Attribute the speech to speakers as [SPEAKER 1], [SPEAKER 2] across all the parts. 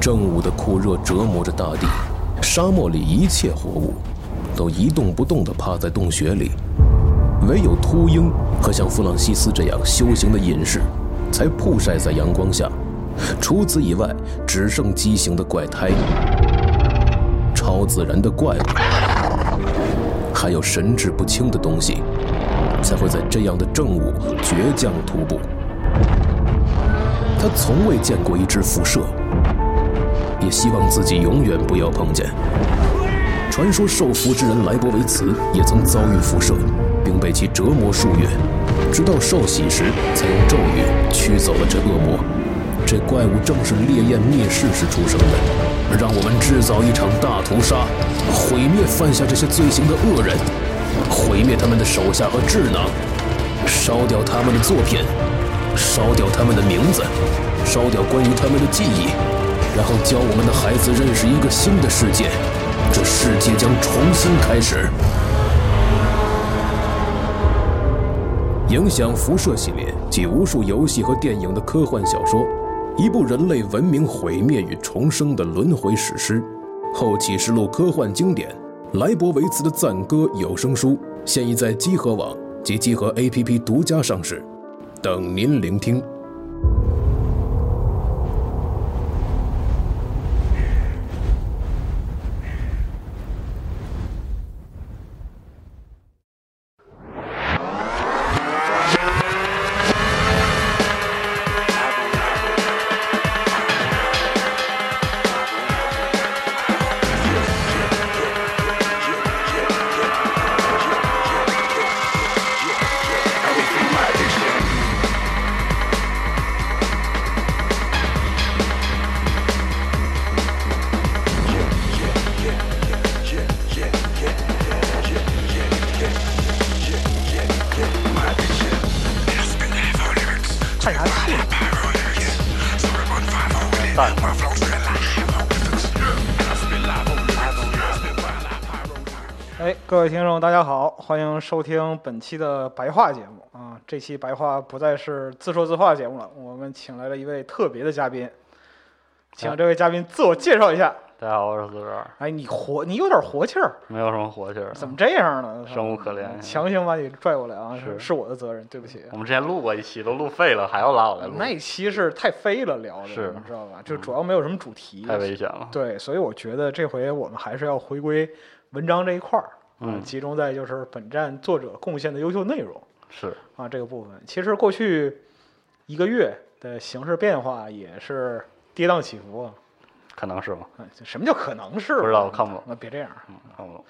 [SPEAKER 1] 正午的酷热折磨着大地，沙漠里一切活物都一动不动地趴在洞穴里，唯有秃鹰和像弗朗西斯这样修行的隐士，才曝晒在阳光下。除此以外，只剩畸形的怪胎、超自然的怪物，还有神志不清的东西，才会在这样的正午倔强徒步。他从未见过一只辐射，也希望自己永远不要碰见。传说受福之人莱博维茨也曾遭遇辐射，并被其折磨数月，直到受洗时才用咒语驱走了这恶魔。这怪物正是烈焰灭世时出生的，让我们制造一场大屠杀，毁灭犯下这些罪行的恶人，毁灭他们的手下和智囊，烧掉他们的作品。烧掉他们的名字，烧掉关于他们的记忆，然后教我们的孩子认识一个新的世界，这世界将重新开始。影响辐射系列及无数游戏和电影的科幻小说，一部人类文明毁灭与重生的轮回史诗，后启示录科幻经典，莱博维茨的赞歌有声书现已在积禾网及积禾 APP 独家上市。等您聆听。
[SPEAKER 2] 看啥戏？蛋哎，各位听众，大家好，欢迎收听本期的白话节目啊！这期白话不再是自说自话节目了，我们请来了一位特别的嘉宾，请这位嘉宾自我介绍一下。
[SPEAKER 3] 大家好，我是四十二，
[SPEAKER 2] 哎，你活，你有点活气儿，
[SPEAKER 3] 没有什么活气儿。
[SPEAKER 2] 怎么这样呢？
[SPEAKER 3] 生无可恋
[SPEAKER 2] 强行把你拽过来啊！是
[SPEAKER 3] 是
[SPEAKER 2] 是我的责任，对不起。
[SPEAKER 3] 我们之前录过一期，都录废了，还要拉我来录，
[SPEAKER 2] 那一期是太飞了聊的，
[SPEAKER 3] 是
[SPEAKER 2] 你知道吧？就主要没有什么主题，
[SPEAKER 3] 太危险了。
[SPEAKER 2] 对，所以我觉得这回我们还是要回归文章这一块儿，啊
[SPEAKER 3] 嗯，
[SPEAKER 2] 集中在就是本站作者贡献的优秀内容
[SPEAKER 3] 是，
[SPEAKER 2] 啊这个部分。其实过去一个月的形势变化也是跌宕起伏啊。
[SPEAKER 3] 可能是吗？
[SPEAKER 2] 啊什么叫可能是吧？
[SPEAKER 3] 不知道我看不懂
[SPEAKER 2] 那别这样，
[SPEAKER 3] 嗯，看不懂。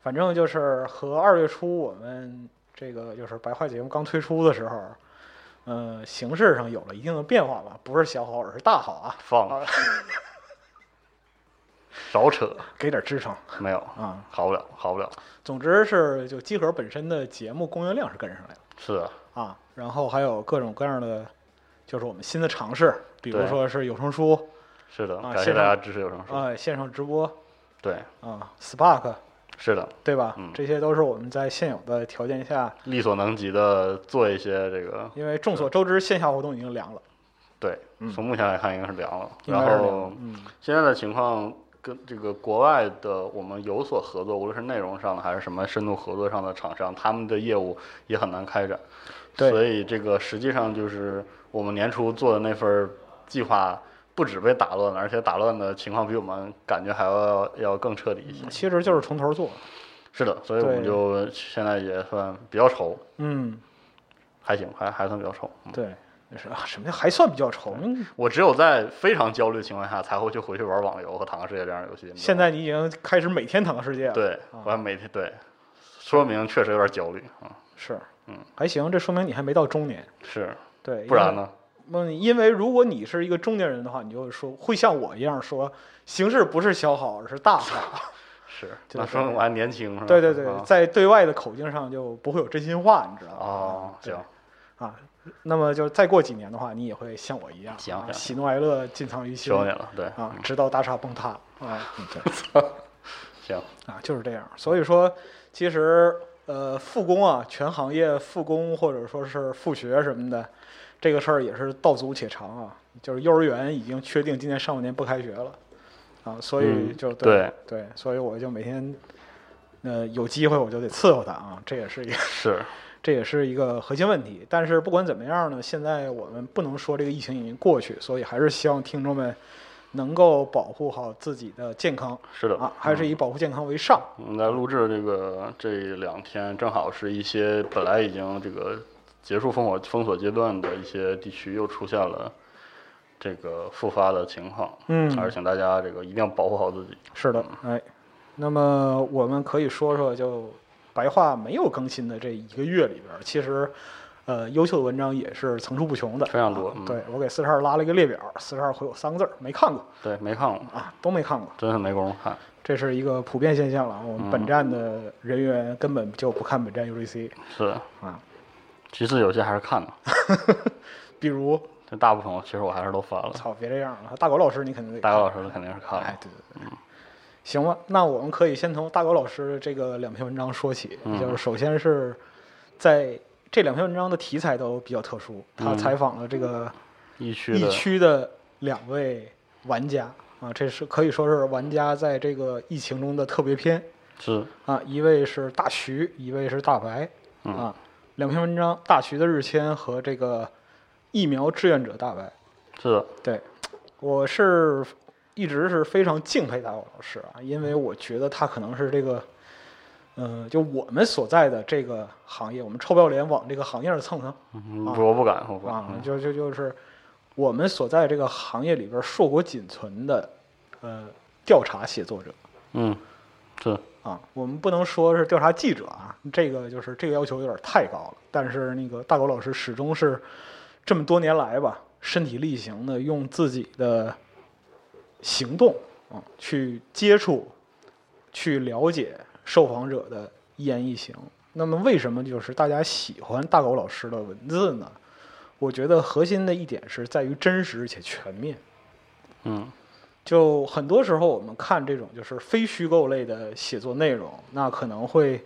[SPEAKER 2] 反正就是和二月初我们这个就是白话节目刚推出的时候，呃，形式上有了一定的变化吧，不是小好，而是大好啊，
[SPEAKER 3] 放，少扯，
[SPEAKER 2] 给点支撑
[SPEAKER 3] 没有，
[SPEAKER 2] 啊。
[SPEAKER 3] 好不了，好不了。
[SPEAKER 2] 总之是就集合本身的节目供应量是跟上来了
[SPEAKER 3] 是啊，
[SPEAKER 2] 啊，然后还有各种各样的就是我们新的尝试，比如
[SPEAKER 3] 对
[SPEAKER 2] 说是有声书
[SPEAKER 3] 是的，
[SPEAKER 2] 啊
[SPEAKER 3] 感谢
[SPEAKER 2] 线
[SPEAKER 3] 大家
[SPEAKER 2] 上
[SPEAKER 3] 支持有声书。
[SPEAKER 2] 啊、线上直播
[SPEAKER 3] 对，
[SPEAKER 2] 啊，Spark
[SPEAKER 3] 是的，
[SPEAKER 2] 对吧？
[SPEAKER 3] 嗯
[SPEAKER 2] 这些都是我们在现有的条件下，
[SPEAKER 3] 力所能及的做一些这个，
[SPEAKER 2] 因为众所周知，线下活动已经凉了，
[SPEAKER 3] 对
[SPEAKER 2] 嗯，
[SPEAKER 3] 从目前来看应该是凉了。
[SPEAKER 2] 应该
[SPEAKER 3] 然
[SPEAKER 2] 是凉
[SPEAKER 3] 后
[SPEAKER 2] 了。嗯，
[SPEAKER 3] 现在的情况跟这个国外的我们有所合作，无论是内容上的还是什么深度合作上的厂商，他们的业务也很难开展。
[SPEAKER 2] 对
[SPEAKER 3] 所以这个实际上就是我们年初做的那份计划，不止被打乱了，而且打乱的情况比我们感觉还要要更彻底一些。
[SPEAKER 2] 其实就是从头做，
[SPEAKER 3] 是的，所以我
[SPEAKER 2] 嗯
[SPEAKER 3] 们
[SPEAKER 2] 对
[SPEAKER 3] 就现在也算比较愁，
[SPEAKER 2] 嗯，
[SPEAKER 3] 还行，还还算比较愁。嗯
[SPEAKER 2] 对，就是啊，什么叫还算
[SPEAKER 3] 哎
[SPEAKER 2] 比较愁？嗯
[SPEAKER 3] 我只有在非常焦虑的情况下，才会去回去玩网游和《坦克世界》这样的游戏。你知道吗
[SPEAKER 2] 现在你已经开始每天淌个世界了，，
[SPEAKER 3] 对，我还每天对，说明确实有点焦虑啊、
[SPEAKER 2] 是，
[SPEAKER 3] 嗯，
[SPEAKER 2] 还行，这说明你还没到中年，
[SPEAKER 3] 是，
[SPEAKER 2] 对，
[SPEAKER 3] 不然？呢？
[SPEAKER 2] 嗯，因为如果你是一个中年人的话，你就会说会像我一样说，形势不是小好，而是大好。
[SPEAKER 3] 是，
[SPEAKER 2] 就
[SPEAKER 3] 那
[SPEAKER 2] 是
[SPEAKER 3] 说明我还年轻是 吧？
[SPEAKER 2] 对对对，
[SPEAKER 3] 啊
[SPEAKER 2] 在对外的口径上就不会有真心话，你知道吗？
[SPEAKER 3] 哦，
[SPEAKER 2] 对
[SPEAKER 3] 行，
[SPEAKER 2] 啊，那么就再过几年的话，你也会像我一样，
[SPEAKER 3] 行
[SPEAKER 2] 啊
[SPEAKER 3] 行
[SPEAKER 2] 喜怒哀乐尽藏于心
[SPEAKER 3] 求你了，嗯对，
[SPEAKER 2] 啊，直到大厦崩塌 啊，嗯对
[SPEAKER 3] 行，
[SPEAKER 2] 啊，就是这样。所以说，其实呃，复工啊，全行业复工或者说是复学什么的，这个事儿也是道阻且长啊，就是幼儿园已经确定今年上半年不开学了，啊，所以
[SPEAKER 3] 嗯
[SPEAKER 2] 就对
[SPEAKER 3] 对
[SPEAKER 2] 对，所以我就每天，呃，有机会我就得伺候他啊，这也是一个
[SPEAKER 3] 是，
[SPEAKER 2] 这也是一个核心问题。但是不管怎么样呢，现在我们不能说这个疫情已经过去，所以还是希望听众们能够保护好自己的健康
[SPEAKER 3] 是的
[SPEAKER 2] 啊，还是以保护健康为上。
[SPEAKER 3] 我们在录制这个这两天，正好是一些本来已经这个结束封火封锁阶段的一些地区又出现了这个复发的情况，
[SPEAKER 2] 嗯
[SPEAKER 3] 还是请大家这个一定要保护好自己。
[SPEAKER 2] 是的，
[SPEAKER 3] 嗯
[SPEAKER 2] 哎，那么我们可以说说，就白话没有更新的这一个月里边儿，其实，呃，优秀的文章也是层出不穷的，啊
[SPEAKER 3] 非常多嗯
[SPEAKER 2] 对我给四十二拉了一个列表，四十二回我三个字儿，没看过
[SPEAKER 3] 对，没看过，
[SPEAKER 2] 啊，都没看过，
[SPEAKER 3] 真是没工夫看。
[SPEAKER 2] 这是一个普遍现象了啊。我们本
[SPEAKER 3] 嗯
[SPEAKER 2] 站的人员根本就不看本站 UGC
[SPEAKER 3] 是，
[SPEAKER 2] 啊，
[SPEAKER 3] 其次有些还是看的，
[SPEAKER 2] 比如，
[SPEAKER 3] 这大部分我其实我还是都翻了。
[SPEAKER 2] 操，别这样了，大狗老师你肯定得
[SPEAKER 3] 大
[SPEAKER 2] 看
[SPEAKER 3] 姚老师嗯肯定是看
[SPEAKER 2] 哎
[SPEAKER 3] 了，，
[SPEAKER 2] 对对对，行吧，那我们可以先从大狗老师这个两篇文章说起，
[SPEAKER 3] 嗯
[SPEAKER 2] 就是首先是在这两篇文章的题材都比较特殊，他
[SPEAKER 3] 嗯
[SPEAKER 2] 采访了这个
[SPEAKER 3] 疫区
[SPEAKER 2] 疫
[SPEAKER 3] 的，
[SPEAKER 2] 区的两位玩家啊，这是可以说是玩家在这个疫情中的特别篇
[SPEAKER 3] 是，
[SPEAKER 2] 啊，一位是大徐，一位是大白
[SPEAKER 3] 嗯
[SPEAKER 2] 啊，两篇文章，大徐的日签和这个疫苗志愿者大白。
[SPEAKER 3] 是的，
[SPEAKER 2] 对，我是一直是非常敬佩大狗老师啊，因为我觉得他可能是这个，嗯、就我们所在的这个行业，我们臭不要脸往这个行业上蹭蹭
[SPEAKER 3] 嗯不我不敢，我不敢。
[SPEAKER 2] 啊，
[SPEAKER 3] 嗯
[SPEAKER 2] 就就就是我们所在这个行业里边硕果仅存的，呃，调查写作者
[SPEAKER 3] 嗯，是，
[SPEAKER 2] 啊，我们不能说是调查记者啊，这个就是这个要求有点太高了。但是那个大狗老师始终是这么多年来吧，身体力行的用自己的行动啊、去接触、去了解受访者的一言一行。那么为什么就是大家喜欢大狗老师的文字呢？我觉得核心的一点是在于真实且全面。
[SPEAKER 3] 嗯，
[SPEAKER 2] 就很多时候我们看这种就是非虚构类的写作内容，那可能会，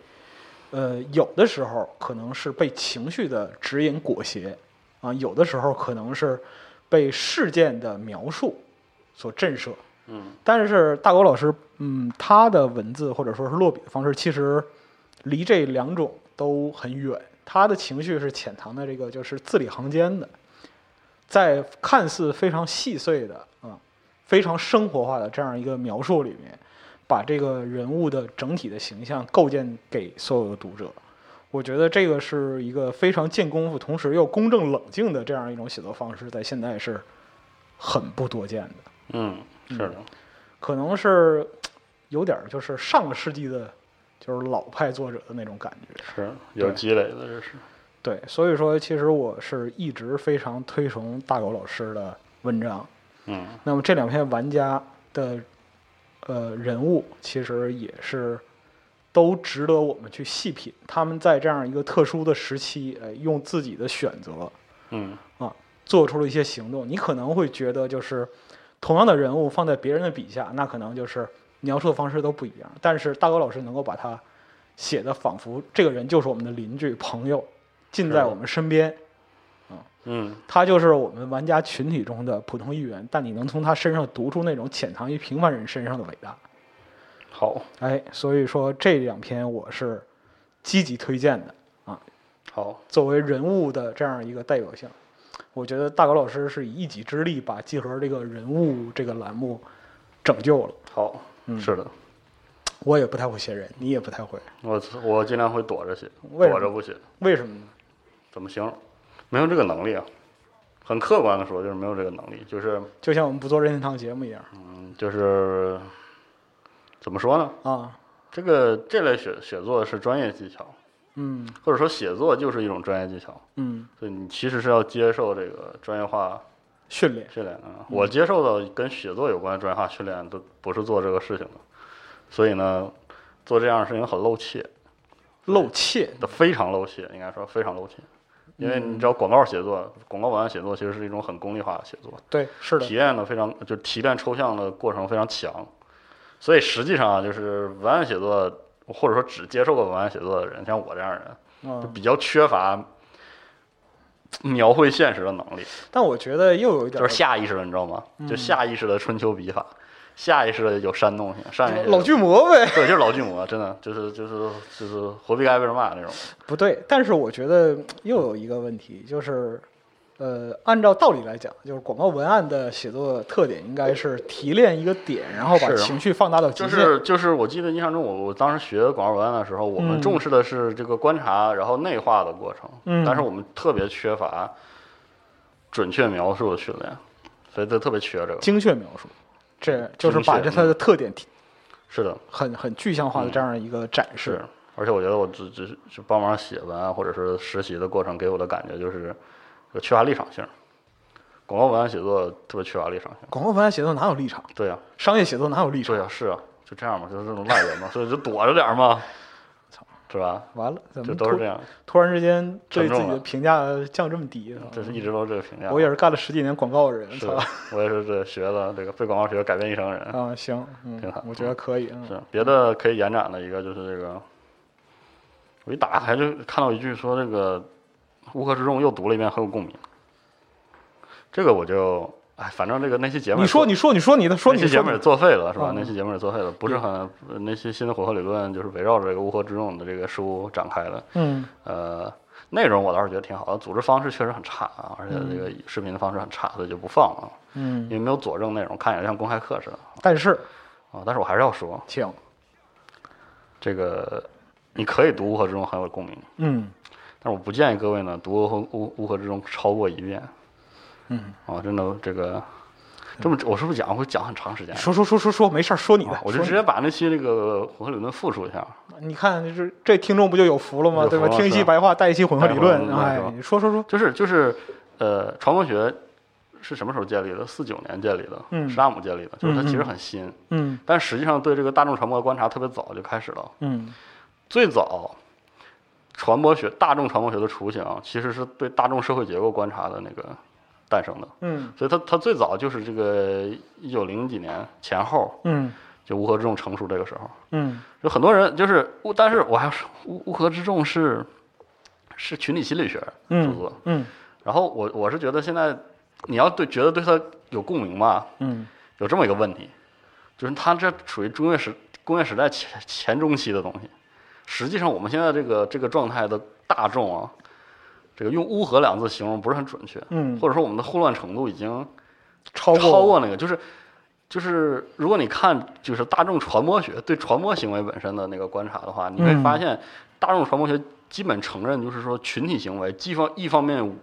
[SPEAKER 2] 呃，有的时候可能是被情绪的指引裹挟，啊，有的时候可能是被事件的描述所震慑。
[SPEAKER 3] 嗯，
[SPEAKER 2] 但是大狗老师，嗯，他的文字或者说是落笔的方式，其实离这两种都很远。他的情绪是潜藏在这个就是字里行间的，在看似非常细碎的啊、非常生活化的这样一个描述里面，把这个人物的整体的形象构建给所有的读者。我觉得这个是一个非常见功夫，同时又公正冷静的这样一种写作方式，在现在是很不多见的。
[SPEAKER 3] 嗯，是的，
[SPEAKER 2] 可能是有点儿就是上个世纪的，就是老派作者的那种感觉。
[SPEAKER 3] 是有
[SPEAKER 2] 对
[SPEAKER 3] 积累的，这是。
[SPEAKER 2] 对，所以说其实我是一直非常推崇大狗老师的文章。
[SPEAKER 3] 嗯，
[SPEAKER 2] 那么这两篇玩家的呃人物，其实也是都值得我们去细品。他们在这样一个特殊的时期，呃，用自己的选择
[SPEAKER 3] 嗯，
[SPEAKER 2] 啊，做出了一些行动。你可能会觉得，就是同样的人物放在别人的笔下，那可能就是描述的方式都不一样。但是大狗老师能够把它写的仿佛这个人就是我们的邻居、朋友，近在
[SPEAKER 3] 是的
[SPEAKER 2] 我们身边。
[SPEAKER 3] 嗯，
[SPEAKER 2] 他就是我们玩家群体中的普通一员，但你能从他身上读出那种潜藏于平凡人身上的伟大。
[SPEAKER 3] 好，
[SPEAKER 2] 哎，所以说这两篇我是积极推荐的。
[SPEAKER 3] 好，
[SPEAKER 2] 作为人物的这样一个代表性，我觉得大狗老师是以一己之力把集合这个人物这个栏目拯救了。
[SPEAKER 3] 好，
[SPEAKER 2] 嗯
[SPEAKER 3] 是的，
[SPEAKER 2] 我也不太会写人，你也不太会，
[SPEAKER 3] 我我尽量会躲着写，
[SPEAKER 2] 为什么
[SPEAKER 3] 躲着不写，
[SPEAKER 2] 为什么呢？
[SPEAKER 3] 怎么形容？没有这个能力啊。很客观的说，就是没有这个能力，就是，
[SPEAKER 2] 就像我们不做任天堂节目一样
[SPEAKER 3] 嗯，就是怎么说呢？
[SPEAKER 2] 啊，
[SPEAKER 3] 这个这类写写作是专业技巧，
[SPEAKER 2] 嗯
[SPEAKER 3] 或者说写作就是一种专业技巧，
[SPEAKER 2] 嗯，
[SPEAKER 3] 所以你其实是要接受这个专业化
[SPEAKER 2] 训练
[SPEAKER 3] 训练的。啊
[SPEAKER 2] 嗯
[SPEAKER 3] 我接受的跟写作有关的专业化训练都不是做这个事情的，所以呢，做这样的事情很露怯，
[SPEAKER 2] 露怯，
[SPEAKER 3] 非常露怯，应该说非常露怯。因为
[SPEAKER 2] 嗯
[SPEAKER 3] 你知道广告写作、广告文案写作其实是一种很功利化的写作，
[SPEAKER 2] 对，是的
[SPEAKER 3] 体，验的非常就提炼抽象的过程非常强，所以实际上啊，就是文案写作或者说只接受过文案写作的人，像我这样的人，就
[SPEAKER 2] 嗯
[SPEAKER 3] 比较缺乏描绘现实的能力，
[SPEAKER 2] 但我觉得又有一点
[SPEAKER 3] 就是下意识的，你知道吗？就下意识的春秋笔法，下意识的有煽动性，上意识
[SPEAKER 2] 老巨魔呗。
[SPEAKER 3] 对，就是老巨魔，真的就是就是就是活该被人骂那种。
[SPEAKER 2] 不对，但是我觉得又有一个问题，就是，呃，按照道理来讲，就是广告文案的写作特点应该是提炼一个点，然后把
[SPEAKER 3] 是啊
[SPEAKER 2] 情绪放大到极
[SPEAKER 3] 就
[SPEAKER 2] 限。
[SPEAKER 3] 是就是，我记得印象中我，我当时学广告文案的时候，我们
[SPEAKER 2] 嗯
[SPEAKER 3] 重视的是这个观察，然后内化的过程。
[SPEAKER 2] 嗯
[SPEAKER 3] 但是我们特别缺乏准确描述的训练，所以这特别缺这个。
[SPEAKER 2] 精确描述，这就是把
[SPEAKER 3] 精
[SPEAKER 2] 这
[SPEAKER 3] 确
[SPEAKER 2] 它的特点提
[SPEAKER 3] 是的，
[SPEAKER 2] 很很具象化的这样一个展示。
[SPEAKER 3] 嗯是。而且我觉得我只只是帮忙写文啊案或者是实习的过程，给我的感觉就是有缺乏立场性。广告文案写作特别缺乏立场性。
[SPEAKER 2] 广告文案写作哪有立场？
[SPEAKER 3] 对呀、啊
[SPEAKER 2] 商业写作哪有立场
[SPEAKER 3] 对？呀、是啊，就这样嘛，就是这种烂人嘛，所以就躲着点儿 嘛，是吧？
[SPEAKER 2] 完了，怎
[SPEAKER 3] 就
[SPEAKER 2] 么
[SPEAKER 3] 都是
[SPEAKER 2] 突
[SPEAKER 3] 这样，
[SPEAKER 2] 突然之间对
[SPEAKER 3] 沉
[SPEAKER 2] 自
[SPEAKER 3] 重
[SPEAKER 2] 己的
[SPEAKER 3] 了嗯
[SPEAKER 2] 评价降这么低？啊
[SPEAKER 3] 这是一直都是这个评价。
[SPEAKER 2] 我也是干了十几年广告的人，
[SPEAKER 3] 是
[SPEAKER 2] 操
[SPEAKER 3] 啊的，我也是这学的这个被广告学改变一生人。
[SPEAKER 2] 啊，行，嗯
[SPEAKER 3] 挺好，
[SPEAKER 2] 我觉得可以，嗯
[SPEAKER 3] 是别的可以延展的一个就是这个，我一打开就看到一句说这个乌合之众又读了一遍，很有共鸣。这个我就哎，反正这个那期节目
[SPEAKER 2] 你
[SPEAKER 3] 也
[SPEAKER 2] 说，
[SPEAKER 3] 作
[SPEAKER 2] 你说，你说你的，说
[SPEAKER 3] 那
[SPEAKER 2] 你
[SPEAKER 3] 期
[SPEAKER 2] 的，
[SPEAKER 3] 节
[SPEAKER 2] 说
[SPEAKER 3] 目
[SPEAKER 2] 你
[SPEAKER 3] 也
[SPEAKER 2] 的，
[SPEAKER 3] 作废了是吧？
[SPEAKER 2] 嗯
[SPEAKER 3] 那期节目也作废了，不是很那些新的混合理论就是围绕着这个乌合之众的这个书展开的。
[SPEAKER 2] 嗯
[SPEAKER 3] 呃，内容我倒是觉得挺好的，组织方式确实很差啊，而且这个视频的方式很差，所以就不放了，因
[SPEAKER 2] 嗯，
[SPEAKER 3] 为没有佐证内容，看起来像公开课似的。
[SPEAKER 2] 但是，
[SPEAKER 3] 啊，但是我还是要说，
[SPEAKER 2] 请，
[SPEAKER 3] 这个你可以读《乌合之众》很有共鸣，
[SPEAKER 2] 嗯
[SPEAKER 3] 但是我不建议各位呢读乌合《乌乌合之众》超过一遍
[SPEAKER 2] 嗯，
[SPEAKER 3] 啊，真的这个这么我是不是讲会讲很长时间？
[SPEAKER 2] 说说说说说，没事儿，说你
[SPEAKER 3] 啊
[SPEAKER 2] 的，
[SPEAKER 3] 我
[SPEAKER 2] 说
[SPEAKER 3] 就
[SPEAKER 2] 你
[SPEAKER 3] 直接把那期这个混合理论复述一下，
[SPEAKER 2] 的，你看，就是这听众不就有福了吗？
[SPEAKER 3] 有
[SPEAKER 2] 对吧？
[SPEAKER 3] 福了
[SPEAKER 2] 听一
[SPEAKER 3] 是
[SPEAKER 2] 期
[SPEAKER 3] 吧
[SPEAKER 2] 白话，带一期混合理
[SPEAKER 3] 带一
[SPEAKER 2] 论，
[SPEAKER 3] 期混合理
[SPEAKER 2] 哎
[SPEAKER 3] 论是吧，
[SPEAKER 2] 你说说说，
[SPEAKER 3] 就是就是呃，传播学是什么时候建立的？四九年建立的，
[SPEAKER 2] 嗯
[SPEAKER 3] 施拉姆建立的，就是它其
[SPEAKER 2] 嗯
[SPEAKER 3] 实
[SPEAKER 2] 嗯
[SPEAKER 3] 很新，
[SPEAKER 2] 嗯
[SPEAKER 3] 但实际上对这个大众传播的观察特别早就开始了。
[SPEAKER 2] 嗯
[SPEAKER 3] 最早传播学、大众传播学的雏形，其实是对大众社会结构观察的那个诞生的。
[SPEAKER 2] 嗯
[SPEAKER 3] 所以它它最早就是这个一九零几年前后，
[SPEAKER 2] 嗯
[SPEAKER 3] 就乌合之众成熟这个时候，
[SPEAKER 2] 嗯
[SPEAKER 3] 就很多人就是乌，但是我还要说乌乌合之众是是群体心理学著
[SPEAKER 2] 嗯
[SPEAKER 3] 作，
[SPEAKER 2] 嗯
[SPEAKER 3] 然后我我是觉得现在你要对觉得对它有共鸣吧，
[SPEAKER 2] 嗯
[SPEAKER 3] 有这么一个问题，就是它这属于中业时工业时代前前中期的东西。实际上，我们现在这个这个状态的大众啊，这个用“乌合”两个字形容不是很准确，
[SPEAKER 2] 嗯，
[SPEAKER 3] 或者说我们的混乱程度已经
[SPEAKER 2] 超过
[SPEAKER 3] 超过那个，就是就是，如果你看就是大众传播学对传播行为本身的那个观察的话，你会
[SPEAKER 2] 嗯
[SPEAKER 3] 发现大众传播学基本承认就是说群体行为既方一方面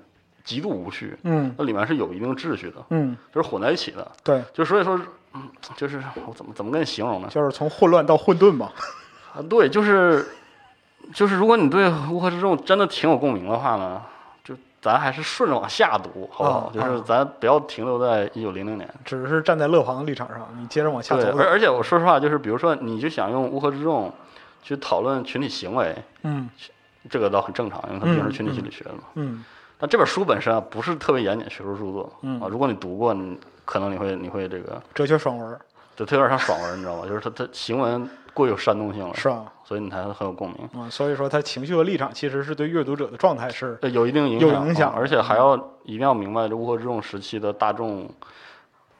[SPEAKER 3] 极度无序，
[SPEAKER 2] 嗯
[SPEAKER 3] 那里面是有一定秩序的，
[SPEAKER 2] 嗯，
[SPEAKER 3] 就是混在一起的。
[SPEAKER 2] 对，
[SPEAKER 3] 就所以说，嗯，就是我怎么怎么跟你形容呢？
[SPEAKER 2] 就是从混乱到混沌嘛，
[SPEAKER 3] 啊，对，就是就是，如果你对乌合之众真的挺有共鸣的话呢，就咱还是顺着往下读，好不好？
[SPEAKER 2] 啊
[SPEAKER 3] 就是
[SPEAKER 2] 啊
[SPEAKER 3] 咱不要停留在一九零零年。
[SPEAKER 2] 只是站在乐庞的立场上，你接着往下
[SPEAKER 3] 对，
[SPEAKER 2] 走
[SPEAKER 3] 而
[SPEAKER 2] 走，
[SPEAKER 3] 而且我说实话，就是比如说，你就想用乌合之众去讨论群体行为，
[SPEAKER 2] 嗯
[SPEAKER 3] 这个倒很正常，因为它毕竟是群体心理学的嘛。
[SPEAKER 2] 嗯
[SPEAKER 3] 但这本书本身啊，不是特别严谨学术著作、
[SPEAKER 2] 嗯
[SPEAKER 3] 啊。如果你读过，你可能你会你会这个，
[SPEAKER 2] 哲学爽文儿
[SPEAKER 3] 就它有点像爽文，你知道吗？就是它它行文过于有煽动性了，
[SPEAKER 2] 是吧？
[SPEAKER 3] 所以你才很有共鸣。
[SPEAKER 2] 啊，所以说他情绪和立场其实是对阅读者的状态是，
[SPEAKER 3] 呃，有一定影
[SPEAKER 2] 有
[SPEAKER 3] 响，
[SPEAKER 2] 影响
[SPEAKER 3] 啊而且还要一定要明白，这乌合之众时期的大众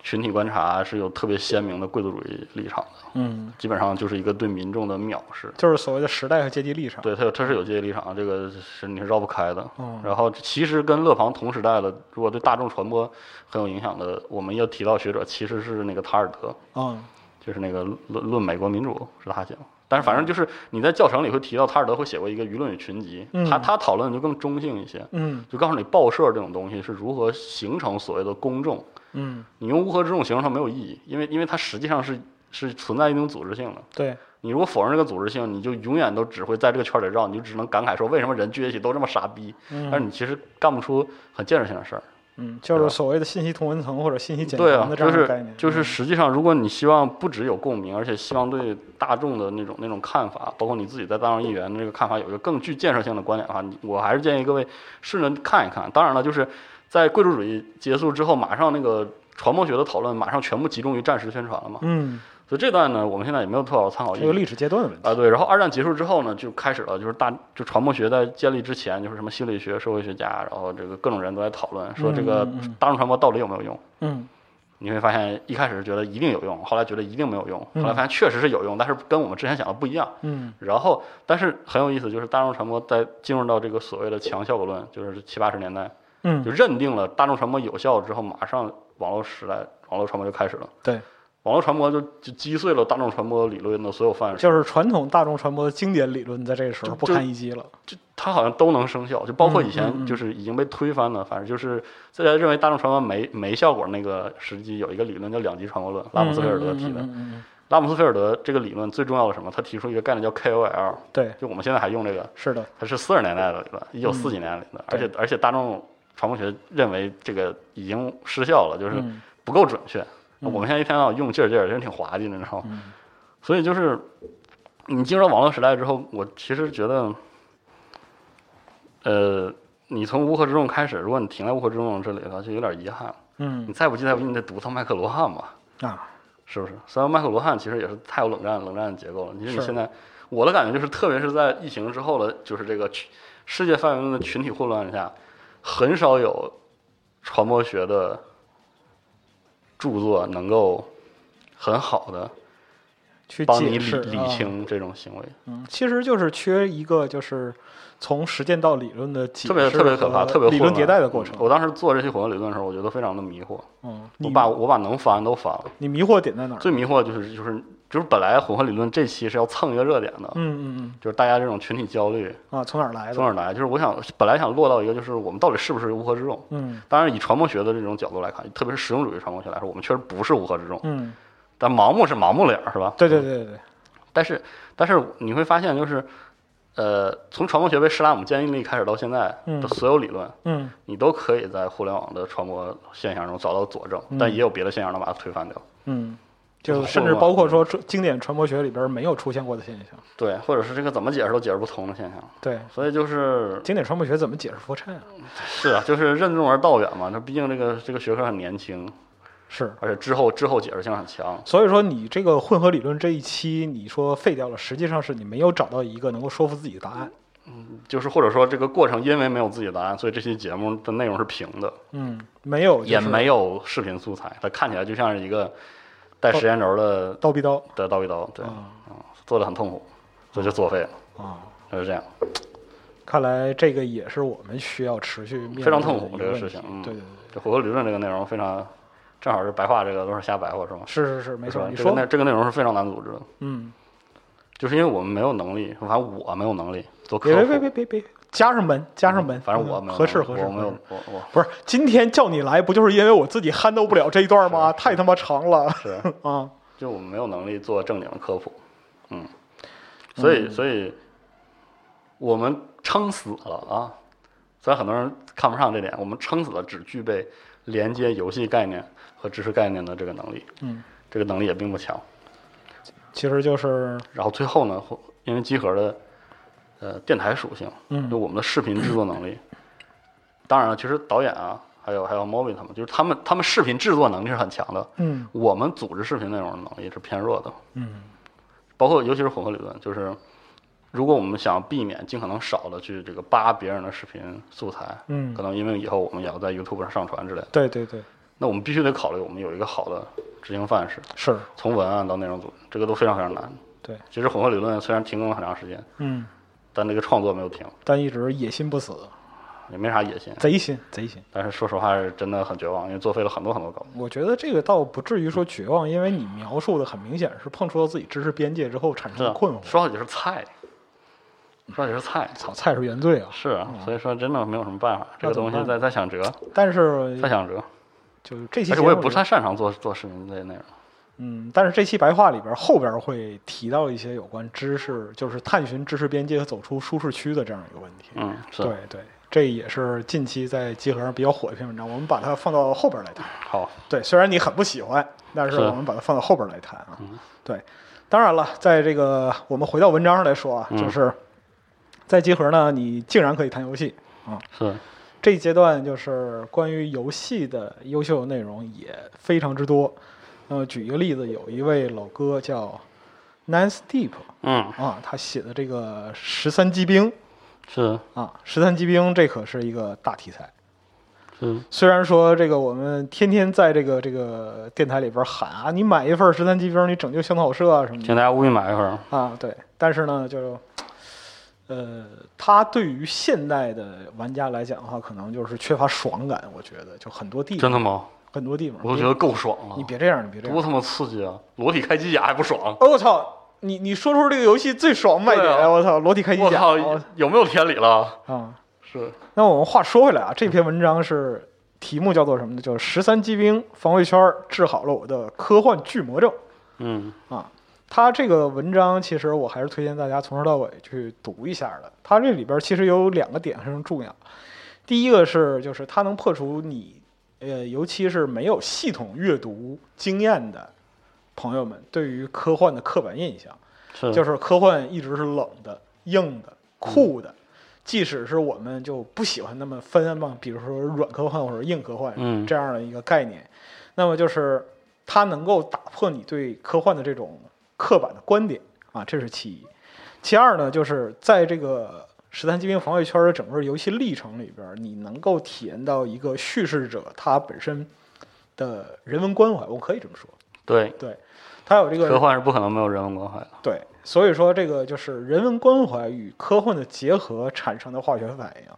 [SPEAKER 3] 群体观察啊是有特别鲜明的贵族主义立场的，
[SPEAKER 2] 嗯，
[SPEAKER 3] 基本上就是一个对民众的藐视。
[SPEAKER 2] 就是所谓的时代和阶级立场。
[SPEAKER 3] 对，它有它是有阶级立场，啊这个是你是绕不开的。
[SPEAKER 2] 嗯
[SPEAKER 3] 然后其实跟勒庞同时代的，如果对大众传播很有影响的，我们要提到学者其实是那个塔尔德，
[SPEAKER 2] 嗯
[SPEAKER 3] 就是那个论论美国民主是他写的。但是反正就是你在教程里会提到塔尔德会写过一个舆论与群集，
[SPEAKER 2] 嗯
[SPEAKER 3] 他他讨论的就更中性一些。
[SPEAKER 2] 嗯
[SPEAKER 3] 就告诉你报社这种东西是如何形成所谓的公众。
[SPEAKER 2] 嗯，
[SPEAKER 3] 你用乌合之众形容它没有意义，因为因为它实际上是是存在一定组织性的。
[SPEAKER 2] 对，
[SPEAKER 3] 你如果否认这个组织性，你就永远都只会在这个圈里绕，你就只能感慨说为什么人聚在一起都这么傻逼，但是
[SPEAKER 2] 嗯
[SPEAKER 3] 你其实干不出很建设性的事儿。
[SPEAKER 2] 嗯，就是所谓的信息同文层或者信息茧
[SPEAKER 3] 啊对
[SPEAKER 2] 层
[SPEAKER 3] 啊
[SPEAKER 2] 的，这
[SPEAKER 3] 就
[SPEAKER 2] 样的概
[SPEAKER 3] 是
[SPEAKER 2] 念，嗯
[SPEAKER 3] 就是实际上，如果你希望不只有共鸣，而且希望对大众的那种那种看法，包括你自己在大众议员的这个看法有一个更具建设性的观点的话，你我还是建议各位顺着看一看。当然了，就是在贵族主义结束之后，马上那个传播学的讨论马上全部集中于战时宣传了嘛，
[SPEAKER 2] 嗯
[SPEAKER 3] 所所以这段呢，我们现在也没有特好参考意
[SPEAKER 2] 这个
[SPEAKER 3] 义。
[SPEAKER 2] 历史阶段的问题
[SPEAKER 3] 啊，对，然后二战结束之后呢，就开始了，就是大就传播学在建立之前，就是什么心理学、社会学家，然后这个各种人都在讨论说这个
[SPEAKER 2] 嗯嗯嗯
[SPEAKER 3] 大众传播到底有没有用。
[SPEAKER 2] 嗯
[SPEAKER 3] 你会发现一开始觉得一定有用，后来觉得一定没有用，后
[SPEAKER 2] 嗯
[SPEAKER 3] 来发现确实是有用，但是跟我们之前想的不一样。
[SPEAKER 2] 嗯
[SPEAKER 3] 然后，但是很有意思，就是大众传播在进入到这个所谓的强效果论，就是七八十年代，就
[SPEAKER 2] 嗯，
[SPEAKER 3] 认定了大众传播有效之后，马上网络时代，网络传播就开始了。
[SPEAKER 2] 对，
[SPEAKER 3] 网络传播就就击碎了大众传播理论的所有范畴，
[SPEAKER 2] 就是传统大众传播的经典理论，在这个时候
[SPEAKER 3] 就
[SPEAKER 2] 不堪一击了。
[SPEAKER 3] 就它好像都能生效，就包括以
[SPEAKER 2] 嗯嗯
[SPEAKER 3] 前
[SPEAKER 2] 嗯
[SPEAKER 3] 就是已经被推翻了，反正就是大家认为大众传播没没效果那个时期，有一个理论叫两极传播论，拉姆斯菲尔德提的。
[SPEAKER 2] 嗯嗯嗯嗯嗯
[SPEAKER 3] 拉姆斯菲尔德这个理论最重要的是什么？他提出一个概念叫 KOL，
[SPEAKER 2] 对，
[SPEAKER 3] 就我们现在还用这个，
[SPEAKER 2] 是的，
[SPEAKER 3] 它是四十年代的理论，一九
[SPEAKER 2] 嗯
[SPEAKER 3] 四几年的理论，而且而且大众传播学认为这个已经失效了，就是
[SPEAKER 2] 嗯
[SPEAKER 3] 不够准确。
[SPEAKER 2] 嗯
[SPEAKER 3] 我们现在一天到晚用劲儿劲儿，真挺滑稽的，你知道吗？
[SPEAKER 2] 嗯
[SPEAKER 3] 所以就是你进入到网络时代之后，我其实觉得，呃，你从乌合之众开始，如果你停在乌合之众这里头，就有点遗憾了。你
[SPEAKER 2] 嗯
[SPEAKER 3] 再不济，再不济，你得读趟麦克罗汉吧。
[SPEAKER 2] 啊，
[SPEAKER 3] 是不是？虽然麦克罗汉其实也是太有冷战冷战的结构了，你说你
[SPEAKER 2] 是
[SPEAKER 3] 现在，我的感觉就是，特别是在疫情之后的，就是这个群世界范围内的群体混乱下，很少有传播学的著作能够很好的
[SPEAKER 2] 去
[SPEAKER 3] 帮你
[SPEAKER 2] 解
[SPEAKER 3] 理
[SPEAKER 2] 释
[SPEAKER 3] 理
[SPEAKER 2] 啊
[SPEAKER 3] 清这种行为，
[SPEAKER 2] 嗯，其实就是缺一个就是从实践到理论的解释，
[SPEAKER 3] 特别特别可怕，特别
[SPEAKER 2] 理论
[SPEAKER 3] 混
[SPEAKER 2] 迭
[SPEAKER 3] 乱嗯
[SPEAKER 2] 代的过程。
[SPEAKER 3] 我当时做这些混合理论的时候，我觉得非常的迷惑，
[SPEAKER 2] 嗯，
[SPEAKER 3] 我
[SPEAKER 2] 你
[SPEAKER 3] 把我把能翻都翻了，
[SPEAKER 2] 你迷惑点在哪儿？
[SPEAKER 3] 最迷惑的就是就是就是本来混合理论这期是要蹭一个热点的，
[SPEAKER 2] 嗯嗯
[SPEAKER 3] 就是大家这种群体焦虑。
[SPEAKER 2] 嗯啊，从哪儿来
[SPEAKER 3] 从
[SPEAKER 2] 的？
[SPEAKER 3] 哪儿来？就是我想本来想落到一个，就是我们到底是不是乌合之众？
[SPEAKER 2] 嗯
[SPEAKER 3] 当然，以传播学的这种角度来看，特别是实用主义传播学来说，我们确实不是乌合之众。
[SPEAKER 2] 嗯，
[SPEAKER 3] 但盲目是盲目脸儿，是吧？
[SPEAKER 2] 对对对对对，
[SPEAKER 3] 但是，但是你会发现，就是呃，从传播学被施拉姆建立开始到现在
[SPEAKER 2] 嗯
[SPEAKER 3] 的所有理论，
[SPEAKER 2] 嗯
[SPEAKER 3] 你都可以在互联网的传播现象中找到佐证，
[SPEAKER 2] 嗯
[SPEAKER 3] 但也有别的现象能把它推翻掉。
[SPEAKER 2] 嗯，
[SPEAKER 3] 就
[SPEAKER 2] 就是甚
[SPEAKER 3] 混
[SPEAKER 2] 至
[SPEAKER 3] 乱
[SPEAKER 2] 包括说这经典传播学里边没有出现过的现象。
[SPEAKER 3] 对，或者是这个怎么解释都解释不通的现象。
[SPEAKER 2] 对，
[SPEAKER 3] 所以就是
[SPEAKER 2] 经典传播学怎么解释佛忏啊？
[SPEAKER 3] 是啊，就是任重而道远嘛。那毕竟这个这个学科很年轻，
[SPEAKER 2] 是。
[SPEAKER 3] 而且之后之后解释性很强。
[SPEAKER 2] 所以说，你这个混合理论这一期你说废掉了，实际上是你没有找到一个能够说服自己的答案。
[SPEAKER 3] 就是或者说这个过程因为没有自己的答案，所以这期节目的内容是平的，
[SPEAKER 2] 嗯，没有、就是，
[SPEAKER 3] 也没有视频素材，它看起来就像是一个带
[SPEAKER 2] 哦
[SPEAKER 3] 时间轴的
[SPEAKER 2] 刀逼刀
[SPEAKER 3] 的叨一叨，对，
[SPEAKER 2] 啊
[SPEAKER 3] 做的很痛苦，所以就作废了，
[SPEAKER 2] 啊！
[SPEAKER 3] 就是这样。
[SPEAKER 2] 看来这个也是我们需要持续面对
[SPEAKER 3] 非常
[SPEAKER 2] 的
[SPEAKER 3] 痛苦
[SPEAKER 2] 一个
[SPEAKER 3] 这个
[SPEAKER 2] 问
[SPEAKER 3] 事
[SPEAKER 2] 题
[SPEAKER 3] 情嗯
[SPEAKER 2] 对对对，
[SPEAKER 3] 这回合理论这个内容非常，正好是白话这个都是瞎白话是吗？
[SPEAKER 2] 是是是，没
[SPEAKER 3] 是吧
[SPEAKER 2] 错，你
[SPEAKER 3] 这个
[SPEAKER 2] 说
[SPEAKER 3] 内，这个内容是非常难组织的，
[SPEAKER 2] 嗯，
[SPEAKER 3] 就是因为我们没有能力，反正我没有能力做客
[SPEAKER 2] 别
[SPEAKER 3] 户，
[SPEAKER 2] 别别别别别，加上门，加上门，
[SPEAKER 3] 反正我
[SPEAKER 2] 嗯
[SPEAKER 3] 没有能力
[SPEAKER 2] 合适合适，
[SPEAKER 3] 我没有
[SPEAKER 2] 合适
[SPEAKER 3] 我我
[SPEAKER 2] 不是今天叫你来，不就是因为我自己 handle 不了这一段吗？
[SPEAKER 3] 是
[SPEAKER 2] 太他妈长了
[SPEAKER 3] 是。
[SPEAKER 2] 啊！
[SPEAKER 3] 就我们没有能力做正经的科普，嗯，所以所以我们撑死了啊，虽然很多人看不上这点，我们撑死了只具备连接游戏概念和知识概念的这个能力，
[SPEAKER 2] 嗯，
[SPEAKER 3] 这个能力也并不强。
[SPEAKER 2] 其实就是
[SPEAKER 3] 然后最后呢，会因为集合的呃电台属性，
[SPEAKER 2] 嗯
[SPEAKER 3] 就我们的视频制作能力，当然了，其实导演啊，还有还有 Moby 他们，就是他们他们视频制作能力是很强的，
[SPEAKER 2] 嗯
[SPEAKER 3] 我们组织视频内容的能力是偏弱的，
[SPEAKER 2] 嗯
[SPEAKER 3] 包括尤其是混合理论，就是如果我们想避免尽可能少的去这个扒别人的视频素材，
[SPEAKER 2] 嗯
[SPEAKER 3] 可，能因为以后我们也要在 YouTube 上上传之类的，
[SPEAKER 2] 对对对，
[SPEAKER 3] 那我们必须得考虑我们有一个好的执行范式，
[SPEAKER 2] 是，
[SPEAKER 3] 从文案到内容组织，这个都非常非常难。
[SPEAKER 2] 对，
[SPEAKER 3] 其实混合理论虽然停更了很长时间，
[SPEAKER 2] 嗯，
[SPEAKER 3] 但这个创作没有停，
[SPEAKER 2] 但一直野心不死，
[SPEAKER 3] 也没啥野心。
[SPEAKER 2] 贼心贼心。
[SPEAKER 3] 但是说实话是真的很绝望，因为作废了很多很多稿子。
[SPEAKER 2] 我觉得这个倒不至于说绝望，因为你描述的很明显是碰触到自己知识边界之后产生
[SPEAKER 3] 是
[SPEAKER 2] 的
[SPEAKER 3] 啊
[SPEAKER 2] 困惑。
[SPEAKER 3] 说好几是菜，说好几是菜，
[SPEAKER 2] 草菜是原罪啊，
[SPEAKER 3] 是啊，所以说真的没有什么办法，这
[SPEAKER 2] 那
[SPEAKER 3] 个
[SPEAKER 2] 怎么
[SPEAKER 3] 东西
[SPEAKER 2] 办
[SPEAKER 3] 在在想辙，
[SPEAKER 2] 但是
[SPEAKER 3] 在想辙。
[SPEAKER 2] 就是这期节
[SPEAKER 3] 啊而且
[SPEAKER 2] 目
[SPEAKER 3] 我也
[SPEAKER 2] 里
[SPEAKER 3] 不太擅长做做视频类内容。
[SPEAKER 2] 嗯，但是这期白话里边后边会提到一些有关知识，就是探寻知识边界和走出舒适区的这样一个问题。
[SPEAKER 3] 嗯，是
[SPEAKER 2] 对对，这也是近期在集合上比较火的一篇文章，我们把它放到后边来谈。
[SPEAKER 3] 好，
[SPEAKER 2] 对，虽然你很不喜欢，但是
[SPEAKER 3] 是嗯
[SPEAKER 2] 我们把它放到后边来谈啊。对，当然了，在这个我们回到文章上来说啊，
[SPEAKER 3] 嗯
[SPEAKER 2] 就是在集合呢，你竟然可以谈游戏，啊
[SPEAKER 3] 是
[SPEAKER 2] 这一阶段就是关于游戏的优秀内容也非常之多，那么举一个例子，有一位老哥叫 Nance Deep
[SPEAKER 3] 嗯，
[SPEAKER 2] 啊，他写的这个《十三机兵》
[SPEAKER 3] 是
[SPEAKER 2] 啊，《十三机兵》这可是一个大题材。
[SPEAKER 3] 是，
[SPEAKER 2] 虽然说这个我们天天在这个这个电台里边喊啊，你买一份《十三机兵》，你拯救香草社啊什么
[SPEAKER 3] 请
[SPEAKER 2] 的
[SPEAKER 3] 大家务必买一份儿。
[SPEAKER 2] 啊，对，但是呢，就呃，它对于现代的玩家来讲的话，可能就是缺乏爽感。我觉得就很多地方，
[SPEAKER 3] 真的吗？
[SPEAKER 2] 很多地方，
[SPEAKER 3] 我都觉得够爽了
[SPEAKER 2] 你，别这样，你别这样
[SPEAKER 3] 多，他妈刺激啊！裸体开机甲还不爽？
[SPEAKER 2] 哦，我操！你你说出这个游戏最爽卖点，哎
[SPEAKER 3] 对啊
[SPEAKER 2] 我操！裸体开机
[SPEAKER 3] 我
[SPEAKER 2] 甲，
[SPEAKER 3] 操
[SPEAKER 2] 我操，
[SPEAKER 3] 有没有天理了？
[SPEAKER 2] 啊！
[SPEAKER 3] 是，
[SPEAKER 2] 那我们话说回来啊，这篇文章是题目叫做什么呢？叫《十三机兵防卫圈治好了我的科幻巨魔症》
[SPEAKER 3] 嗯，
[SPEAKER 2] 啊。它这个文章其实我还是推荐大家从头到尾去读一下的。它这里边其实有两个点非常重要，第一个是就是它能破除你呃，尤其是没有系统阅读经验的朋友们对于科幻的刻板印象。
[SPEAKER 3] 是，
[SPEAKER 2] 就是是科幻一直是冷的、硬
[SPEAKER 3] 嗯
[SPEAKER 2] 的、酷的，即使是我们就不喜欢那么分嘛，比如说软科幻或者硬科幻
[SPEAKER 3] 嗯
[SPEAKER 2] 这样的一个概念，那么就是它能够打破你对科幻的这种刻板的观点啊，这是其一。其二呢，就是在这个《十三机兵防卫圈》的整个游戏历程里边，你能够体验到一个叙事者他本身的人文关怀，我可以这么说，
[SPEAKER 3] 对，
[SPEAKER 2] 对，他有这个
[SPEAKER 3] 科幻是不可能没有人文关怀的。
[SPEAKER 2] 对，所以说这个就是人文关怀与科幻的结合产生的化学反应，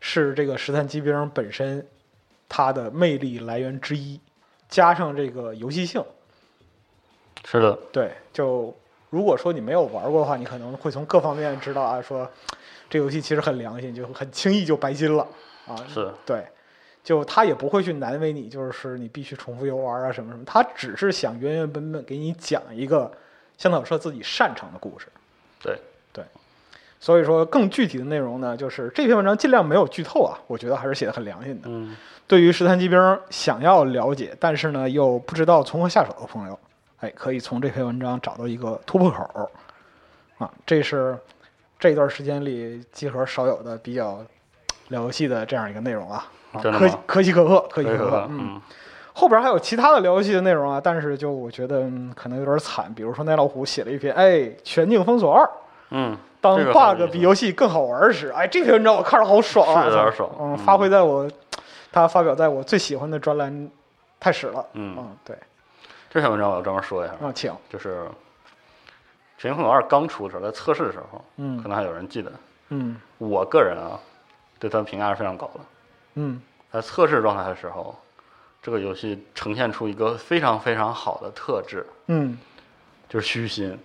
[SPEAKER 2] 是这个《十三机兵》本身它的魅力来源之一，加上这个游戏性。
[SPEAKER 3] 是的，
[SPEAKER 2] 对，就如果说你没有玩过的话，你可能会从各方面知道啊，说这游戏其实很良心，就很轻易就白金了啊。
[SPEAKER 3] 是，
[SPEAKER 2] 对，就他也不会去难为你，就是你必须重复游玩啊什么什么，他只是想原原本本给你讲一个香草社自己擅长的故事。
[SPEAKER 3] 对，
[SPEAKER 2] 所以说，更具体的内容呢，就是这篇文章尽量没有剧透啊，我觉得还是写的很良心的。
[SPEAKER 3] 嗯，
[SPEAKER 2] 对于十三机兵想要了解，但是呢又不知道从何下手的朋友，哎，可以从这篇文章找到一个突破口儿啊。这是这段时间里集合少有的比较聊游戏的这样一个内容啊，啊
[SPEAKER 3] 真的
[SPEAKER 2] 可
[SPEAKER 3] 吗
[SPEAKER 2] 可喜可贺，可
[SPEAKER 3] 可
[SPEAKER 2] 喜
[SPEAKER 3] 以
[SPEAKER 2] 可贺
[SPEAKER 3] 喝，，
[SPEAKER 2] 嗯。
[SPEAKER 3] 嗯，
[SPEAKER 2] 后边还有其他的聊游戏的内容啊，但是就我觉得、嗯可能有点惨，比如说奈老虎写了一篇，哎，《全境封锁二》。
[SPEAKER 3] 嗯，
[SPEAKER 2] 当
[SPEAKER 3] 这个很有
[SPEAKER 2] bug
[SPEAKER 3] 意思
[SPEAKER 2] 比游戏更好玩时，哎，这篇文章我看着好爽啊，
[SPEAKER 3] 是有
[SPEAKER 2] 我操
[SPEAKER 3] 点爽
[SPEAKER 2] 嗯，
[SPEAKER 3] 嗯
[SPEAKER 2] 发挥在我，它发表在我最喜欢的专栏，太史了。
[SPEAKER 3] 嗯
[SPEAKER 2] 对，
[SPEAKER 3] 这篇文章我要专门说一下，
[SPEAKER 2] 啊，请，
[SPEAKER 3] 就是《神行恐龙二》刚出的时候，在测试的时候，可
[SPEAKER 2] 嗯
[SPEAKER 3] 能还有人记得，
[SPEAKER 2] 嗯
[SPEAKER 3] 我个人啊，对它的评价是非常高的。
[SPEAKER 2] 嗯
[SPEAKER 3] 在测试状态的时候，这个游戏呈现出一个非常非常好的特质，
[SPEAKER 2] 嗯，
[SPEAKER 3] 就是虚心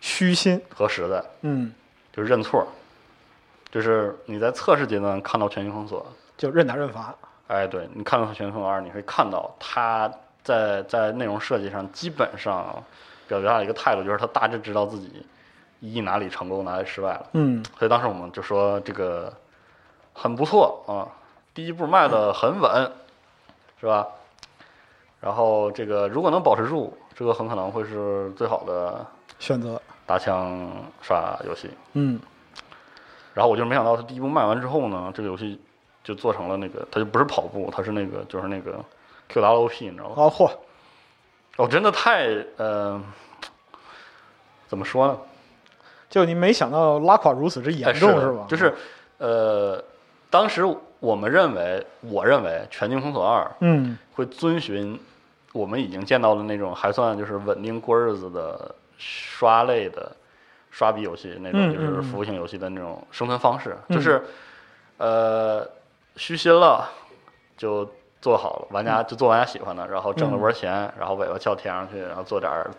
[SPEAKER 2] 虚心，
[SPEAKER 3] 和实在，
[SPEAKER 2] 嗯，
[SPEAKER 3] 就是认错。就是你在测试阶段看到《全境封锁》，
[SPEAKER 2] 就任打任罚，
[SPEAKER 3] 哎，对你看到《全境封锁二》，你会看到它在在内容设计上基本上表达了一个态度，就是他大致知道自己一哪里成功，哪里失败了。
[SPEAKER 2] 嗯
[SPEAKER 3] 所以当时我们就说这个很不错啊，第一步迈的很稳，是吧？然后这个如果能保持住，这个很可能会是最好的
[SPEAKER 2] 选择，
[SPEAKER 3] 打枪杀游戏。
[SPEAKER 2] 嗯
[SPEAKER 3] 然后我就没想到，他第一步迈完之后呢，这个游戏就做成了那个，它就不是跑步，它是那个就是那个 QWOP，你知道吗？
[SPEAKER 2] 啊嚯，
[SPEAKER 3] 哦，真的太呃，怎么说呢？
[SPEAKER 2] 就你没想到拉垮如此之严
[SPEAKER 3] 哎
[SPEAKER 2] 重
[SPEAKER 3] 的
[SPEAKER 2] 是吧？
[SPEAKER 3] 就是，呃，当时我们认为，我认为《全境封锁二》
[SPEAKER 2] 嗯
[SPEAKER 3] 会遵循我们已经见到的那种还算就是稳定过日子的刷类的刷逼游戏那
[SPEAKER 2] 嗯嗯
[SPEAKER 3] 种，就是服务型游戏的那种生存方式，
[SPEAKER 2] 嗯
[SPEAKER 3] 就是呃虚心了就做好了，玩家
[SPEAKER 2] 嗯
[SPEAKER 3] 就做玩家喜欢的，然后挣了波钱，然后尾巴翘天上去，然后做点儿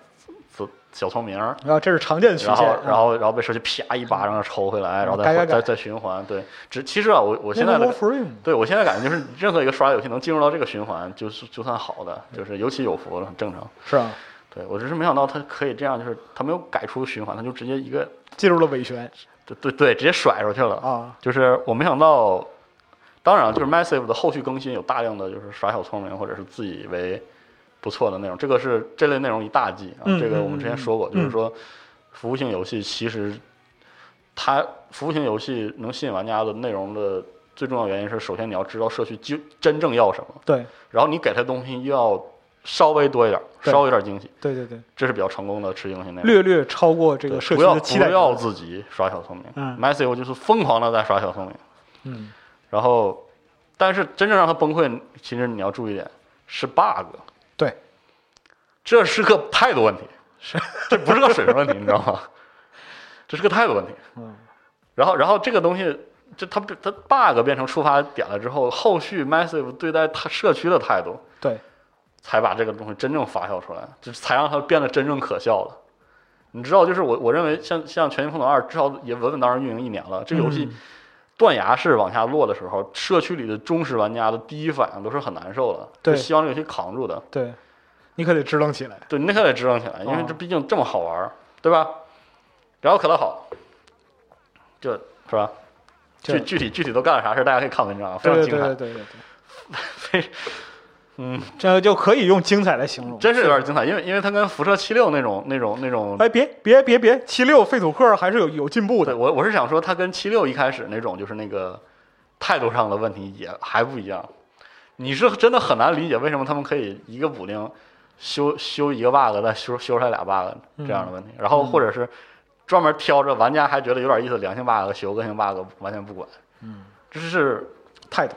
[SPEAKER 3] 自小聪明儿。
[SPEAKER 2] 然后这是常见曲线
[SPEAKER 3] 然后，，然
[SPEAKER 2] 啊
[SPEAKER 3] 后，然后被社区啪一巴掌抽回来，然后再
[SPEAKER 2] 改改
[SPEAKER 3] 回
[SPEAKER 2] 改
[SPEAKER 3] 再再循环。对，只其实啊，我我现在
[SPEAKER 2] No
[SPEAKER 3] 的
[SPEAKER 2] more frame
[SPEAKER 3] 对我现在感觉就是，任何一个刷游戏能进入到这个循环，就是就算好的，就是有起有伏了，很正常。
[SPEAKER 2] 是啊，
[SPEAKER 3] 对我只是没想到它可以这样，就是它没有改出循环，它就直接一个，
[SPEAKER 2] 进入了尾旋
[SPEAKER 3] 对对对，直接甩出去了。
[SPEAKER 2] 啊，
[SPEAKER 3] 就是我没想到，当然就是 Massive 的后续更新有大量的就是耍小聪明或者是自以为不错的内容，这个是这类内容一大忌啊。
[SPEAKER 2] 嗯
[SPEAKER 3] 这个我们之前说过，
[SPEAKER 2] 嗯嗯
[SPEAKER 3] 就是说服务性游戏其实它服务性游戏能吸引玩家的内容的最重要原因是，首先你要知道社区就真正要什么，
[SPEAKER 2] 对，
[SPEAKER 3] 然后你给他东西又要稍微多一点，
[SPEAKER 2] 对
[SPEAKER 3] 稍微有点惊喜，
[SPEAKER 2] 对对对，
[SPEAKER 3] 这是比较成功的吃惊型内容。
[SPEAKER 2] 略略超过这个社区
[SPEAKER 3] 不要
[SPEAKER 2] 的期待
[SPEAKER 3] 不要
[SPEAKER 2] 值。
[SPEAKER 3] 自己耍小聪明。
[SPEAKER 2] 嗯
[SPEAKER 3] m e s s 就是疯狂的在耍小聪明，
[SPEAKER 2] 嗯，
[SPEAKER 3] 然后，但是真正让他崩溃，其实你要注意一点，是 bug，
[SPEAKER 2] 对，
[SPEAKER 3] 这是个态度 问题，是 这不是个水平问题，你知道吗？这是个态度问题。
[SPEAKER 2] 嗯，
[SPEAKER 3] 然后然后这个东西，这它它 bug 变成触发点了之后，后续 Massive 对待它社区的态度，
[SPEAKER 2] 对，
[SPEAKER 3] 才把这个东西真正发酵出来，就是才让它变得真正可笑了。你知道，就是我我认为像像《全民风斗二》至少也稳稳当当运营一年了，这个游戏
[SPEAKER 2] 嗯
[SPEAKER 3] 断崖式往下落的时候，社区里的忠实玩家的第一反应都是很难受的，
[SPEAKER 2] 对
[SPEAKER 3] 就希望这个游戏扛住的。
[SPEAKER 2] 对，你可得支棱起来。
[SPEAKER 3] 对，那可得支棱起来，因为
[SPEAKER 2] 嗯
[SPEAKER 3] 这毕竟这么好玩儿，对吧？然后可乐好，就是吧？
[SPEAKER 2] 这
[SPEAKER 3] 具具体具体都干了啥事儿，大家可以看文章，非
[SPEAKER 2] 对
[SPEAKER 3] 常
[SPEAKER 2] 对
[SPEAKER 3] 精
[SPEAKER 2] 对对
[SPEAKER 3] 彩，
[SPEAKER 2] 对对对，
[SPEAKER 3] 非 嗯，
[SPEAKER 2] 这就可以用精彩来形容。
[SPEAKER 3] 真是有点精彩，因为因为它跟辐射七六那种那种那种，
[SPEAKER 2] 哎，别别别别，七六废土克还是有有进步
[SPEAKER 3] 对
[SPEAKER 2] 的。
[SPEAKER 3] 我我是想说，它跟七六一开始那种就是那个态度上的问题也还不一样，你是真的很难理解为什么他们可以一个补丁修修一个 bug，再修修出来俩 bug 这样的问题，
[SPEAKER 2] 嗯
[SPEAKER 3] 然后或者是专门挑着玩家还觉得有点意思，良性 bug 修，恶性 bug 完全不管，嗯，这是
[SPEAKER 2] 态度，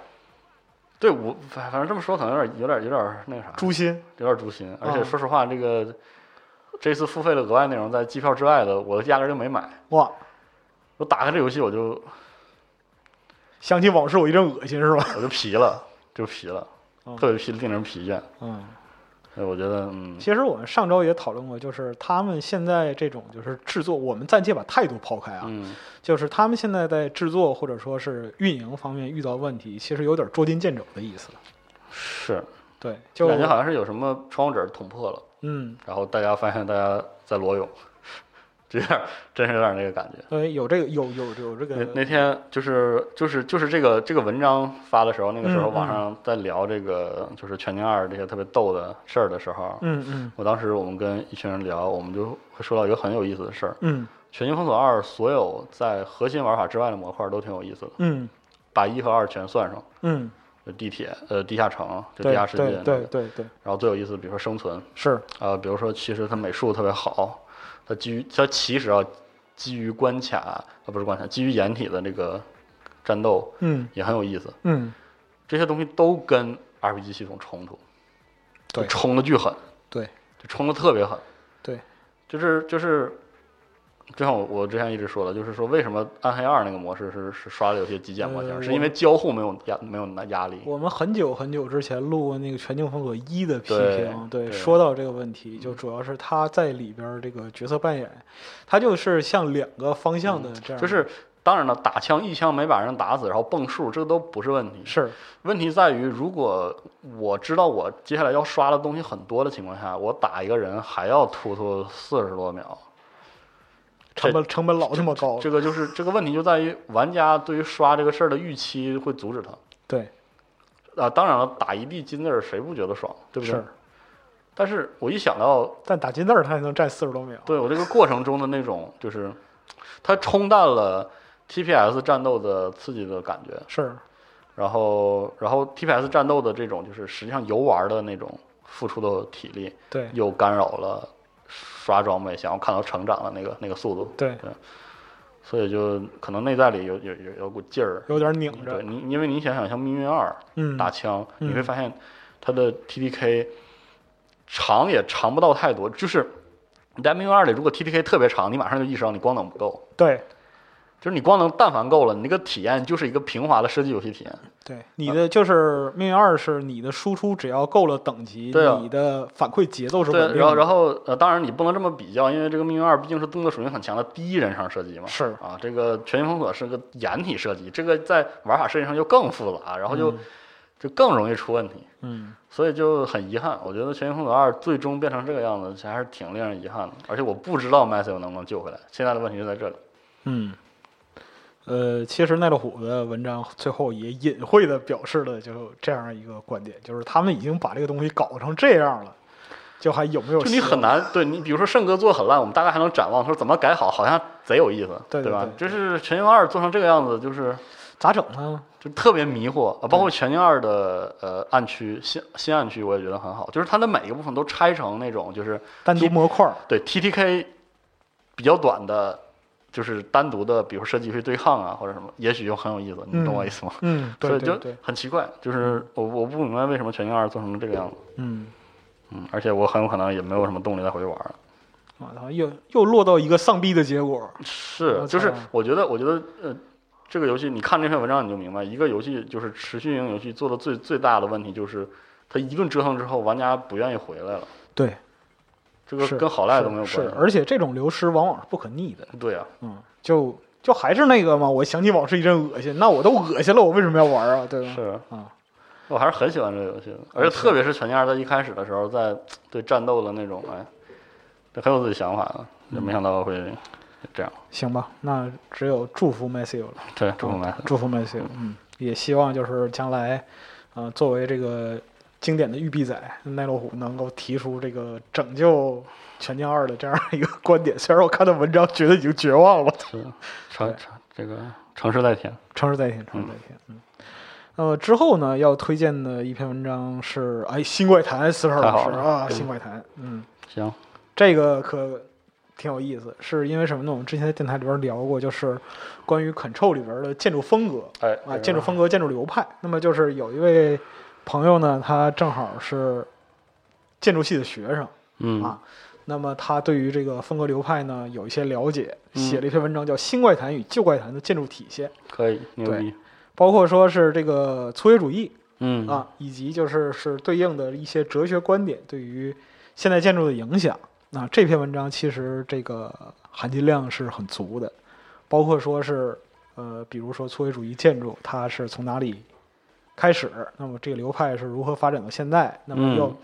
[SPEAKER 3] 对我反反正这么说可能有点有点有点那个啥，
[SPEAKER 2] 诛心。
[SPEAKER 3] 有点诛心。而且
[SPEAKER 2] 啊
[SPEAKER 3] 说实话，这个这次付费的额外内容在机票之外的，我压根儿就没买。
[SPEAKER 2] 哇，
[SPEAKER 3] 我打开这游戏我就
[SPEAKER 2] 想起往事我一阵恶心，是吧？
[SPEAKER 3] 我就皮了，就皮了
[SPEAKER 2] 哦，
[SPEAKER 3] 特别皮令人疲倦。
[SPEAKER 2] 嗯，
[SPEAKER 3] 所以我觉得，嗯，
[SPEAKER 2] 其实我们上周也讨论过，就是他们现在这种就是制作，我们暂且把态度抛开啊，
[SPEAKER 3] 嗯，
[SPEAKER 2] 就是他们现在在制作或者说是运营方面遇到问题，其实有点捉襟见肘的意思了。
[SPEAKER 3] 是
[SPEAKER 2] 对，就
[SPEAKER 3] 感觉好像是有什么窗户纸捅破了，
[SPEAKER 2] 嗯，
[SPEAKER 3] 然后大家发现大家在裸泳， 这样真是有点那个感觉。
[SPEAKER 2] 呃，有这个有有有这
[SPEAKER 3] 那
[SPEAKER 2] 个
[SPEAKER 3] 那天就是就是就是这个这个文章发的时候，那个时候
[SPEAKER 2] 嗯嗯
[SPEAKER 3] 网上在聊这个就是《全境二》这些特别逗的事儿的时候，
[SPEAKER 2] 嗯嗯
[SPEAKER 3] 我当时我们跟一群人聊，我们就会说到一个很有意思的事儿，《
[SPEAKER 2] 嗯
[SPEAKER 3] 全境封锁二》所有在核心玩法之外的模块都挺有意思的，
[SPEAKER 2] 嗯
[SPEAKER 3] 把一和二全算上，
[SPEAKER 2] 嗯，
[SPEAKER 3] 就地铁、呃地下城、就地
[SPEAKER 2] 对
[SPEAKER 3] 下世界那
[SPEAKER 2] 对
[SPEAKER 3] 个，
[SPEAKER 2] 对对对，
[SPEAKER 3] 然后最有意思，比如说生存，
[SPEAKER 2] 是，
[SPEAKER 3] 呃，比如说其实它美术特别好，它基于它其实啊基于关卡啊不是关卡，基于掩体的这个战斗
[SPEAKER 2] 嗯
[SPEAKER 3] 也很有意思，
[SPEAKER 2] 嗯，
[SPEAKER 3] 这些东西都跟 RPG 系统冲突，
[SPEAKER 2] 对
[SPEAKER 3] 就冲的巨狠，
[SPEAKER 2] 对
[SPEAKER 3] 就冲的特别狠。
[SPEAKER 2] 对，
[SPEAKER 3] 就是就是，就像我我之前一直说的，就是说为什么《暗黑二》那个模式是是刷的有些极简模型，
[SPEAKER 2] 呃
[SPEAKER 3] 是因为交互没有压没有那压力。
[SPEAKER 2] 我们很久很久之前录过那个《全境封锁一》的批
[SPEAKER 3] 对
[SPEAKER 2] 评，对，
[SPEAKER 3] 对嗯
[SPEAKER 2] 说到这个问题，就主要是他在里边儿这个角色扮演，他就是向两个方向的这样，
[SPEAKER 3] 嗯就是当然了，打枪一枪没把人打死，然后蹦树，这都不是问题。
[SPEAKER 2] 是，
[SPEAKER 3] 问题在于，如果我知道我接下来要刷的东西很多的情况下，我打一个人还要突突四十多秒，
[SPEAKER 2] 成本成本老这么高了，
[SPEAKER 3] 这个就是这个问题就在于玩家对于刷这个事儿的预期会阻止他。
[SPEAKER 2] 对，
[SPEAKER 3] 啊，当然了，打一地金字儿谁不觉得爽，对不对
[SPEAKER 2] 是？
[SPEAKER 3] 但是我一想到
[SPEAKER 2] 但打金字儿他也能占四十多秒，
[SPEAKER 3] 对我这个过程中的那种，就是它冲淡了 TPS 战斗的刺激的感觉，
[SPEAKER 2] 是，
[SPEAKER 3] 然后然后 TPS 战斗的这种就是实际上游玩的那种付出的体力，
[SPEAKER 2] 对
[SPEAKER 3] 又干扰了刷装备想要看到成长的那个那个速度，
[SPEAKER 2] 对，
[SPEAKER 3] 所以就可能内在里有有有有股劲儿。
[SPEAKER 2] 有点拧
[SPEAKER 3] 对
[SPEAKER 2] 着，
[SPEAKER 3] 你，因为你想想，像《命运二》
[SPEAKER 2] 嗯，
[SPEAKER 3] 打枪，你会
[SPEAKER 2] 嗯
[SPEAKER 3] 发现它的 TDK 长也长不到太多，就是你在《命运二》里，如果 TDK 特别长，你马上就意识到你光能不够，
[SPEAKER 2] 对
[SPEAKER 3] 就是你光能但凡够了，你那个体验就是一个平滑的射击游戏体验。
[SPEAKER 2] 对，你的就是命运二是你的输出只要够了等级，
[SPEAKER 3] 对啊
[SPEAKER 2] 你的反馈节奏是稳
[SPEAKER 3] 对，
[SPEAKER 2] 定的，
[SPEAKER 3] 然后然后呃，当然你不能这么比较，因为这个《命运二》毕竟是动作属性很强的第一人称射击嘛。
[SPEAKER 2] 是
[SPEAKER 3] 啊，这个《全境封锁》是个掩体射击，这个在玩法设计上就更复杂，然后就、就更容易出问题。
[SPEAKER 2] 嗯，
[SPEAKER 3] 所以就很遗憾，我觉得《全民封锁二》最终变成这个样子，其实还是挺令人遗憾的。而且我不知道 Massive 能不能救回来，现在的问题就在这里。
[SPEAKER 2] 嗯，呃，其实奈洛虎的文章最后也隐晦的表示了就这样一个观点，就是他们已经把这个东西搞成这样了，就还有没有
[SPEAKER 3] 就
[SPEAKER 2] 希望？
[SPEAKER 3] 你很难对你，比如说圣哥做得很烂，我们大概还能展望说怎么改好，好像贼有意思，
[SPEAKER 2] 对对
[SPEAKER 3] 吧？
[SPEAKER 2] 对
[SPEAKER 3] 就是《全民封锁二》做成这个样子，就是
[SPEAKER 2] 咋整呢？
[SPEAKER 3] 就特别迷惑啊。包括《全境二》的呃暗区新新暗区，我也觉得很好，就是它的每一个部分都拆成那种就是
[SPEAKER 2] 单独模块儿，
[SPEAKER 3] 对 TTK 比较短的，就是单独的，比如射击去对抗啊或者什么，也许就很有意思，你懂我意思吗？
[SPEAKER 2] 嗯，对
[SPEAKER 3] 所
[SPEAKER 2] 对
[SPEAKER 3] 以就
[SPEAKER 2] 对，
[SPEAKER 3] 很奇怪，就是我我不明白为什么《全境二》做成这个样子。
[SPEAKER 2] 嗯，
[SPEAKER 3] 嗯，而且我很有可能也没有什么动力再回去玩了。
[SPEAKER 2] 我操，啊又又落到一个丧逼的结果，
[SPEAKER 3] 是
[SPEAKER 2] 我，
[SPEAKER 3] 就是
[SPEAKER 2] 操
[SPEAKER 3] 我觉得，我觉得，呃，这个游戏，你看这篇文章你就明白，一个游戏就是持续型游戏做的最最大的问题就是，它一顿折腾之后，玩家不愿意回来了。
[SPEAKER 2] 对，
[SPEAKER 3] 这个
[SPEAKER 2] 是
[SPEAKER 3] 跟好赖都没有
[SPEAKER 2] 是是
[SPEAKER 3] 关系。
[SPEAKER 2] 而且这种流失往往是不可逆的，
[SPEAKER 3] 对啊，
[SPEAKER 2] 嗯，就就还是那个嘛，我想起往事一阵恶心，那我都恶心了，我为什么要玩啊？对吧？
[SPEAKER 3] 是
[SPEAKER 2] 啊，
[SPEAKER 3] 我还是很喜欢这个游戏的，而且特别是全家在一开始的时候，在对战斗的那种，哎，这很有自己想法的，就没想到
[SPEAKER 2] 嗯
[SPEAKER 3] 会这样。
[SPEAKER 2] 行吧，那只有祝福 Messi 了，啊
[SPEAKER 3] 对，祝福们。
[SPEAKER 2] 祝福 Messi，嗯，也希望就是将来，呃，作为这个经典的育碧仔奈洛虎能够提出这个拯救全境二的这样一个观点。虽然我看到文章觉得已经绝望了，
[SPEAKER 3] 是城城这个城市在天，
[SPEAKER 2] 诚实在天，诚实在天。嗯，呃，之后呢，要推荐的一篇文章是哎，新怪谈斯特
[SPEAKER 3] 太
[SPEAKER 2] 老
[SPEAKER 3] 好
[SPEAKER 2] 师
[SPEAKER 3] 了
[SPEAKER 2] 啊，
[SPEAKER 3] 嗯
[SPEAKER 2] 新怪谈，嗯，
[SPEAKER 3] 行，
[SPEAKER 2] 这个可挺有意思，是因为什么呢？我们之前在电台里边聊过，就是关于 Control 里边的建筑风格
[SPEAKER 3] 哎，
[SPEAKER 2] 啊，建筑风格、建筑流派。那么就是有一位朋友呢，他正好是建筑系的学生，
[SPEAKER 3] 嗯
[SPEAKER 2] 啊那么他对于这个风格流派呢有一些了解，
[SPEAKER 3] 嗯
[SPEAKER 2] 写了一篇文章叫《新怪谈与旧怪谈的建筑体现》。
[SPEAKER 3] 可以，牛
[SPEAKER 2] 对
[SPEAKER 3] 逼，
[SPEAKER 2] 包括说是这个粗野主义
[SPEAKER 3] 嗯，
[SPEAKER 2] 啊，以及就是是对应的一些哲学观点对于现代建筑的影响。那这篇文章其实这个含金量是很足的，包括说是呃，比如说粗野主义建筑它是从哪里开始，那么这个流派是如何发展到现在，那么又、
[SPEAKER 3] 嗯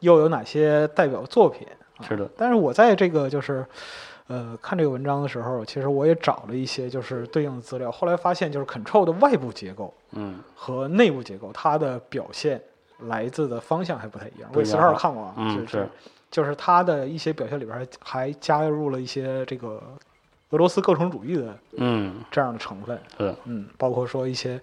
[SPEAKER 2] 又有哪些代表作品？啊
[SPEAKER 3] 是的，
[SPEAKER 2] 但是我在这个就是，呃，看这个文章的时候，其实我也找了一些就是对应的资料，后来发现就是 Control 的外部结构
[SPEAKER 3] 嗯
[SPEAKER 2] 和内部结构它的表现来自的方向还不太一样。我
[SPEAKER 3] 不
[SPEAKER 2] 也
[SPEAKER 3] 一
[SPEAKER 2] 四
[SPEAKER 3] 样
[SPEAKER 2] 十二
[SPEAKER 3] 啊
[SPEAKER 2] 看过啊，
[SPEAKER 3] 嗯
[SPEAKER 2] 就是是就是它的一些表现里边还还加入了一些这个俄罗斯构成主义的
[SPEAKER 3] 嗯，
[SPEAKER 2] 这样的成分，
[SPEAKER 3] 是，
[SPEAKER 2] 嗯，包括说一些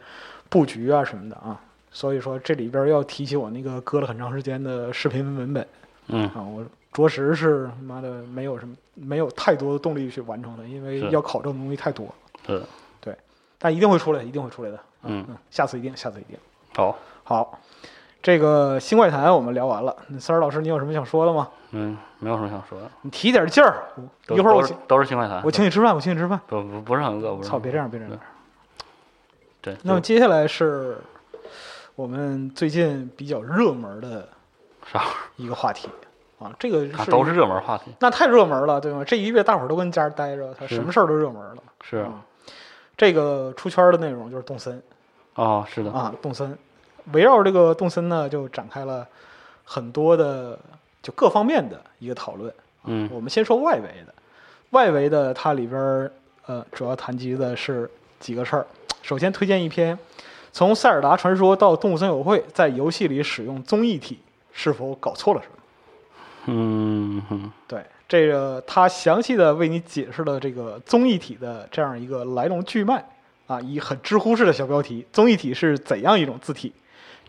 [SPEAKER 2] 布局啊什么的啊。所以说这里边要提起我那个搁了很长时间的视频文本。
[SPEAKER 3] 嗯，
[SPEAKER 2] 啊，我着实是妈的没有什么没有太多的动力去完成它，因为
[SPEAKER 3] 是
[SPEAKER 2] 要考证的东西太多，
[SPEAKER 3] 是，
[SPEAKER 2] 但一定会出来，一定会出来的。
[SPEAKER 3] 呃嗯，
[SPEAKER 2] 嗯，下次一定，下次一定。
[SPEAKER 3] 好，
[SPEAKER 2] 好，这个新怪谈我们聊完了，那三儿老师，你有什么想说的吗？
[SPEAKER 3] 嗯，没有什么想说的，
[SPEAKER 2] 你提点劲儿，
[SPEAKER 3] 都
[SPEAKER 2] 一会儿我
[SPEAKER 3] 都是
[SPEAKER 2] 请
[SPEAKER 3] 都是新快谈，
[SPEAKER 2] 我请你吃饭，我请你吃饭。
[SPEAKER 3] 不不不是很饿，不是很饿，
[SPEAKER 2] 操，别这样，别这样。
[SPEAKER 3] 对，
[SPEAKER 2] 那么
[SPEAKER 3] 就
[SPEAKER 2] 接下来是我们最近比较热门的
[SPEAKER 3] 啥玩意
[SPEAKER 2] 一个话题啊，这个
[SPEAKER 3] 儿啊
[SPEAKER 2] 是
[SPEAKER 3] 都是热门话题，
[SPEAKER 2] 那太热门了，对吗？这一个月大伙儿都跟家待着，他
[SPEAKER 3] 是
[SPEAKER 2] 什么事儿都热门了。
[SPEAKER 3] 是
[SPEAKER 2] 嗯这个出圈的内容就是动森
[SPEAKER 3] 哦，是的，
[SPEAKER 2] 啊，动森，围绕这个动森呢，就展开了很多的就各方面的一个讨论。啊
[SPEAKER 3] 嗯
[SPEAKER 2] 我们先说外围的，外围的它里边儿呃主要谈及的是几个事儿。首先推荐一篇《从塞尔达传说到动物森友会》在游戏里使用综艺体是否搞错了什么？
[SPEAKER 3] 嗯嗯
[SPEAKER 2] 对，这个他详细的为你解释了这个综艺体的这样一个来龙去脉啊，以很知乎式的小标题，综艺体是怎样一种字体，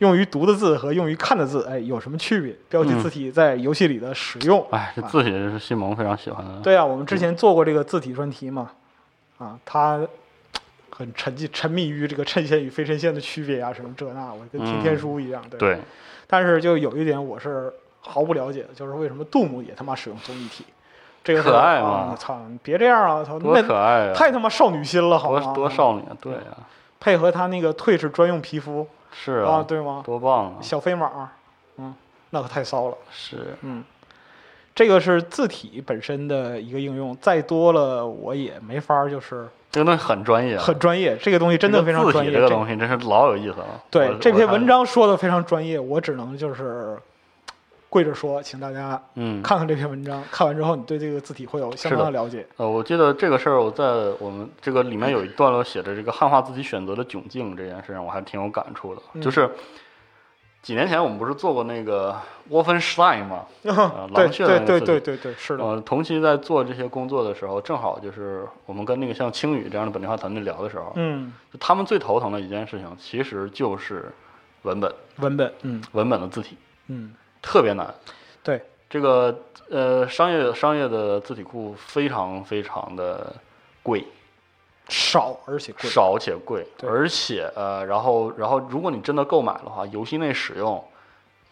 [SPEAKER 2] 用于读的字和用于看的字，哎，有什么区别？标题
[SPEAKER 3] 嗯
[SPEAKER 2] 字体在游戏里的使用，
[SPEAKER 3] 哎，这
[SPEAKER 2] 啊
[SPEAKER 3] 字体是西蒙非常喜欢的，
[SPEAKER 2] 对啊，我们之前做过这个字体专题嘛，啊，他很沉浸沉迷于这个衬线与非衬线的区别啊，什么这那，我跟听天
[SPEAKER 3] 嗯
[SPEAKER 2] 书一样，对吧。
[SPEAKER 3] 对，
[SPEAKER 2] 但是就有一点我是毫不了解的，就是为什么杜牧也他妈使用综艺体，这个是
[SPEAKER 3] 可爱嘛
[SPEAKER 2] 啊！我操，你别这样啊！我操，
[SPEAKER 3] 多可
[SPEAKER 2] 那
[SPEAKER 3] 爱呀，
[SPEAKER 2] 太他妈少女心了，好
[SPEAKER 3] 多
[SPEAKER 2] 吗？
[SPEAKER 3] 多少女啊，对呀，
[SPEAKER 2] 配合他那个退是专用皮肤
[SPEAKER 3] 是
[SPEAKER 2] 啊，，对吗？
[SPEAKER 3] 多棒啊，
[SPEAKER 2] 小飞马，嗯，那可太骚了，
[SPEAKER 3] 是，
[SPEAKER 2] 嗯。这个是字体本身的一个应用，再多了我也没法儿，就是
[SPEAKER 3] 这个东西很专业啊，
[SPEAKER 2] 很专业。这个东西真的
[SPEAKER 3] 这个
[SPEAKER 2] 非常
[SPEAKER 3] 字
[SPEAKER 2] 专
[SPEAKER 3] 体
[SPEAKER 2] 业，
[SPEAKER 3] 这个
[SPEAKER 2] 这
[SPEAKER 3] 东西真是老有意思了，
[SPEAKER 2] 对
[SPEAKER 3] 我
[SPEAKER 2] 这篇文，
[SPEAKER 3] 我看
[SPEAKER 2] 章说的非常专业，我只能就是跪着说，请大家
[SPEAKER 3] 嗯，
[SPEAKER 2] 看看这篇文章， 看完之后你对这个字体会有相当的了解。
[SPEAKER 3] 呃，我记得这个事儿，我在我们这个里面有一段落写着这个汉化自己选择的窘境这件事上，我还挺有感触的。
[SPEAKER 2] 嗯
[SPEAKER 3] 就是几年前我们不是做过那个 Wolfenstein 吗？
[SPEAKER 2] 啊
[SPEAKER 3] 呃狼
[SPEAKER 2] 对
[SPEAKER 3] 穴的
[SPEAKER 2] 对
[SPEAKER 3] 那
[SPEAKER 2] 对
[SPEAKER 3] 次
[SPEAKER 2] 对对对，是的，
[SPEAKER 3] 呃，同期在做这些工作的时候，正好就是我们跟那个像青宇这样的本地化团队聊的时候，
[SPEAKER 2] 嗯，
[SPEAKER 3] 就他们最头疼的一件事情，其实就是文本，
[SPEAKER 2] 文本，嗯
[SPEAKER 3] 文本的字体
[SPEAKER 2] 嗯，
[SPEAKER 3] 特别难。
[SPEAKER 2] 对，
[SPEAKER 3] 这个呃，商业商业的字体库非常非常的贵，
[SPEAKER 2] 少而且贵，
[SPEAKER 3] 少且贵，
[SPEAKER 2] 对
[SPEAKER 3] 而且呃，然后然后如果你真的购买的话，游戏内使用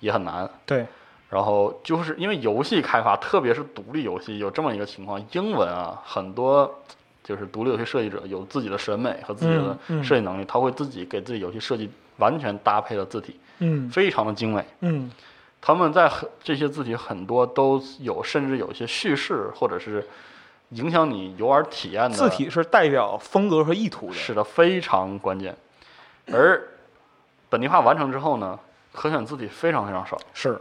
[SPEAKER 3] 也很难。
[SPEAKER 2] 对，
[SPEAKER 3] 然后就是因为游戏开发，特别是独立游戏，有这么一个情况：英文啊，很多就是独立游戏设计者有自己的审美和自己
[SPEAKER 2] 嗯嗯
[SPEAKER 3] 的设计能力，他会自己给自己游戏设计完全搭配的字体，
[SPEAKER 2] 嗯
[SPEAKER 3] 非常的精美。
[SPEAKER 2] 嗯
[SPEAKER 3] 他们在很这些字体很多都有，甚至有一些叙事或者是影响你游玩体验的
[SPEAKER 2] 字体是代表风格和意图的，
[SPEAKER 3] 使得非常关键。而本地化完成之后呢，可选字体非常非常少。
[SPEAKER 2] 是，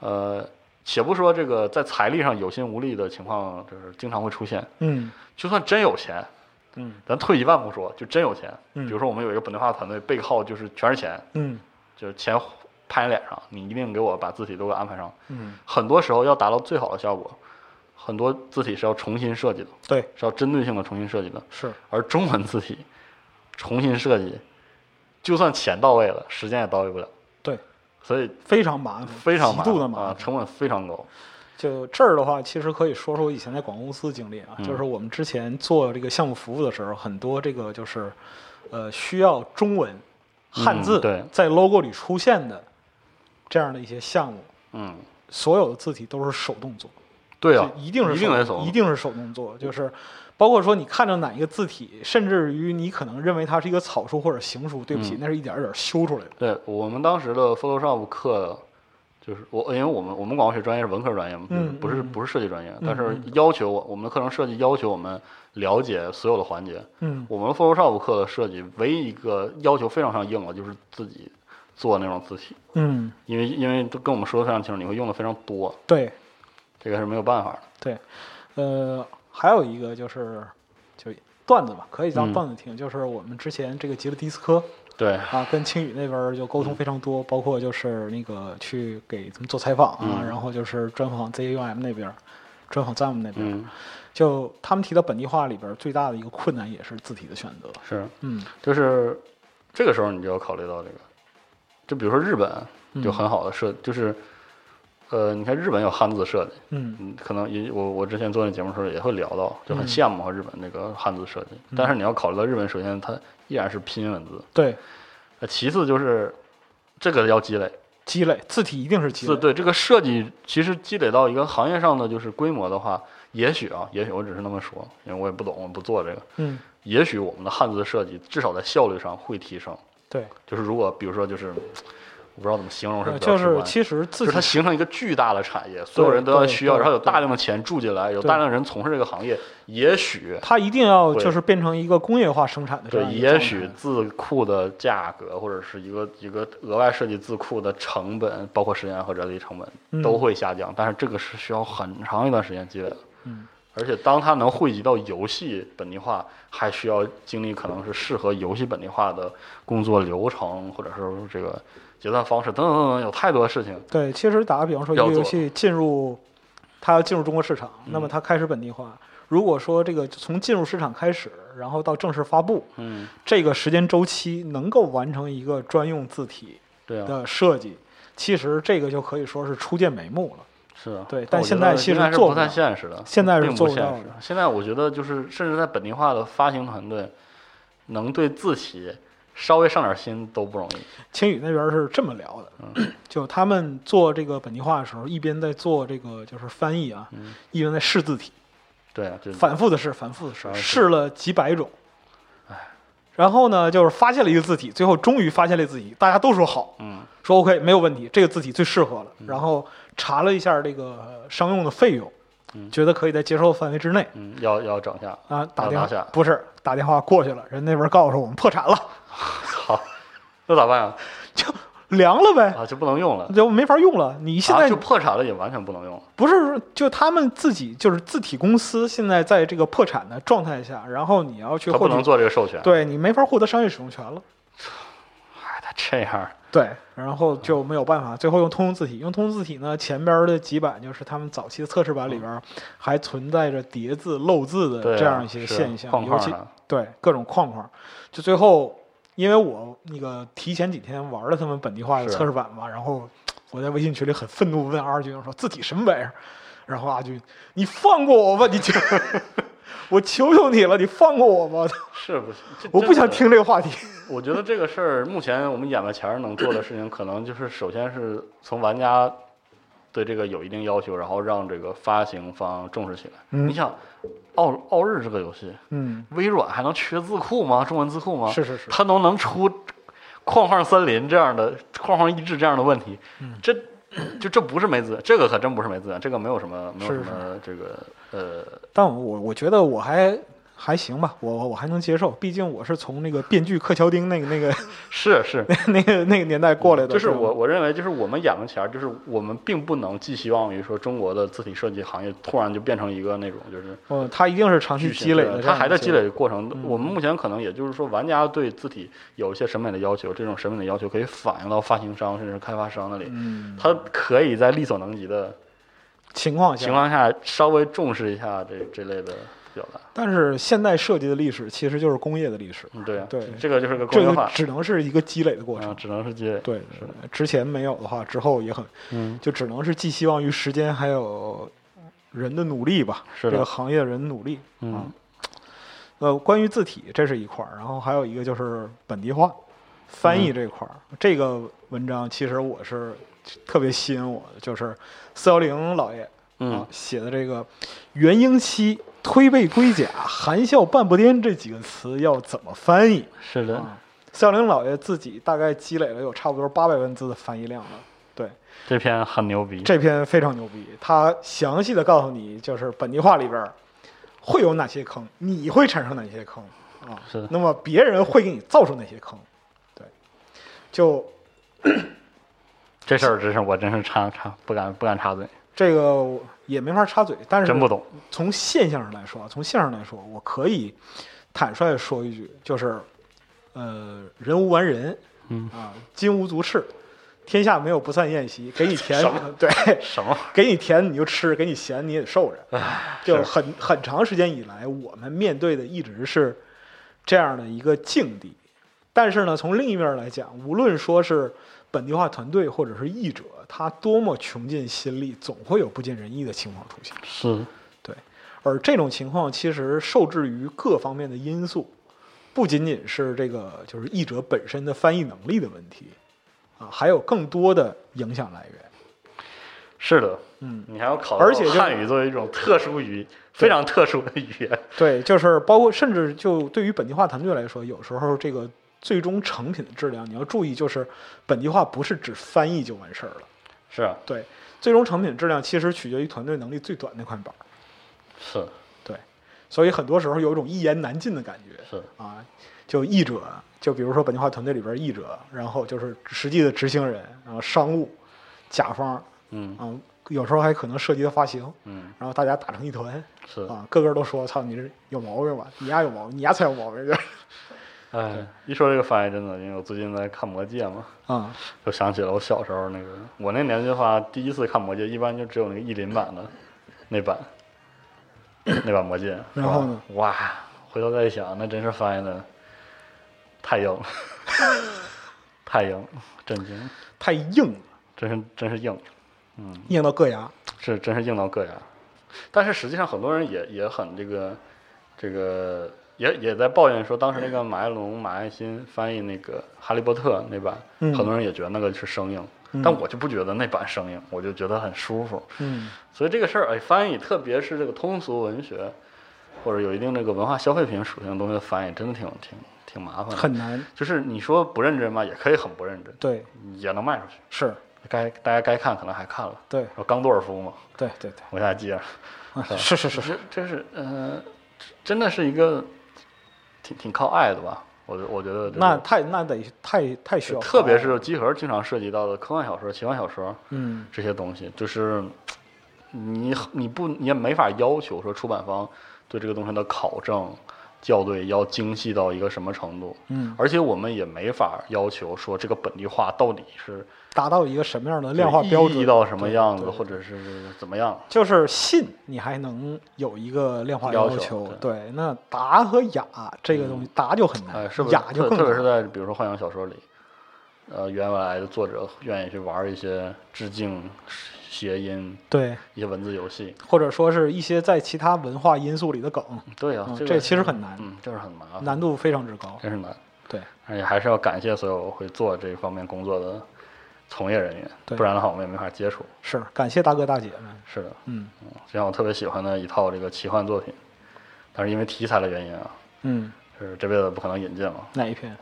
[SPEAKER 3] 呃，且不说这个在财力上有心无力的情况，就是经常会出现。
[SPEAKER 2] 嗯
[SPEAKER 3] 就算真有钱，
[SPEAKER 2] 嗯
[SPEAKER 3] 咱退一万步说，就真有钱。
[SPEAKER 2] 嗯
[SPEAKER 3] 比如说我们有一个本地化团队，背靠就是全是钱，
[SPEAKER 2] 嗯
[SPEAKER 3] 就是钱拍脸上，你一定给我把字体都给我安排上。
[SPEAKER 2] 嗯，
[SPEAKER 3] 很多时候要达到最好的效果，很多字体是要重新设计的，
[SPEAKER 2] 对，
[SPEAKER 3] 是要针对性的重新设计的。
[SPEAKER 2] 是，
[SPEAKER 3] 而中文字体重新设计，就算钱到位了，时间也到位不了，
[SPEAKER 2] 对，
[SPEAKER 3] 所以
[SPEAKER 2] 非常麻烦，
[SPEAKER 3] 非常麻
[SPEAKER 2] 极
[SPEAKER 3] 烦
[SPEAKER 2] 度的麻
[SPEAKER 3] 啊，
[SPEAKER 2] 烦。
[SPEAKER 3] 成本非常高。
[SPEAKER 2] 就这儿的话，其实可以说说我以前在广告公司经历啊，
[SPEAKER 3] 嗯
[SPEAKER 2] 就是我们之前做这个项目服务的时候，很多这个就是，呃，需要中文汉字
[SPEAKER 3] 嗯对
[SPEAKER 2] 在 logo 里出现的这样的一些项目，
[SPEAKER 3] 嗯，
[SPEAKER 2] 所有的字体都是手动做，
[SPEAKER 3] 对啊
[SPEAKER 2] 就，一定是
[SPEAKER 3] 一
[SPEAKER 2] 手
[SPEAKER 3] 定得
[SPEAKER 2] 动
[SPEAKER 3] 怂
[SPEAKER 2] 一定是手动做，就是包括说你看着哪一个字体，甚至于你可能认为它是一个草书或者行书，对不起，
[SPEAKER 3] 嗯
[SPEAKER 2] 那是一点儿一点儿修出来的。
[SPEAKER 3] 对我们当时的 Photoshop 课，就是我，因为我们我们广告学专业是文科专业嘛，
[SPEAKER 2] 嗯
[SPEAKER 3] 不是
[SPEAKER 2] 嗯
[SPEAKER 3] 不是设计专业，
[SPEAKER 2] 嗯
[SPEAKER 3] 但是
[SPEAKER 2] 嗯
[SPEAKER 3] 要求我我们的课程设计要求我们了解所有的环节。
[SPEAKER 2] 嗯
[SPEAKER 3] 我们 Photoshop 课的设计唯一一个要求非常非常硬的就是自己做那种字体，
[SPEAKER 2] 嗯，
[SPEAKER 3] 因为因为都跟我们说的非常清楚，你会用的非常多，
[SPEAKER 2] 对，
[SPEAKER 3] 这个是没有办法的。
[SPEAKER 2] 对，呃，还有一个就是就段子吧，可以当
[SPEAKER 3] 嗯
[SPEAKER 2] 段子听。就是我们之前这个吉勒迪斯科
[SPEAKER 3] 对，
[SPEAKER 2] 啊，跟青宇那边儿就沟
[SPEAKER 3] 嗯
[SPEAKER 2] 通非常多，包括就是那个去给他们做采访啊，
[SPEAKER 3] 嗯
[SPEAKER 2] 然后就是专访 ZUM 那边儿，专访 ZUM 那边儿，
[SPEAKER 3] 嗯，
[SPEAKER 2] 就他们提到本地化里边儿最大的一个困难也是字体的选择。
[SPEAKER 3] 是，
[SPEAKER 2] 嗯
[SPEAKER 3] 就是这个时候你就要考虑到这个，就比如说日
[SPEAKER 2] 嗯
[SPEAKER 3] 本就很好的设，就是呃，你看日本有汉字设计。
[SPEAKER 2] 嗯
[SPEAKER 3] 嗯，可能也我我之前做那节目的时候也会聊到，就很
[SPEAKER 2] 嗯
[SPEAKER 3] 羡慕和啊日本那个汉字设计。但是你要考虑到日本，首先它依然是拼音文字，
[SPEAKER 2] 对，
[SPEAKER 3] 呃，其次就是这个要积累，
[SPEAKER 2] 积累字体一定是积
[SPEAKER 3] 字
[SPEAKER 2] 累。
[SPEAKER 3] 对这个设计其实积累到一个行业上的就是规模的话，也许啊，也许我只是那么说，因为我也不懂，我不做这个。
[SPEAKER 2] 嗯，
[SPEAKER 3] 也许我们的汉字设计至少在效率上会提升，
[SPEAKER 2] 对，
[SPEAKER 3] 就是如果比如说就是我不知道怎么形容是
[SPEAKER 2] 呃
[SPEAKER 3] 比较
[SPEAKER 2] 就
[SPEAKER 3] 直
[SPEAKER 2] 是
[SPEAKER 3] 观。
[SPEAKER 2] 其实字
[SPEAKER 3] 就是它
[SPEAKER 2] 体
[SPEAKER 3] 形成一个巨大的产业，所有人都要
[SPEAKER 2] 对
[SPEAKER 3] 需要，
[SPEAKER 2] 对
[SPEAKER 3] 然后有
[SPEAKER 2] 对
[SPEAKER 3] 大量的钱注进来，有
[SPEAKER 2] 对
[SPEAKER 3] 大量人从事这个行业，也许
[SPEAKER 2] 它一定要
[SPEAKER 3] 对
[SPEAKER 2] 就是变成一个工业化生产的这
[SPEAKER 3] 对，
[SPEAKER 2] 样一个
[SPEAKER 3] 也
[SPEAKER 2] 状
[SPEAKER 3] 许
[SPEAKER 2] 态
[SPEAKER 3] 字库的价格或者是一个一个额外设计字库的成本，包括时间和人力成本都
[SPEAKER 2] 嗯
[SPEAKER 3] 会下降，但是这个是需要很长一段时间积累的。
[SPEAKER 2] 嗯，
[SPEAKER 3] 而且当它能汇集到游戏本地化，还需要经历可能是适合游戏本地化的工作流程，或者是这个结算方式等等等等，有太多事情。
[SPEAKER 2] 对，其实打个比方说，一
[SPEAKER 3] 要
[SPEAKER 2] 个游
[SPEAKER 3] 做
[SPEAKER 2] 戏进入，它要进入中国市场，那么
[SPEAKER 3] 嗯
[SPEAKER 2] 它开始本地化。如果说这个从进入市场开始，然后到正式发布，
[SPEAKER 3] 嗯，
[SPEAKER 2] 这个时间周期能够完成一个专用字体
[SPEAKER 3] 对啊，
[SPEAKER 2] 的设计，其实这个就可以说是初见眉目了。
[SPEAKER 3] 是啊。
[SPEAKER 2] 对
[SPEAKER 3] 我
[SPEAKER 2] 但
[SPEAKER 3] 觉
[SPEAKER 2] 现
[SPEAKER 3] 得
[SPEAKER 2] 在其
[SPEAKER 3] 应
[SPEAKER 2] 实
[SPEAKER 3] 该是
[SPEAKER 2] 做
[SPEAKER 3] 不
[SPEAKER 2] 不
[SPEAKER 3] 太
[SPEAKER 2] 到
[SPEAKER 3] 现实的，
[SPEAKER 2] 现在是
[SPEAKER 3] 并不
[SPEAKER 2] 做不
[SPEAKER 3] 现
[SPEAKER 2] 到
[SPEAKER 3] 实
[SPEAKER 2] 的。
[SPEAKER 3] 现在我觉得就是，甚至在本地化的发行团队，能对字体稍微上点心都不容易。
[SPEAKER 2] 青宇那边是这么聊的，
[SPEAKER 3] 嗯
[SPEAKER 2] 就他们做这个本地化的时候，一边在做这个就是翻译啊，
[SPEAKER 3] 嗯
[SPEAKER 2] 一边在试字体。
[SPEAKER 3] 对啊，就
[SPEAKER 2] 反复的试，反复的试，
[SPEAKER 3] 啊是哎
[SPEAKER 2] 试了几百种。然后呢，就是发现了一个字体，最后终于发现了一个字体，大家都说好，
[SPEAKER 3] 嗯
[SPEAKER 2] 说 OK 没有问题，这个字体最适合了。然后查了一下这个呃商用的费用，觉得可以在接受的范围之内
[SPEAKER 3] 嗯，要要整一下。
[SPEAKER 2] 啊，打
[SPEAKER 3] 要
[SPEAKER 2] 电话
[SPEAKER 3] 拿下
[SPEAKER 2] 不是打电话过去了，人那边告诉我们破产了，
[SPEAKER 3] 好，那咋办呀？
[SPEAKER 2] 就凉了呗，
[SPEAKER 3] 啊，就不能用了。
[SPEAKER 2] 就没法用了。你现
[SPEAKER 3] 啊、
[SPEAKER 2] 在
[SPEAKER 3] 就破产了，也完全不能用了。
[SPEAKER 2] 不是，就他们自己就是字体公司现在在这个破产的状态下，然后你要去
[SPEAKER 3] 他不
[SPEAKER 2] 获
[SPEAKER 3] 能
[SPEAKER 2] 取，
[SPEAKER 3] 做这个授权。
[SPEAKER 2] 对你没法获得商业使用权了。
[SPEAKER 3] 哎，太这样，
[SPEAKER 2] 对，然后就没有办法，最后用通用字体。用通用字体呢，前边儿的几版就是他们早期的测试版里边儿还存在着叠字、漏字
[SPEAKER 3] 嗯对
[SPEAKER 2] 的
[SPEAKER 3] 啊
[SPEAKER 2] 这样一些
[SPEAKER 3] 是
[SPEAKER 2] 现象，
[SPEAKER 3] 框
[SPEAKER 2] 尤
[SPEAKER 3] 框
[SPEAKER 2] 其
[SPEAKER 3] 的，
[SPEAKER 2] 对各种框框。就最后，因为我那个提前几天玩了他们本地化的
[SPEAKER 3] 是
[SPEAKER 2] 测试版嘛，然后我在微信群里很愤怒问阿军我说：“字体什么玩意儿？”然后阿军，你放过我吧，你就 我求求你了，你放过我吧，
[SPEAKER 3] 是不是？这
[SPEAKER 2] 我不
[SPEAKER 3] 真
[SPEAKER 2] 想
[SPEAKER 3] 的
[SPEAKER 2] 听这个话题。
[SPEAKER 3] 我觉得这个事儿，目前我们眼巴前儿能做的事情，可能就是首先是从玩家对这个有一定要求，然后让这个发行方重视起来。
[SPEAKER 2] 嗯
[SPEAKER 3] 你想，奥奥日这个游戏，
[SPEAKER 2] 嗯，
[SPEAKER 3] 微软还能缺字库吗？中文字库吗？
[SPEAKER 2] 是是是，
[SPEAKER 3] 它能能出框框森林这样的框框一致这样的问题，
[SPEAKER 2] 嗯
[SPEAKER 3] 这就这不是没资源，这个可真不是没资源，这个没有什么没有什
[SPEAKER 2] 是
[SPEAKER 3] 么这个呃，
[SPEAKER 2] 但我我觉得我还还行吧，我我还能接受，毕竟我是从那个编剧克乔丁那个那 个
[SPEAKER 3] 是是。
[SPEAKER 2] 那个那个年代过来的。
[SPEAKER 3] 嗯就是
[SPEAKER 2] 对吧
[SPEAKER 3] 我，我认为就是我们眼巴前儿，就是我们并不能寄希望于说中国的字体设计行业突然就变成一个那种就是
[SPEAKER 2] 嗯，他一定是长期
[SPEAKER 3] 巨型
[SPEAKER 2] 积累
[SPEAKER 3] 的
[SPEAKER 2] 的，
[SPEAKER 3] 它还在积。累的过程。
[SPEAKER 2] 嗯
[SPEAKER 3] 我们目前可能也就是说，玩家对字体有一些审美的要求，这种审美的要求可以反映到发行商甚至是开发商那里，
[SPEAKER 2] 嗯，
[SPEAKER 3] 他可以在力所能及的
[SPEAKER 2] 情况
[SPEAKER 3] 情
[SPEAKER 2] 下，
[SPEAKER 3] 况下稍微重视一下这这类的表达。
[SPEAKER 2] 但是现代设计的历史其实就是工业的历史，
[SPEAKER 3] 嗯，对啊，
[SPEAKER 2] 对
[SPEAKER 3] 这个就是个工
[SPEAKER 2] 这
[SPEAKER 3] 业
[SPEAKER 2] 个
[SPEAKER 3] 化，
[SPEAKER 2] 只能是一个积累的过
[SPEAKER 3] 啊，
[SPEAKER 2] 程。
[SPEAKER 3] 只能是积累。
[SPEAKER 2] 对，之前没有的话，之后也很
[SPEAKER 3] 嗯，
[SPEAKER 2] 就只能是寄希望于时间还有人的努力吧，
[SPEAKER 3] 是
[SPEAKER 2] 这
[SPEAKER 3] 的
[SPEAKER 2] 个行业的人努力。
[SPEAKER 3] 嗯，
[SPEAKER 2] 啊呃，关于字体这是一块儿，然后还有一个就是本地化翻
[SPEAKER 3] 嗯
[SPEAKER 2] 译这块儿、这个文章其实我是特别吸引我的，就是四幺零老爷啊
[SPEAKER 3] 嗯，
[SPEAKER 2] 写的这个“元英期推背龟甲，含笑半步颠”这几个词要怎么翻译？
[SPEAKER 3] 是的，
[SPEAKER 2] 啊四幺零老爷自己大概积累了有差不多八百万字的翻译量了。对，
[SPEAKER 3] 这篇很牛逼。
[SPEAKER 2] 这篇非常牛逼，它详细的告诉你，就是本地化里边儿会有哪些坑，你会产生哪些坑啊？
[SPEAKER 3] 是的
[SPEAKER 2] 那么别人会给你造出哪些坑？对，就
[SPEAKER 3] 这事儿真是我真是插插不敢不敢插嘴，
[SPEAKER 2] 这个也没法插嘴，但是
[SPEAKER 3] 真不懂。
[SPEAKER 2] 从现象上来说，啊从现象上来说，我可以坦率地说一句，就是，呃，人无完人，
[SPEAKER 3] 嗯
[SPEAKER 2] 啊，金无足赤，天下没有不散宴席，给你甜
[SPEAKER 3] 什么，
[SPEAKER 2] 对，
[SPEAKER 3] 什么？
[SPEAKER 2] 给你甜你就吃，给你咸你也受着。就是很很长时间以来，我们面对的一直是这样的一个境地。但是呢，从另一面来讲，无论说是本地化团队或者是译者，他多么穷尽心力，总会有不尽人意的情况出现。
[SPEAKER 3] 是
[SPEAKER 2] 对，而这种情况其实受制于各方面的因素，不仅仅是这个就是译者本身的翻译能力的问题，啊，还有更多的影响来源。
[SPEAKER 3] 是的，
[SPEAKER 2] 嗯，
[SPEAKER 3] 你还要考虑，
[SPEAKER 2] 而且就是
[SPEAKER 3] 汉语作为一种特殊 语，非常特殊的语言。
[SPEAKER 2] 对，就是包括甚至就对于本地化团队来说，有时候这个最终成品的质量，你要注意，就是本地化不是只翻译就完事儿了。
[SPEAKER 3] 是啊，
[SPEAKER 2] 对，最终成品质量其实取决于团队能力最短那块板儿。
[SPEAKER 3] 是
[SPEAKER 2] 对，所以很多时候有一种一言难尽的感觉。
[SPEAKER 3] 是，
[SPEAKER 2] 啊，就译者，就比如说本地化团队里边译者，然后就是实际的执行人，然后商务、甲方，
[SPEAKER 3] 嗯
[SPEAKER 2] 啊，有时候还可能涉及到发行，
[SPEAKER 3] 嗯
[SPEAKER 2] 然后大家打成一团，
[SPEAKER 3] 是，
[SPEAKER 2] 啊，个个都说：“操，你这有毛病吧？你丫有毛病，你丫才有毛病！” 就是
[SPEAKER 3] 哎，一说这个翻译，真的，因为我最近在看《魔戒》嘛，
[SPEAKER 2] 啊，
[SPEAKER 3] 就想起了我小时候那个，我那年纪的话，第一次看《魔戒》，一般就只有那个译林版的那版， 那版《魔戒》。
[SPEAKER 2] 然后呢？
[SPEAKER 3] 哇，回头再一想，那真是翻译的太硬 了，太硬了，震惊，
[SPEAKER 2] 太硬了，
[SPEAKER 3] 真是真是硬，嗯，
[SPEAKER 2] 硬到硌牙。
[SPEAKER 3] 是真是硬到硌牙。但是实际上，很多人也也很这个这个也也在抱怨说，当时那个马爱龙、马爱新翻译那个《哈利波特》那版，
[SPEAKER 2] 嗯
[SPEAKER 3] 很多人也觉得那个是生硬，
[SPEAKER 2] 嗯
[SPEAKER 3] 但我就不觉得那版生硬，我就觉得很舒服。
[SPEAKER 2] 嗯，
[SPEAKER 3] 所以这个事儿，哎，翻译，特别是这个通俗文学或者有一定这个文化消费品属性的东西的翻译，真的挺挺挺麻烦的。
[SPEAKER 2] 很难。
[SPEAKER 3] 就是你说不认真吧，也可以很不认真，
[SPEAKER 2] 对，
[SPEAKER 3] 也能卖出去。
[SPEAKER 2] 是，
[SPEAKER 3] 该大家该看可能还看了。
[SPEAKER 2] 对，
[SPEAKER 3] 说冈多尔夫嘛，
[SPEAKER 2] 对，对，对
[SPEAKER 3] 我还记着。
[SPEAKER 2] 啊，是是是是，
[SPEAKER 3] 这这是呃，真的是一个挺挺靠爱的吧？我觉我觉得这个
[SPEAKER 2] 那太那得太太需要，
[SPEAKER 3] 特别是集合经常涉及到的科幻小说、奇幻小说
[SPEAKER 2] 嗯，
[SPEAKER 3] 这些东西，就是你你不你也没法要求说出版方对这个东西的考证。校对要精细到一个什么程度。
[SPEAKER 2] 嗯，
[SPEAKER 3] 而且我们也没法要求说这个本地化到底是
[SPEAKER 2] 达到一个什么样的量化标
[SPEAKER 3] 意义
[SPEAKER 2] 准？
[SPEAKER 3] 到什么样子，
[SPEAKER 2] 对对
[SPEAKER 3] 或者是怎么样。
[SPEAKER 2] 就是信，你还能有一个量化
[SPEAKER 3] 要
[SPEAKER 2] 求。
[SPEAKER 3] 求
[SPEAKER 2] 对，那达和雅这个东西，达就很难，
[SPEAKER 3] 哎，是不是？
[SPEAKER 2] 雅就
[SPEAKER 3] 特
[SPEAKER 2] 更
[SPEAKER 3] 特别
[SPEAKER 2] 难。
[SPEAKER 3] 是在比如说幻想小说里，呃，原来的作者愿意去玩一些致敬、谐音、
[SPEAKER 2] 对，
[SPEAKER 3] 一些文字游戏。
[SPEAKER 2] 或者说是一些在其他文化因素里的梗，
[SPEAKER 3] 对啊，
[SPEAKER 2] 嗯
[SPEAKER 3] 这
[SPEAKER 2] 这
[SPEAKER 3] 个
[SPEAKER 2] 其实很难
[SPEAKER 3] 嗯，这是很麻烦，
[SPEAKER 2] 难度非常之高。
[SPEAKER 3] 真是难。
[SPEAKER 2] 对，
[SPEAKER 3] 而且还是要感谢所有会做这方面工作的从业人员，
[SPEAKER 2] 对
[SPEAKER 3] 不然的话我们也没法接触。
[SPEAKER 2] 是感谢大哥大姐们。
[SPEAKER 3] 是的，
[SPEAKER 2] 嗯
[SPEAKER 3] 就像我特别喜欢的一套这个奇幻作品，但是因为题材的原因啊，
[SPEAKER 2] 嗯，
[SPEAKER 3] 是这辈子不可能引进了，
[SPEAKER 2] 哪一篇？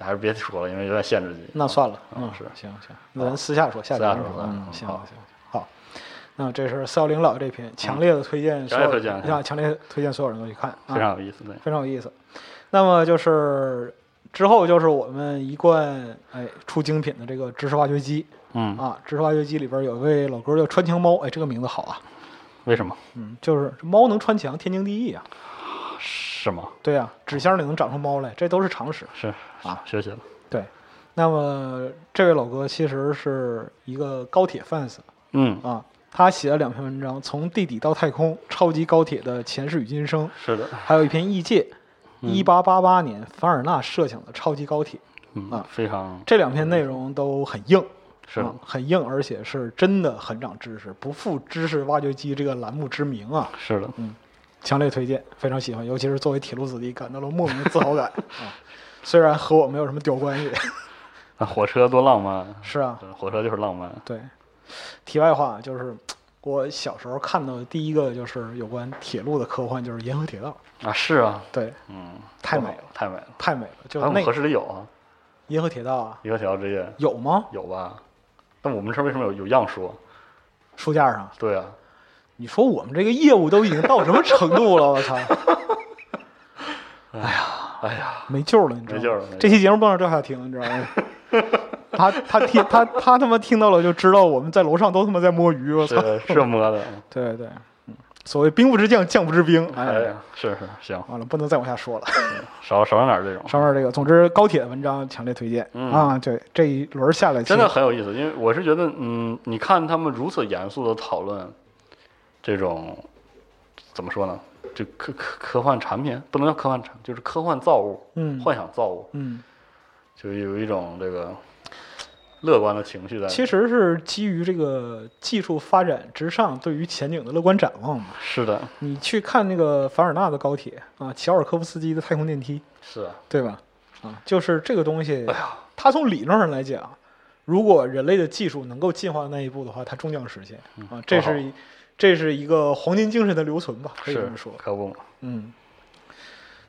[SPEAKER 3] 还是别说了，因为有点限制级。
[SPEAKER 2] 那算了，
[SPEAKER 3] 嗯
[SPEAKER 2] 嗯，
[SPEAKER 3] 是
[SPEAKER 2] 行行，那咱私下说，下
[SPEAKER 3] 私下
[SPEAKER 2] 边
[SPEAKER 3] 说
[SPEAKER 2] 嗯，
[SPEAKER 3] 嗯
[SPEAKER 2] 行
[SPEAKER 3] 好嗯
[SPEAKER 2] 行好。那这是四幺零老这篇，强烈的推荐所有
[SPEAKER 3] 强烈推荐
[SPEAKER 2] 人，啊强烈推荐所有人都去看，啊
[SPEAKER 3] 非常有意思，对，
[SPEAKER 2] 非常有意思。那么就是之后就是我们一贯哎出精品的这个知识挖掘机
[SPEAKER 3] 嗯，
[SPEAKER 2] 啊，知识挖掘机里边有一位老哥叫穿墙猫，哎，这个名字好啊，
[SPEAKER 3] 为什么？
[SPEAKER 2] 嗯，就是这猫能穿墙，天经地义啊，
[SPEAKER 3] 是吗？
[SPEAKER 2] 对啊，纸箱里能长出猫来，这都是常识。
[SPEAKER 3] 是
[SPEAKER 2] 啊，
[SPEAKER 3] 学习了，
[SPEAKER 2] 对，那么这位老哥其实是一个高铁 fans
[SPEAKER 3] 嗯，
[SPEAKER 2] 啊，他写了两篇文章，《从地底到太空：超级高铁的前世与今生》，
[SPEAKER 3] 是的，
[SPEAKER 2] 还有一篇《异界》，一八八八年凡尔纳设想的超级高铁。
[SPEAKER 3] 嗯
[SPEAKER 2] 啊，
[SPEAKER 3] 非常
[SPEAKER 2] 这两篇内容都很硬，
[SPEAKER 3] 嗯是
[SPEAKER 2] 啊很硬，而且是真的很长知识，不负“知识挖掘机”这个栏目之名啊，
[SPEAKER 3] 是的，
[SPEAKER 2] 强烈推荐，非常喜欢，尤其是作为铁路子弟，感到了莫名的自豪 感啊。虽然和我没有什么屌关系，
[SPEAKER 3] 那啊火车多浪漫，
[SPEAKER 2] 是啊，
[SPEAKER 3] 对火车就是浪漫，
[SPEAKER 2] 对。题外话就是，我小时候看到的第一个就是有关铁路的科幻，就是《沿河铁道》，
[SPEAKER 3] 啊，是啊，
[SPEAKER 2] 对，
[SPEAKER 3] 嗯，
[SPEAKER 2] 太
[SPEAKER 3] 多
[SPEAKER 2] 美
[SPEAKER 3] 好
[SPEAKER 2] 了，
[SPEAKER 3] 太美了，
[SPEAKER 2] 太美了，就
[SPEAKER 3] 还有我
[SPEAKER 2] 那
[SPEAKER 3] 们
[SPEAKER 2] 个
[SPEAKER 3] 合
[SPEAKER 2] 《
[SPEAKER 3] 适里有啊，
[SPEAKER 2] 银河铁道》啊，
[SPEAKER 3] 一个条之夜
[SPEAKER 2] 有吗？
[SPEAKER 3] 有吧？但我们这儿为什么有有样说？
[SPEAKER 2] 书架上，
[SPEAKER 3] 对啊，
[SPEAKER 2] 你说我们这个业务都已经到什么程度了？我操！
[SPEAKER 3] 哎呀，
[SPEAKER 2] 没救了，你知道吗？
[SPEAKER 3] 没救了没救了
[SPEAKER 2] 这期节目不能让赵夏听，你知道 吗？他他听他他他妈听到了就知道我们在楼上都他妈在摸鱼，我操！
[SPEAKER 3] 是是摸的，嗯
[SPEAKER 2] 对对，嗯，所谓兵不知将，将不知兵，
[SPEAKER 3] 哎
[SPEAKER 2] 哎，
[SPEAKER 3] 呀，是是行，
[SPEAKER 2] 完了不能再往下说了。
[SPEAKER 3] 少少整点这种，
[SPEAKER 2] 上面这个，总之高铁的文章强烈推荐、
[SPEAKER 3] 嗯
[SPEAKER 2] 啊！对，这一轮下来，
[SPEAKER 3] 真的很有意思，因为我是觉得，嗯，你看他们如此严肃的讨论这种怎么说呢？就科科科幻产品不能叫科幻产，就是科幻造物、
[SPEAKER 2] 嗯
[SPEAKER 3] 幻想造物，
[SPEAKER 2] 嗯，
[SPEAKER 3] 就有一种这个乐观的情绪在里面。
[SPEAKER 2] 其实是基于这个技术发展之上对于前景的乐观展望嘛。
[SPEAKER 3] 是的，
[SPEAKER 2] 你去看那个凡尔纳的高铁啊，乔尔科夫斯基的太空电梯，
[SPEAKER 3] 是啊，
[SPEAKER 2] 对吧？啊，就是这个东西，
[SPEAKER 3] 哎
[SPEAKER 2] 它从理论上来讲，如果人类的技术能够进化到那一步的话，它终将实现啊，这
[SPEAKER 3] 嗯多好
[SPEAKER 2] 是一这是一个黄金精神的留存吧，可以这
[SPEAKER 3] 是啊
[SPEAKER 2] 么说。
[SPEAKER 3] 可不嘛，
[SPEAKER 2] 嗯，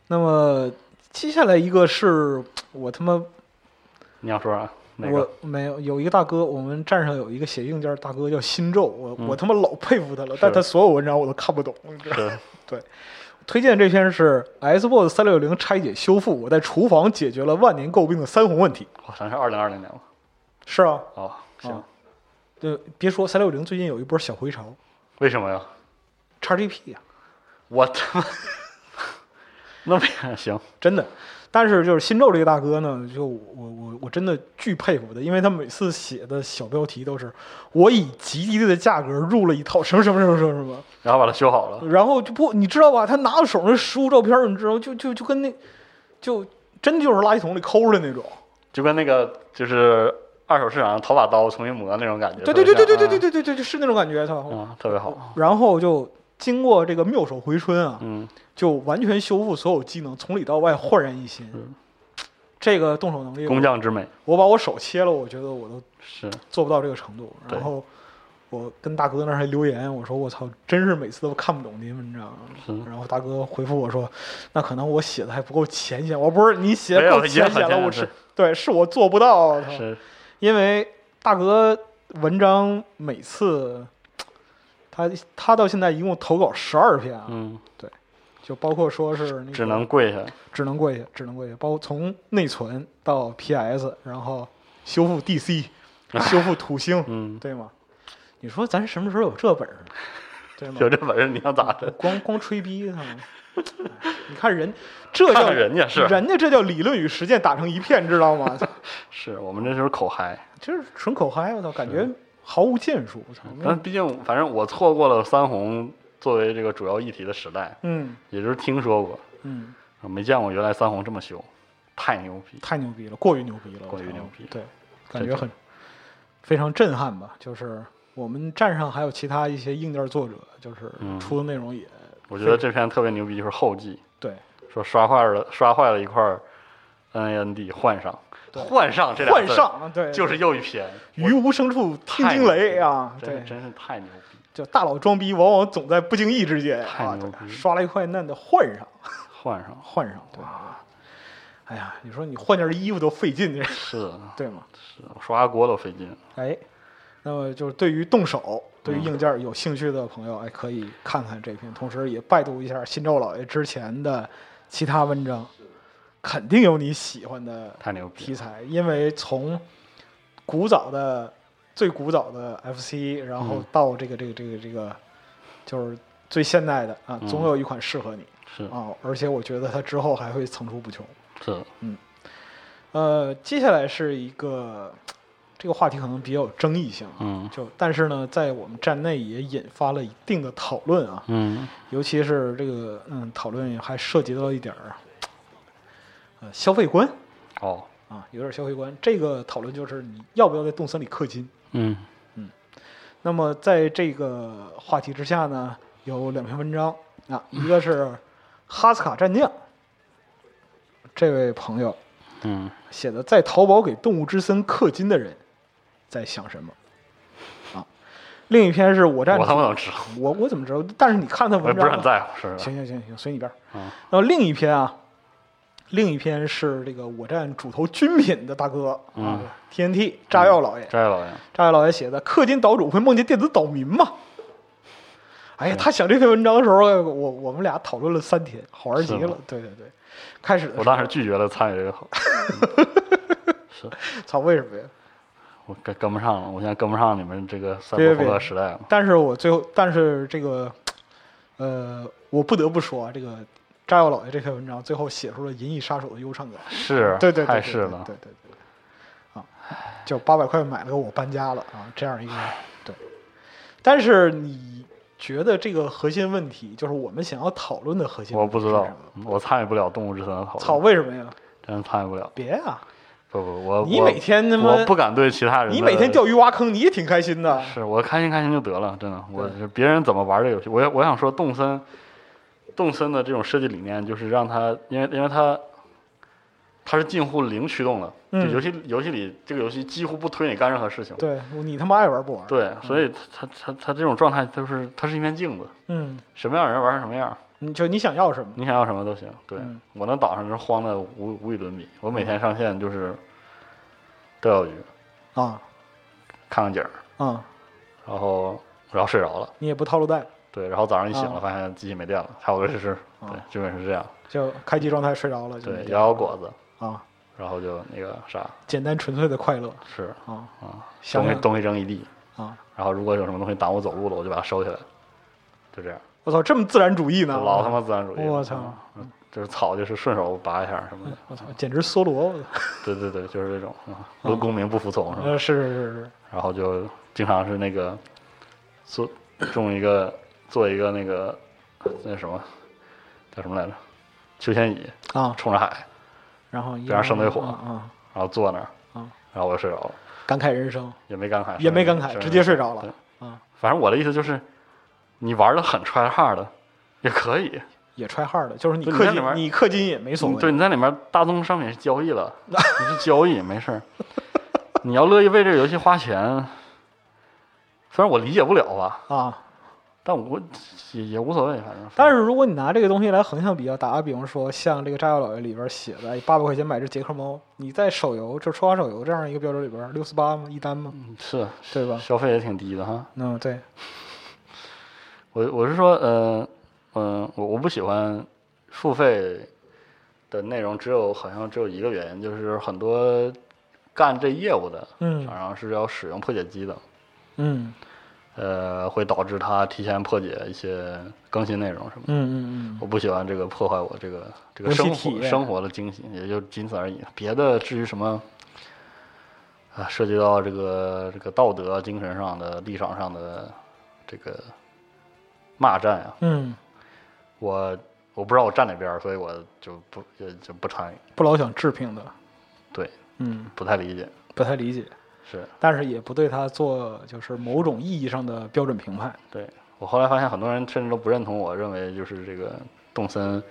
[SPEAKER 2] 那么接下来一个是我他妈
[SPEAKER 3] 你想说啊？哪个
[SPEAKER 2] 我？没有有一个大哥，我们站上有一个写硬件大哥叫新宙，我、我他妈老佩服他了，但
[SPEAKER 3] 嗯是
[SPEAKER 2] 他所有文章我都看不懂，你知道吗
[SPEAKER 3] 是
[SPEAKER 2] 推荐这篇是 Xbox 三六零拆解修复，我在厨房解决了万年诟病的三红问题。
[SPEAKER 3] 好像是二零二零年吧？
[SPEAKER 2] 是啊，
[SPEAKER 3] 哦，行
[SPEAKER 2] 啊，就别说三六零最近有一波小回潮
[SPEAKER 3] 为什么呀？
[SPEAKER 2] ，XGP 呀、
[SPEAKER 3] 我他妈 那没行，
[SPEAKER 2] 真的。但是就是新宙这个大哥呢，就我我我真的巨佩服他，因为他每次写的小标题都是我以极低的价格入了一套什么什么什么什么什么。
[SPEAKER 3] 然后把它修好了，
[SPEAKER 2] 然后就不，你知道吧？他拿到手那实物照片儿，你知道，就就就跟那，就真就是垃圾桶里抠出来那种。
[SPEAKER 3] 就跟那个就是二手市场上淘把刀重新磨那种感觉。
[SPEAKER 2] 对对对对对对
[SPEAKER 3] 特别啊
[SPEAKER 2] 对对对对，就是那种感觉，操
[SPEAKER 3] 像！啊，啊特别好。
[SPEAKER 2] 然后就经过这个妙手回春啊，
[SPEAKER 3] 嗯，
[SPEAKER 2] 就完全修复所有技能，从里到外焕然一新。这个动手能力，
[SPEAKER 3] 嗯工匠之美
[SPEAKER 2] 我把我手切了，我觉得我都
[SPEAKER 3] 是
[SPEAKER 2] 做不到这个程度。
[SPEAKER 3] 对
[SPEAKER 2] 然后我跟大哥那儿还留言，我说我操，真是每次都看不懂您文章。然后大哥回复我说，那可能我写的还不够浅显。我说不是你写
[SPEAKER 3] 没
[SPEAKER 2] 的
[SPEAKER 3] 有
[SPEAKER 2] 够浅显
[SPEAKER 3] 也很
[SPEAKER 2] 了，我
[SPEAKER 3] 浅
[SPEAKER 2] 是对，是我做不到。我操
[SPEAKER 3] 是
[SPEAKER 2] 因为大哥文章每次他他到现在一共投稿十二篇啊，
[SPEAKER 3] 嗯，
[SPEAKER 2] 就包括说是那个
[SPEAKER 3] 只能跪下。
[SPEAKER 2] 只能跪下，只能跪下，包括从内存到 PS，然后修复 DC，修复土星，
[SPEAKER 3] 哎嗯，
[SPEAKER 2] 对吗？你说咱什么时候有这本事？对吗
[SPEAKER 3] 有？这本事你想咋的？
[SPEAKER 2] 光光吹逼他们，哎你看人，这
[SPEAKER 3] 看
[SPEAKER 2] 叫
[SPEAKER 3] 看人家是
[SPEAKER 2] 人家这叫理论与实践打成一片，知道吗？
[SPEAKER 3] 是我们这就是口嗨，
[SPEAKER 2] 就是纯口嗨，我操，感觉毫无建树，我操。嗯
[SPEAKER 3] 但毕竟反正我错过了三红作为这个主要议题的时代，
[SPEAKER 2] 嗯
[SPEAKER 3] 也就是听说过，
[SPEAKER 2] 嗯，
[SPEAKER 3] 没见过原来三红这么秀，太牛逼！
[SPEAKER 2] 太牛逼了，过于牛逼了，
[SPEAKER 3] 过于
[SPEAKER 2] 我操
[SPEAKER 3] 牛逼
[SPEAKER 2] 对，感
[SPEAKER 3] 这
[SPEAKER 2] 觉
[SPEAKER 3] 这
[SPEAKER 2] 很非常震撼吧。就是我们站上还有其他一些硬件作者，就是
[SPEAKER 3] 嗯
[SPEAKER 2] 出的内容也
[SPEAKER 3] 我觉得这篇特别牛逼，就是后记
[SPEAKER 2] 对，
[SPEAKER 3] 说刷坏了刷坏了一块 NAND 换上，
[SPEAKER 2] 对
[SPEAKER 3] 换上这俩
[SPEAKER 2] 换
[SPEAKER 3] 字儿
[SPEAKER 2] 上对，
[SPEAKER 3] 就是又一篇，
[SPEAKER 2] 于无声处听惊雷啊，
[SPEAKER 3] 真
[SPEAKER 2] 对
[SPEAKER 3] 是，真是太牛逼，
[SPEAKER 2] 就大佬装逼往往总在不经意之间
[SPEAKER 3] 太
[SPEAKER 2] 啊，
[SPEAKER 3] 牛
[SPEAKER 2] 对
[SPEAKER 3] 逼
[SPEAKER 2] 刷了一块那得换上
[SPEAKER 3] 换上
[SPEAKER 2] 换上，对。哎呀，你说你换件衣服都费劲，这
[SPEAKER 3] 是
[SPEAKER 2] 对吗？
[SPEAKER 3] 是刷锅都费劲，
[SPEAKER 2] 哎，那么就是对于动手、对于硬件儿有兴趣的朋友，哎，可以看看这篇，同时也拜读一下新周老爷之前的其他文章，肯定有你喜欢的
[SPEAKER 3] 太牛逼
[SPEAKER 2] 题
[SPEAKER 3] 了，
[SPEAKER 2] 材，因为从古早的最古早的 FC，然后
[SPEAKER 3] 嗯
[SPEAKER 2] 到这个这个这个这个，就是最现代的啊，
[SPEAKER 3] 嗯
[SPEAKER 2] 总有一款适合你
[SPEAKER 3] 是
[SPEAKER 2] 啊，而且我觉得它之后还会层出不穷。
[SPEAKER 3] 是
[SPEAKER 2] 呃，接下来是一个这个话题可能比较有争议性啊，
[SPEAKER 3] 嗯
[SPEAKER 2] 就但是呢，在我们站内也引发了一定的讨论啊，
[SPEAKER 3] 嗯
[SPEAKER 2] 尤其是这个嗯，讨论还涉及到一点儿，呃，消费观
[SPEAKER 3] 哦
[SPEAKER 2] 啊，有点消费观。这个讨论就是你要不要在动森里氪金？
[SPEAKER 3] 嗯
[SPEAKER 2] 那么在这个话题之下呢，有两篇文章啊，一个是哈斯卡战将这位朋友
[SPEAKER 3] 嗯
[SPEAKER 2] 写的，在淘宝给《动物之森》氪金的人在想什么啊？另一篇是我站
[SPEAKER 3] 我他妈怎么知道？
[SPEAKER 2] 我我怎么知道？但是你看他
[SPEAKER 3] 我也
[SPEAKER 2] 文
[SPEAKER 3] 不是
[SPEAKER 2] 章
[SPEAKER 3] 很
[SPEAKER 2] 了，
[SPEAKER 3] 在乎，是吧？
[SPEAKER 2] 行行行行，随你便儿。
[SPEAKER 3] 嗯
[SPEAKER 2] 然后另一篇啊，另一篇是这个我站主投军品的大哥啊
[SPEAKER 3] 嗯
[SPEAKER 2] ，TNT 炸药老爷，
[SPEAKER 3] 这位老爷，
[SPEAKER 2] 炸药老爷写的《氪金岛主会梦见电子岛民吗》。哎
[SPEAKER 3] 嗯
[SPEAKER 2] 呀，他想这篇文章的时候，哎我我们俩讨论了三天，好玩极
[SPEAKER 3] 是
[SPEAKER 2] 了
[SPEAKER 3] 吗。
[SPEAKER 2] 对对对，开始的
[SPEAKER 3] 我
[SPEAKER 2] 时候
[SPEAKER 3] 当时拒绝了参与这个讨，
[SPEAKER 2] 操为什么呀？
[SPEAKER 3] 我跟跟不上了，我现在跟不上你们这个赛
[SPEAKER 2] 别
[SPEAKER 3] 博
[SPEAKER 2] 别
[SPEAKER 3] 朋克时代了。
[SPEAKER 2] 但是我最后，但是这个，呃，我不得不说啊，这个炸药老爷这篇文章最后写出了《银翼杀手》的优唱感。
[SPEAKER 3] 是，
[SPEAKER 2] 对对对，对
[SPEAKER 3] 太是了
[SPEAKER 2] 对，对对对，啊，就八百块买了个我搬家了啊，这样一个对。但是你觉得这个核心问题，就是我们想要讨论的核心
[SPEAKER 3] 我
[SPEAKER 2] 问题
[SPEAKER 3] 不
[SPEAKER 2] 是
[SPEAKER 3] 知
[SPEAKER 2] 什么，
[SPEAKER 3] 道，我参与不了动物之森的
[SPEAKER 2] 操，
[SPEAKER 3] 讨论，
[SPEAKER 2] 为什么呀？
[SPEAKER 3] 真参与不了。
[SPEAKER 2] 别啊，
[SPEAKER 3] 不不，我
[SPEAKER 2] 你
[SPEAKER 3] 我
[SPEAKER 2] 每天他妈
[SPEAKER 3] 我不敢对其他人的，
[SPEAKER 2] 你每天钓鱼挖坑，你也挺开心的。
[SPEAKER 3] 是我开心开心就得了，真的。我
[SPEAKER 2] 对
[SPEAKER 3] 是别人怎么玩这个游戏，我也我想说动森，动森的这种设计理念就是让它，因为因为它它是近乎零驱动的，就
[SPEAKER 2] 嗯
[SPEAKER 3] 游戏游戏里这个游戏几乎不推你干任何事情。
[SPEAKER 2] 对嗯你他妈爱玩不玩？，
[SPEAKER 3] 对，所以它它它这种状态就是它是一面镜子，
[SPEAKER 2] 嗯，
[SPEAKER 3] 什么样的人玩成什么样，
[SPEAKER 2] 你就你想要什么？
[SPEAKER 3] 你想要什么都行。对、
[SPEAKER 2] 嗯
[SPEAKER 3] 我能岛上就是慌的无无与伦比，我每天上线就是钓钓鱼，
[SPEAKER 2] 啊
[SPEAKER 3] 看看景儿，
[SPEAKER 2] 啊，
[SPEAKER 3] 然后然后睡着了。
[SPEAKER 2] 你也不套路带，
[SPEAKER 3] 对，然后早上一醒了，
[SPEAKER 2] 啊
[SPEAKER 3] 发现机器没电了，差不多就是，
[SPEAKER 2] 嗯
[SPEAKER 3] 对，基本是这样。
[SPEAKER 2] 就开机状态睡着了，就
[SPEAKER 3] 对，
[SPEAKER 2] 没
[SPEAKER 3] 摇摇果子，
[SPEAKER 2] 啊，
[SPEAKER 3] 然后就那个啥，
[SPEAKER 2] 简单纯粹的快乐
[SPEAKER 3] 是
[SPEAKER 2] 啊
[SPEAKER 3] 啊，
[SPEAKER 2] 想
[SPEAKER 3] 东西
[SPEAKER 2] 想
[SPEAKER 3] 东西扔一地，
[SPEAKER 2] 啊！
[SPEAKER 3] 然后如果有什么东西挡我走路了，我就把它收起来，就这样，
[SPEAKER 2] 我操，这么自然主义呢？
[SPEAKER 3] 老他妈自然主义了。
[SPEAKER 2] 嗯我操嗯
[SPEAKER 3] 嗯！就是草，就是顺手拔一下什么的。
[SPEAKER 2] 我操，简直梭罗！我操
[SPEAKER 3] 对对对，就是这种
[SPEAKER 2] 嗯
[SPEAKER 3] 啊，无公民不服从是吧？
[SPEAKER 2] 呃，是是是是，
[SPEAKER 3] 然后就经常是那个做种一个做一个那个那什么叫什么来着？秋千椅，
[SPEAKER 2] 啊，
[SPEAKER 3] 冲着海，
[SPEAKER 2] 然后一
[SPEAKER 3] 边上生堆火
[SPEAKER 2] 啊，
[SPEAKER 3] 然后坐那儿，
[SPEAKER 2] 啊
[SPEAKER 3] 然后我就睡着了，
[SPEAKER 2] 啊感慨人生
[SPEAKER 3] 也没感慨，
[SPEAKER 2] 也没感
[SPEAKER 3] 甚
[SPEAKER 2] 慨，
[SPEAKER 3] 至
[SPEAKER 2] 直接睡着了
[SPEAKER 3] 对
[SPEAKER 2] 啊，
[SPEAKER 3] 反正我的意思就是，你玩的很 try hard 的也可以，
[SPEAKER 2] 也揣 hard 了，就是你
[SPEAKER 3] 对你
[SPEAKER 2] 氪
[SPEAKER 3] 在里面
[SPEAKER 2] 金，你氪金也没所
[SPEAKER 3] 你嗯对，
[SPEAKER 2] 谓，
[SPEAKER 3] 你在里面大宗商品是交易了，你是交易没事儿。你要乐意为这个游戏花钱，虽然我理解不了吧，
[SPEAKER 2] 啊。
[SPEAKER 3] 但我也也无所谓，反正。
[SPEAKER 2] 但是如果你拿这个东西来横向比较，打个比方说，像这个《炸药老爷》里边写的哎八百块钱买只捷克猫，你在手游就说话手游这样一个标准里边，六四八吗？一单吗？
[SPEAKER 3] 嗯是
[SPEAKER 2] 对吧？
[SPEAKER 3] 消费也挺低的哈。
[SPEAKER 2] 嗯，对，
[SPEAKER 3] 我我是说，呃，嗯、我我不喜欢付费的内容，只有好像只有一个原因，就是很多干这业务的
[SPEAKER 2] 嗯
[SPEAKER 3] 厂商是要使用破解机的，
[SPEAKER 2] 嗯
[SPEAKER 3] 呃，会导致它提前破解一些更新内容什么的。
[SPEAKER 2] 嗯嗯
[SPEAKER 3] 我不喜欢这个破坏我这个这个
[SPEAKER 2] 游戏
[SPEAKER 3] 生
[SPEAKER 2] 体
[SPEAKER 3] 活
[SPEAKER 2] 验
[SPEAKER 3] 生活的惊喜，也就仅此而已。别的至于什么啊，涉及到这个这个道德精神上的立场上的这个骂战啊，
[SPEAKER 2] 嗯嗯，
[SPEAKER 3] 我我不知道我站哪边儿，所以我就不也就不参与，
[SPEAKER 2] 不老想置评的，
[SPEAKER 3] 对，
[SPEAKER 2] 嗯，
[SPEAKER 3] 不太理解，
[SPEAKER 2] 不太理解，
[SPEAKER 3] 是。
[SPEAKER 2] 但是也不对他做就是某种意义上的标准评判。
[SPEAKER 3] 对我后来发现，很多人甚至都不认同我认为就是这个动森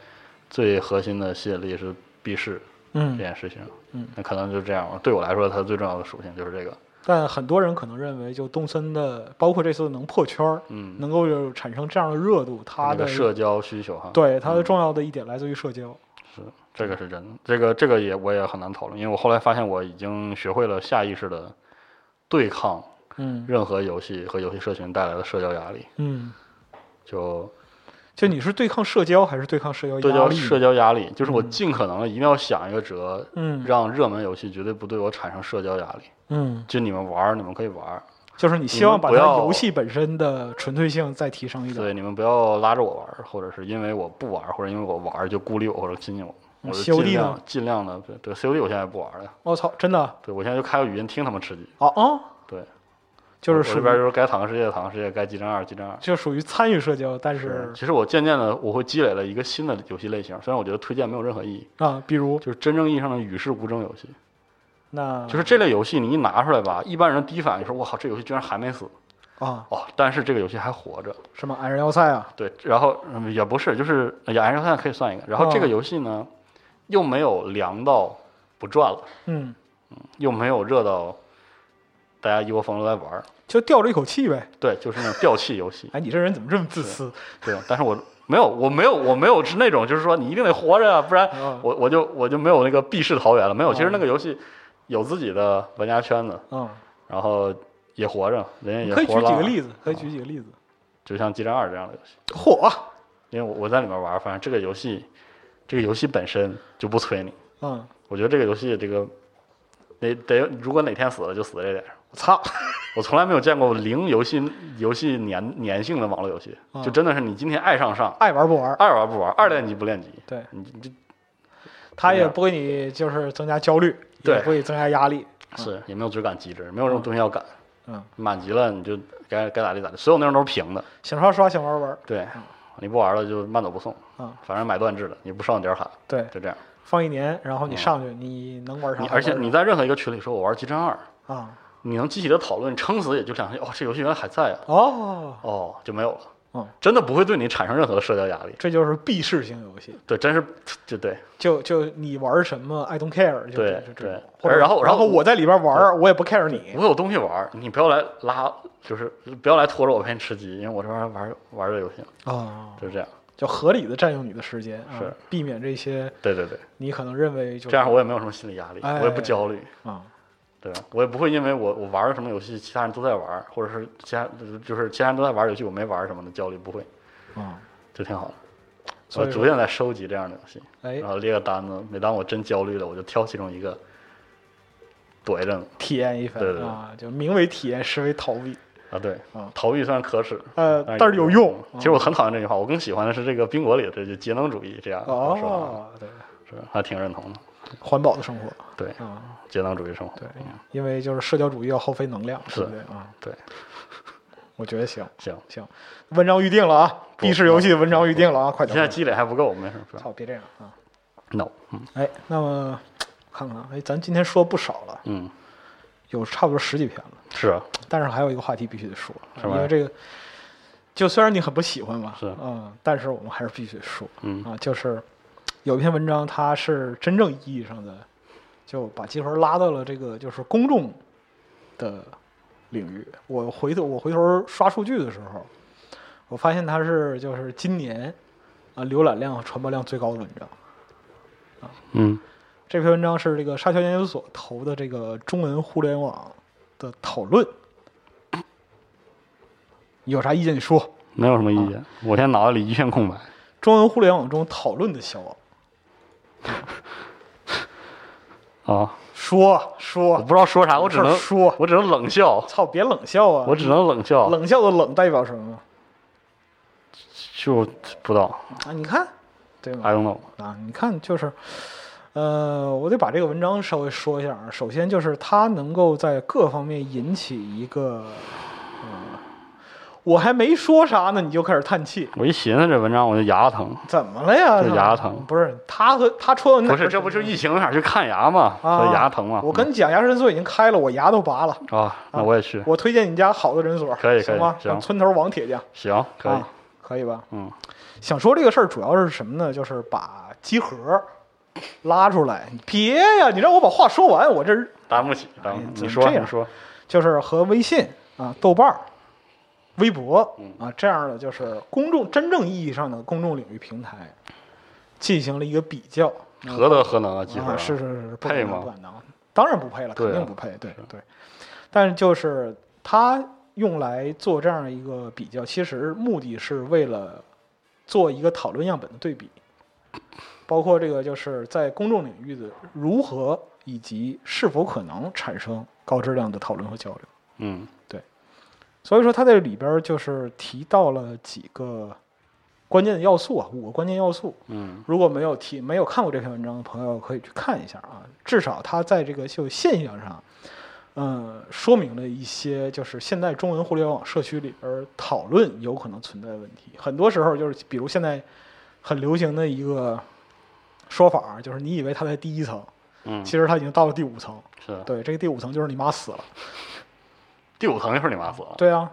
[SPEAKER 3] 最核心的吸引力是避世这
[SPEAKER 2] 嗯，
[SPEAKER 3] 件事情。
[SPEAKER 2] 嗯
[SPEAKER 3] 那可能就这样吧。对我来说，它最重要的属性就是这个。
[SPEAKER 2] 但很多人可能认为，就动森的，包括这次能破圈儿，
[SPEAKER 3] 嗯，
[SPEAKER 2] 能够有产生这样的热度，它
[SPEAKER 3] 这
[SPEAKER 2] 的
[SPEAKER 3] 个社交需求哈，
[SPEAKER 2] 对它的
[SPEAKER 3] 嗯
[SPEAKER 2] 重要的一点来自于社交。
[SPEAKER 3] 是这个是真的。这个这个也我也很难讨论，因为我后来发现我已经学会了下意识的对抗
[SPEAKER 2] 嗯
[SPEAKER 3] 任何游戏和游戏社群带来的社交压力。
[SPEAKER 2] 嗯，
[SPEAKER 3] 就
[SPEAKER 2] 就你是对抗社交还是对抗社交
[SPEAKER 3] 对
[SPEAKER 2] 压
[SPEAKER 3] 焦
[SPEAKER 2] 力？
[SPEAKER 3] 社交压力，就是我
[SPEAKER 2] 嗯
[SPEAKER 3] 尽可能的一定要想一个辙，
[SPEAKER 2] 嗯
[SPEAKER 3] 让热门游戏绝对不对我产生社交压力。
[SPEAKER 2] 嗯，
[SPEAKER 3] 就你们玩儿，你们可以玩儿，
[SPEAKER 2] 就是你希望把它
[SPEAKER 3] 你嗯们不要
[SPEAKER 2] 游戏本身的纯粹性再提升一点。
[SPEAKER 3] 对，你们不要拉着我玩儿，或者是因为我不玩儿，或者因为我玩儿就孤立我或者亲近我。
[SPEAKER 2] 嗯
[SPEAKER 3] 我就
[SPEAKER 2] COD
[SPEAKER 3] 尽量
[SPEAKER 2] 呢
[SPEAKER 3] 尽量的，对对，COD 我现在也不玩儿了，
[SPEAKER 2] 我操，真的啊
[SPEAKER 3] 对我现在就开个语音听他们吃鸡，
[SPEAKER 2] 哦，
[SPEAKER 3] 对，
[SPEAKER 2] 就是
[SPEAKER 3] 我
[SPEAKER 2] 属
[SPEAKER 3] 这边
[SPEAKER 2] 于
[SPEAKER 3] 就是该坦克世界坦克世界，该激战二激战二。
[SPEAKER 2] 就属于参与社交，但是
[SPEAKER 3] 其实我渐渐的我会积累了一个新的游戏类型，虽然我觉得推荐没有任何意义，
[SPEAKER 2] 啊，比如
[SPEAKER 3] 就是真正意义上的与世无争游戏，
[SPEAKER 2] 那
[SPEAKER 3] 就是这类游戏你一拿出来吧，一般人第一反应是我靠，这游戏居然还没死
[SPEAKER 2] 啊，
[SPEAKER 3] 哦，但是这个游戏还活着，
[SPEAKER 2] 什么矮人要塞啊，
[SPEAKER 3] 对，然后、嗯也不是，就是也还算可以算一个。然后这个
[SPEAKER 2] 哦
[SPEAKER 3] 游戏呢，又没有凉到不赚了，
[SPEAKER 2] 嗯，
[SPEAKER 3] 又没有热到大家一窝蜂都在玩儿，
[SPEAKER 2] 就吊着一口气呗。，
[SPEAKER 3] 对，就是那种吊气游戏
[SPEAKER 2] 哎，你这人怎么这么自私？
[SPEAKER 3] 对。但是我没有，我没有，我没有是那种就是说你一定得活着啊，不然
[SPEAKER 2] 啊
[SPEAKER 3] 我我就我就没有那个避世桃源了。没有，其
[SPEAKER 2] 哦
[SPEAKER 3] 实那个游戏有自己的玩家圈子，
[SPEAKER 2] 啊，
[SPEAKER 3] 然后也活着，人
[SPEAKER 2] 你
[SPEAKER 3] 家
[SPEAKER 2] 可
[SPEAKER 3] 也
[SPEAKER 2] 以举
[SPEAKER 3] 活了
[SPEAKER 2] 几个
[SPEAKER 3] 啊，
[SPEAKER 2] 例子，可以举几个例子。
[SPEAKER 3] 就像《激战二》这样的游戏。
[SPEAKER 2] 火
[SPEAKER 3] 因为我我在里面玩儿，反正这个游戏，这个游戏本身就不催你。
[SPEAKER 2] 嗯，
[SPEAKER 3] 我觉得这个游戏这个，得得，如果哪天死了就死这点儿。
[SPEAKER 2] 我操，
[SPEAKER 3] 我从来没有见过零游戏游戏粘粘性的网络游戏，
[SPEAKER 2] 啊
[SPEAKER 3] 就真的是你今天爱上上，
[SPEAKER 2] 爱玩不玩？
[SPEAKER 3] 爱玩不玩，二练级不练级，
[SPEAKER 2] 对
[SPEAKER 3] 你这
[SPEAKER 2] 他也不给你就是增加焦虑，也
[SPEAKER 3] 对
[SPEAKER 2] 不给你增加压力。
[SPEAKER 3] 是也没有追赶机制，没有这种东西要赶，
[SPEAKER 2] 啊嗯，
[SPEAKER 3] 满级了你就该该咋地咋地，所有内容都是平的，
[SPEAKER 2] 想刷刷，想玩玩。
[SPEAKER 3] 对，你不玩了就慢走不送，
[SPEAKER 2] 啊，
[SPEAKER 3] 反正买断制的，你不上点儿卡，
[SPEAKER 2] 对，
[SPEAKER 3] 就这样。
[SPEAKER 2] 放一年，然后你上去，你能玩啥玩
[SPEAKER 3] 你
[SPEAKER 2] 啥？
[SPEAKER 3] 而且你在任何一个群里说我玩激战二，
[SPEAKER 2] 啊，
[SPEAKER 3] 你能积极的讨论，撑死也就两句，哦，这游戏原来还在啊，
[SPEAKER 2] 哦，
[SPEAKER 3] 哦，就没有了。
[SPEAKER 2] 嗯，
[SPEAKER 3] 真的不会对你产生任何的社交压力。
[SPEAKER 2] 这就是闭式型游戏，
[SPEAKER 3] 对，真是就对
[SPEAKER 2] 就就你玩什么，I don't care，就
[SPEAKER 3] 对
[SPEAKER 2] 就这
[SPEAKER 3] 对
[SPEAKER 2] 种。或者
[SPEAKER 3] 然后
[SPEAKER 2] 然
[SPEAKER 3] 然后
[SPEAKER 2] 我在里边玩，我也不 care 你。
[SPEAKER 3] 我有东西玩儿，你不要来拉，就是不要来拖着我陪你吃鸡，因为我这边玩玩这游戏，
[SPEAKER 2] 啊，
[SPEAKER 3] 就是这样。
[SPEAKER 2] 就合理的占用你的时间，啊
[SPEAKER 3] 是
[SPEAKER 2] 避免这些
[SPEAKER 3] 对对对，
[SPEAKER 2] 你可能认为就
[SPEAKER 3] 这样我也没有什么心理压力，
[SPEAKER 2] 哎
[SPEAKER 3] 我也不焦虑，
[SPEAKER 2] 啊，
[SPEAKER 3] 对吧？我也不会因为我我玩儿什么游戏，其他人都在玩儿，或者是其他就是其他人都在玩儿游戏，我没玩儿什么的焦虑，不会，
[SPEAKER 2] 啊，
[SPEAKER 3] 就挺好的。
[SPEAKER 2] 所
[SPEAKER 3] 我
[SPEAKER 2] 以
[SPEAKER 3] 逐渐在收集这样的游戏，
[SPEAKER 2] 哎
[SPEAKER 3] 然，后列个单子，每当我真焦虑了，我就挑其中一个躲一阵子
[SPEAKER 2] 体验一番
[SPEAKER 3] 对对对
[SPEAKER 2] 啊，就名为体验，实为逃避。
[SPEAKER 3] 啊。对
[SPEAKER 2] 啊，
[SPEAKER 3] 逃避虽然可耻，
[SPEAKER 2] 呃，但是有用。
[SPEAKER 3] 哎
[SPEAKER 2] 啊
[SPEAKER 3] 其实我很讨厌这句话，我更喜欢的是这个冰果里的这句节能主义这样的说法，
[SPEAKER 2] 哦，对，
[SPEAKER 3] 是还挺认同的。
[SPEAKER 2] 环保的生活。
[SPEAKER 3] 对，
[SPEAKER 2] 啊，
[SPEAKER 3] 节能主义生活。
[SPEAKER 2] 对
[SPEAKER 3] 嗯，
[SPEAKER 2] 因为就是社交主义要耗费能量，对
[SPEAKER 3] 是
[SPEAKER 2] 不对啊？
[SPEAKER 3] 对，
[SPEAKER 2] 我觉得行
[SPEAKER 3] 行，
[SPEAKER 2] 行，文章预定了啊，
[SPEAKER 3] 不
[SPEAKER 2] 地势游戏的文章预定了啊，快
[SPEAKER 3] 你现在
[SPEAKER 2] 点！
[SPEAKER 3] 积累还不够，没事，不要
[SPEAKER 2] 操，别这样啊！
[SPEAKER 3] no，嗯
[SPEAKER 2] 哎，那么看看，哎，咱今天说不少了，
[SPEAKER 3] 嗯，
[SPEAKER 2] 有差不多十几篇了，
[SPEAKER 3] 是啊
[SPEAKER 2] 但是还有一个话题必须得说，
[SPEAKER 3] 什么呀
[SPEAKER 2] 因为这个，就虽然你很不喜欢吧，
[SPEAKER 3] 是
[SPEAKER 2] 嗯，但是我们还是必须得说
[SPEAKER 3] 嗯
[SPEAKER 2] 啊，就是有一篇文章，它是真正意义上的就把集合拉到了这个就是公众的领域。我回头我回头刷数据的时候，我发现它是就是今年啊浏览量和传播量最高的文章。
[SPEAKER 3] 嗯
[SPEAKER 2] 这篇文章是这个沙丘研究所投的这个中文互联网的讨论，你有啥意见你说。
[SPEAKER 3] 没有什么意
[SPEAKER 2] 啊
[SPEAKER 3] 见。我现在脑袋里一片空白。
[SPEAKER 2] 中文互联网中讨论的消亡，
[SPEAKER 3] 啊，
[SPEAKER 2] 说
[SPEAKER 3] 我
[SPEAKER 2] 说，
[SPEAKER 3] 不知道说啥，我只能
[SPEAKER 2] 说，
[SPEAKER 3] 我只能冷笑，
[SPEAKER 2] 操，别冷笑啊！
[SPEAKER 3] 我只能冷笑，
[SPEAKER 2] 冷笑的冷代表什么
[SPEAKER 3] 就不知道
[SPEAKER 2] 啊？你看，对吗？
[SPEAKER 3] ，I don't know。
[SPEAKER 2] 啊，你看就是，呃，我得把这个文章稍微说一下啊。首先就是它能够在各方面引起一个，呃，我还没说啥呢，你就开始叹气，
[SPEAKER 3] 我一寻思这文章，我就牙疼。
[SPEAKER 2] 怎么了呀？
[SPEAKER 3] 这
[SPEAKER 2] 是吧
[SPEAKER 3] 牙疼
[SPEAKER 2] 不是他和他说的那
[SPEAKER 3] 不是，这不就疫情哪去看牙嘛，
[SPEAKER 2] 啊
[SPEAKER 3] 所以牙疼嘛。
[SPEAKER 2] 我跟你讲，牙神所已经开了，我牙都拔了。
[SPEAKER 3] 啊，那我也去，
[SPEAKER 2] 我推荐你家好的诊所，
[SPEAKER 3] 可以
[SPEAKER 2] 行
[SPEAKER 3] 可以
[SPEAKER 2] 吗？
[SPEAKER 3] 行
[SPEAKER 2] 村头王铁匠，
[SPEAKER 3] 行，可以
[SPEAKER 2] 啊，可以吧？
[SPEAKER 3] 嗯，
[SPEAKER 2] 想说这个事儿主要是什么呢？就是把集合拉出来，你别呀，你让我把话说完，我这儿
[SPEAKER 3] 担不起，担不
[SPEAKER 2] 哎
[SPEAKER 3] 起。
[SPEAKER 2] 怎
[SPEAKER 3] 你
[SPEAKER 2] 么
[SPEAKER 3] 说，
[SPEAKER 2] 这样
[SPEAKER 3] 你说，
[SPEAKER 2] 就是和微信啊、豆瓣儿、微博
[SPEAKER 3] 嗯
[SPEAKER 2] 啊这样的就是公众真正意义上的公众领域平台进行了一个比较。
[SPEAKER 3] 何德何能啊，集
[SPEAKER 2] 嗯
[SPEAKER 3] 合
[SPEAKER 2] 啊，是是是，不
[SPEAKER 3] 配
[SPEAKER 2] 可能
[SPEAKER 3] 吗
[SPEAKER 2] 不可能，当然不配了，
[SPEAKER 3] 对
[SPEAKER 2] 肯
[SPEAKER 3] 啊
[SPEAKER 2] 定不配，对对。但就是它用来做这样一个比较，其实目的是为了做一个讨论样本的对比，包括这个就是在公众领域的如何以及是否可能产生高质量的讨论和交流。
[SPEAKER 3] 嗯，
[SPEAKER 2] 所以说，它在里边儿就是提到了几个关键的要素啊，五个关键要素。
[SPEAKER 3] 嗯，
[SPEAKER 2] 如果没有提没有看过这篇文章的朋友，可以去看一下啊。至少它在这个就现象上，嗯，说明了一些就是现在中文互联网社区里边讨论有可能存在的问题。很多时候就是，比如现在很流行的一个说法儿，就是你以为它在第一层，
[SPEAKER 3] 嗯，
[SPEAKER 2] 其实它已经到了第五层。
[SPEAKER 3] 是
[SPEAKER 2] 对，这个第五层就是你妈死了。
[SPEAKER 3] 第五层就是你妈死了，
[SPEAKER 2] 对啊，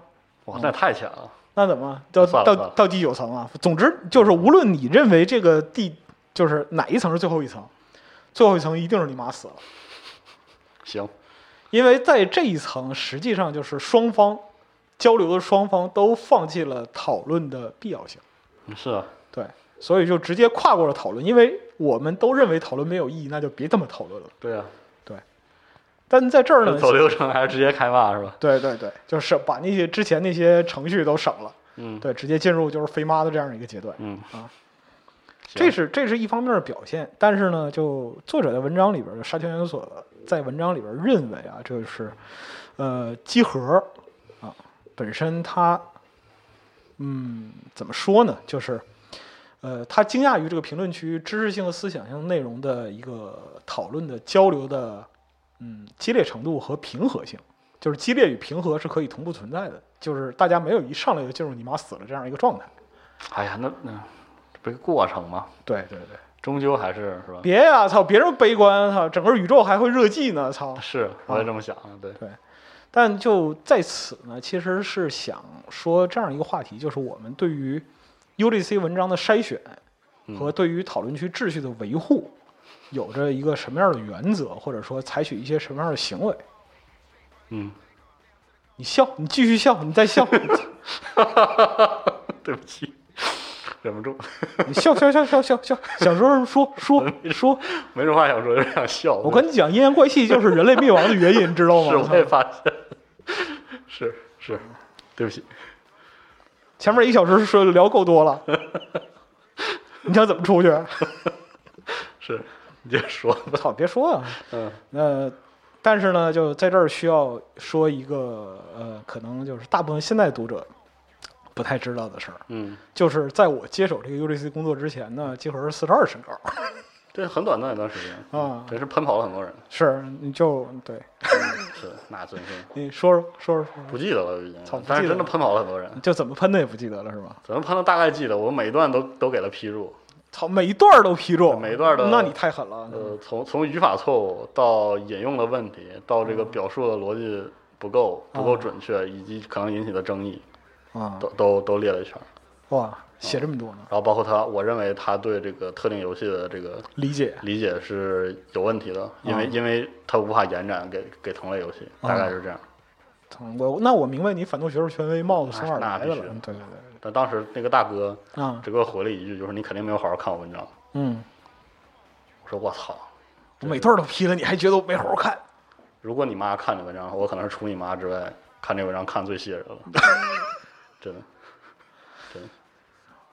[SPEAKER 3] 哇，那也太浅了，
[SPEAKER 2] 那怎么到
[SPEAKER 3] 算了
[SPEAKER 2] 到
[SPEAKER 3] 算了
[SPEAKER 2] 到第九层啊？总之就是，无论你认为这个第就是哪一层是最后一层，最后一层一定是你妈死了，
[SPEAKER 3] 行，
[SPEAKER 2] 因为在这一层实际上就是双方交流的双方都放弃了讨论的必要性，
[SPEAKER 3] 是啊，
[SPEAKER 2] 对，所以就直接跨过了讨论，因为我们都认为讨论没有意义，那就别这么讨论了。
[SPEAKER 3] 对啊，
[SPEAKER 2] 但在这嗯儿呢，
[SPEAKER 3] 走流程还是直接开骂是吧？
[SPEAKER 2] 对对对，就是把那些之前那些程序都省了，
[SPEAKER 3] 嗯
[SPEAKER 2] 对，直接进入就是飞妈的这样一个阶段。
[SPEAKER 3] 嗯
[SPEAKER 2] 啊，
[SPEAKER 3] 行
[SPEAKER 2] 这是这是一方面的表现，但是呢，就作者在文章里边儿，沙丘研究所在文章里边儿认为啊，这就是呃集合啊本身它嗯怎么说呢，就是呃他惊讶于这个评论区知识性和思想性内容的一个讨论的交流的嗯激烈程度和平和性。就是激烈与平和是可以同步存在的，就是大家没有一上来就进入你妈死了这样一个状态。
[SPEAKER 3] 哎呀，那那这不是过程吗？
[SPEAKER 2] 对对对，
[SPEAKER 3] 终究还是是吧？
[SPEAKER 2] 别呀、操，别这么悲观，操，整个宇宙还会热寂呢，操。
[SPEAKER 3] 是，我也这么想的，对，
[SPEAKER 2] 但就在此呢，其实是想说这样一个话题，就是我们对于 UDC 文章的筛选
[SPEAKER 3] 嗯
[SPEAKER 2] 和对于讨论区秩序的维护，有着一个什么样的原则，或者说采取一些什么样的行为。
[SPEAKER 3] 嗯，
[SPEAKER 2] 你笑，你继续笑，你再笑，
[SPEAKER 3] 对不起，忍不住，
[SPEAKER 2] 你笑笑笑笑笑笑，想说什么说说说。
[SPEAKER 3] 没什么话想说，就是想笑。
[SPEAKER 2] 我跟你讲，阴阳怪气就是人类灭亡的原因，知道
[SPEAKER 3] 是，
[SPEAKER 2] 吗
[SPEAKER 3] 我？也发现，是是，对不起，
[SPEAKER 2] 前面一小时说聊够多了， 你想怎么出去？
[SPEAKER 3] 是你接着说，
[SPEAKER 2] 我操，别说啊。
[SPEAKER 3] 嗯
[SPEAKER 2] 那但是呢，就在这儿需要说一个呃，可能就是大部分现在读者不太知道的事儿，
[SPEAKER 3] 嗯，
[SPEAKER 2] 就是在我接手这个 UGC 工作之前呢，集合是四十二身高
[SPEAKER 3] 这很短暂一段时间
[SPEAKER 2] 啊
[SPEAKER 3] 真是喷跑了很多人，嗯
[SPEAKER 2] 是你就对
[SPEAKER 3] 是那真是
[SPEAKER 2] 你说说说说
[SPEAKER 3] 不记得了已经
[SPEAKER 2] 操不，
[SPEAKER 3] 但
[SPEAKER 2] 记
[SPEAKER 3] 是
[SPEAKER 2] 得
[SPEAKER 3] 真的
[SPEAKER 2] 了
[SPEAKER 3] 喷跑了很多人，
[SPEAKER 2] 就怎么喷的也不记得了是吧？
[SPEAKER 3] 怎么喷的大概记得，我每一段都都给了批注，
[SPEAKER 2] 操，每一段儿都批注，
[SPEAKER 3] 每一段儿的
[SPEAKER 2] 那你太狠了。啊
[SPEAKER 3] 呃，从从语法错误到引用的问题，到这
[SPEAKER 2] 嗯
[SPEAKER 3] 个表述的逻辑不够不够准确，以及可能引起的争议，
[SPEAKER 2] 啊、
[SPEAKER 3] 嗯都都都列了一圈儿，
[SPEAKER 2] 哇，写这么多呢，
[SPEAKER 3] 然后包括他，我认为他对这个特定游戏的这个
[SPEAKER 2] 理解
[SPEAKER 3] 理解是有问题的，因
[SPEAKER 2] 哦
[SPEAKER 3] 为、因为它无法延展给给同类游戏，大概是这样。
[SPEAKER 2] 嗯我那我明白你反动学术权威帽子从哪儿
[SPEAKER 3] 那
[SPEAKER 2] 来的
[SPEAKER 3] 必须
[SPEAKER 2] 了。
[SPEAKER 3] 的
[SPEAKER 2] 对对对
[SPEAKER 3] 但当时那个大哥
[SPEAKER 2] 对，啊，
[SPEAKER 3] 只给我回了一句，就是你肯定没有好好看我文章。
[SPEAKER 2] 嗯，
[SPEAKER 3] 我说我操，
[SPEAKER 2] 我每段儿都批了，你还觉得我没好好看？
[SPEAKER 3] 如果你妈看你文章，我可能是除你妈 之外看这文章看最吸引人了，真的。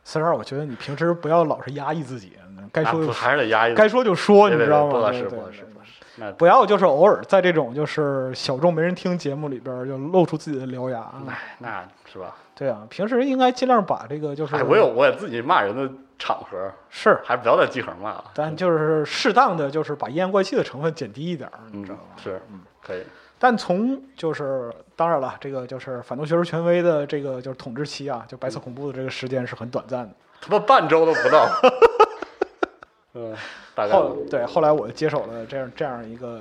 [SPEAKER 2] 四十二，我觉得你平时不要老是压抑自己，嗯该说
[SPEAKER 3] 啊
[SPEAKER 2] 就
[SPEAKER 3] 不
[SPEAKER 2] 说，
[SPEAKER 3] 还是得压抑，
[SPEAKER 2] 该说就说，你
[SPEAKER 3] 对
[SPEAKER 2] 知
[SPEAKER 3] 对对
[SPEAKER 2] 道吗？
[SPEAKER 3] 不合
[SPEAKER 2] 对
[SPEAKER 3] 适，
[SPEAKER 2] 对
[SPEAKER 3] 不合适，
[SPEAKER 2] 对
[SPEAKER 3] 不合适。那
[SPEAKER 2] 不要就是偶尔在这种就是小众没人听节目里边儿就露出自己的獠牙。啊
[SPEAKER 3] 哎，那是吧？
[SPEAKER 2] 对啊，平时应该尽量把这个就是
[SPEAKER 3] 哎，我有我也自己骂人的场合，
[SPEAKER 2] 是，
[SPEAKER 3] 还不要在集合骂了。
[SPEAKER 2] 但就是适当的就是把阴阳怪气的成分减低一点儿，你
[SPEAKER 3] 嗯
[SPEAKER 2] 知道吗？，
[SPEAKER 3] 是，可以，
[SPEAKER 2] 但从就是当然了，这个就是反动学术权威的这个就是统治期啊，就白
[SPEAKER 3] 嗯
[SPEAKER 2] 色恐怖的这个时间是很短暂的。
[SPEAKER 3] 他妈半周都不 到。嗯，大概
[SPEAKER 2] 后对后来我接手了这样这样一个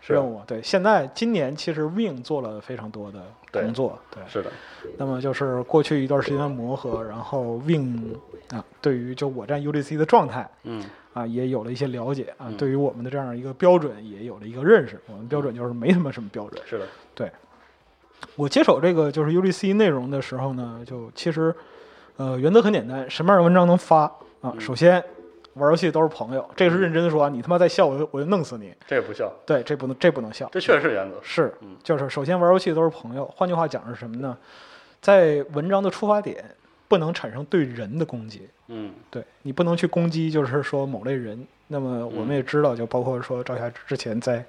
[SPEAKER 3] 是
[SPEAKER 2] 任务。对，现在今年其实 Wing 做了非常多的工作，对，
[SPEAKER 3] 是的，
[SPEAKER 2] 那么就是过去一段时间的磨合，然后 Wing 啊，对于就我站 UDC 的状态
[SPEAKER 3] 嗯，
[SPEAKER 2] 啊，也有了一些了解啊，
[SPEAKER 3] 嗯
[SPEAKER 2] 对于我们的这样一个标准也有了一个认识。我们标准就是没什么什么标准。
[SPEAKER 3] 是的，
[SPEAKER 2] 对，我接手这个就是 UGC 内容的时候呢，就其实，呃，原则很简单，什么样的文章能发啊？
[SPEAKER 3] 嗯
[SPEAKER 2] 首先，玩游戏都是朋友，这个是认真的说啊，你他妈再笑我就我就弄死你。
[SPEAKER 3] 这也不笑，
[SPEAKER 2] 对，这不能这不能笑，
[SPEAKER 3] 这确实是原则。
[SPEAKER 2] 是
[SPEAKER 3] 嗯，
[SPEAKER 2] 就是首先玩游戏都是朋友，换句话讲是什么呢？在文章的出发点不能产生对人的攻击，
[SPEAKER 3] 嗯，
[SPEAKER 2] 对你不能去攻击，就是说某类人。那么我
[SPEAKER 3] 嗯
[SPEAKER 2] 们也知道，就包括说赵霞之前在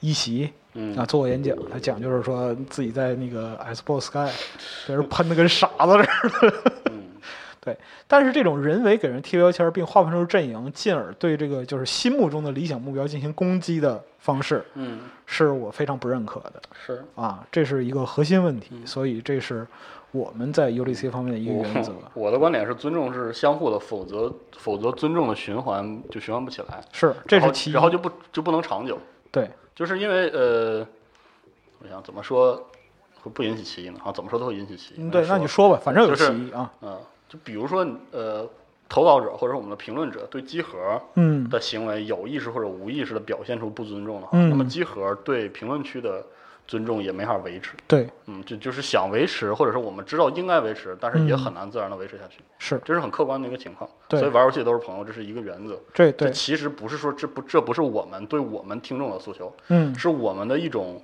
[SPEAKER 2] 一席
[SPEAKER 3] 嗯
[SPEAKER 2] 啊做过演讲，他讲就是说自己在那个 Xbox Sky 被人喷的跟傻子似的。
[SPEAKER 3] 嗯，
[SPEAKER 2] 对，但是这种人为给人贴标签并划分出阵营，进而对这个就是心目中的理想目标进行攻击的方式，
[SPEAKER 3] 嗯，
[SPEAKER 2] 是我非常不认可的
[SPEAKER 3] 是。
[SPEAKER 2] 啊，这是一个核心问
[SPEAKER 3] 嗯
[SPEAKER 2] 题，所以这是我们在 UDC 方面的一个原则。
[SPEAKER 3] 我我的观点是，尊重是相互的，否则否则尊重的循环就循环不起来。
[SPEAKER 2] 是，这
[SPEAKER 3] 然
[SPEAKER 2] 是
[SPEAKER 3] 后
[SPEAKER 2] 其一
[SPEAKER 3] 然。后就不就不能长久，
[SPEAKER 2] 对，
[SPEAKER 3] 就是因为呃，我想怎么说会不引起歧义呢？啊，怎么说都会引起歧义。
[SPEAKER 2] 嗯，对，那
[SPEAKER 3] 说
[SPEAKER 2] 你说吧，反正有
[SPEAKER 3] 就是
[SPEAKER 2] 其一啊。
[SPEAKER 3] 嗯，就比如说呃，投稿者或者我们的评论者对集合
[SPEAKER 2] 嗯，
[SPEAKER 3] 的行为有意识或者无意识的表现出不尊重的话，
[SPEAKER 2] 嗯
[SPEAKER 3] 那么集合对评论区的尊重也没法维持。
[SPEAKER 2] 对，
[SPEAKER 3] 嗯，就就是想维持，或者是我们知道应该维持，但是也
[SPEAKER 2] 嗯
[SPEAKER 3] 很难自然的维持下去，
[SPEAKER 2] 是，
[SPEAKER 3] 这是很客观的一个情况。
[SPEAKER 2] 对
[SPEAKER 3] 所以玩游戏都是朋友，这是一个原则。
[SPEAKER 2] 对
[SPEAKER 3] 这
[SPEAKER 2] 对，
[SPEAKER 3] 其实不是说这不这不是我们对我们听众的诉求，
[SPEAKER 2] 嗯，
[SPEAKER 3] 是我们的一种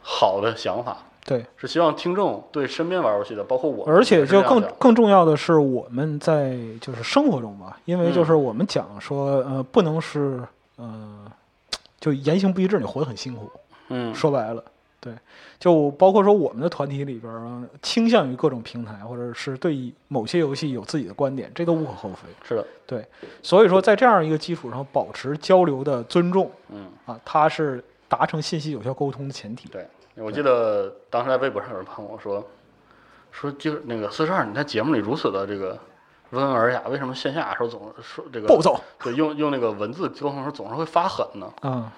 [SPEAKER 3] 好的想法，
[SPEAKER 2] 对。
[SPEAKER 3] 是希望听众对身边玩游戏的，包括我们
[SPEAKER 2] 而且
[SPEAKER 3] 也是这
[SPEAKER 2] 就
[SPEAKER 3] 样
[SPEAKER 2] 更
[SPEAKER 3] 想的啊
[SPEAKER 2] 更重要的是，我们在就是生活中吧，因为
[SPEAKER 3] 嗯
[SPEAKER 2] 就是我们讲说，呃，不能是，呃，就言行不一致，你活得很辛苦。
[SPEAKER 3] 嗯
[SPEAKER 2] 说白了，对，就包括说我们的团体里边儿倾向于各种平台，或者是对某些游戏有自己的观点，这都无可厚非。
[SPEAKER 3] 是的，
[SPEAKER 2] 对，所以说在这样一个基础上保持交流的尊重
[SPEAKER 3] 嗯。
[SPEAKER 2] 啊，它是达成信息有效沟通的前提。
[SPEAKER 3] 对，我记得当时在微博上有人问我说，说就是那个四十二，你在节目里如此的这个温文尔雅，为什么线下的时候总是说这个
[SPEAKER 2] 暴躁
[SPEAKER 3] 对，用用那个文字沟通的时候总是会发狠呢？
[SPEAKER 2] 啊，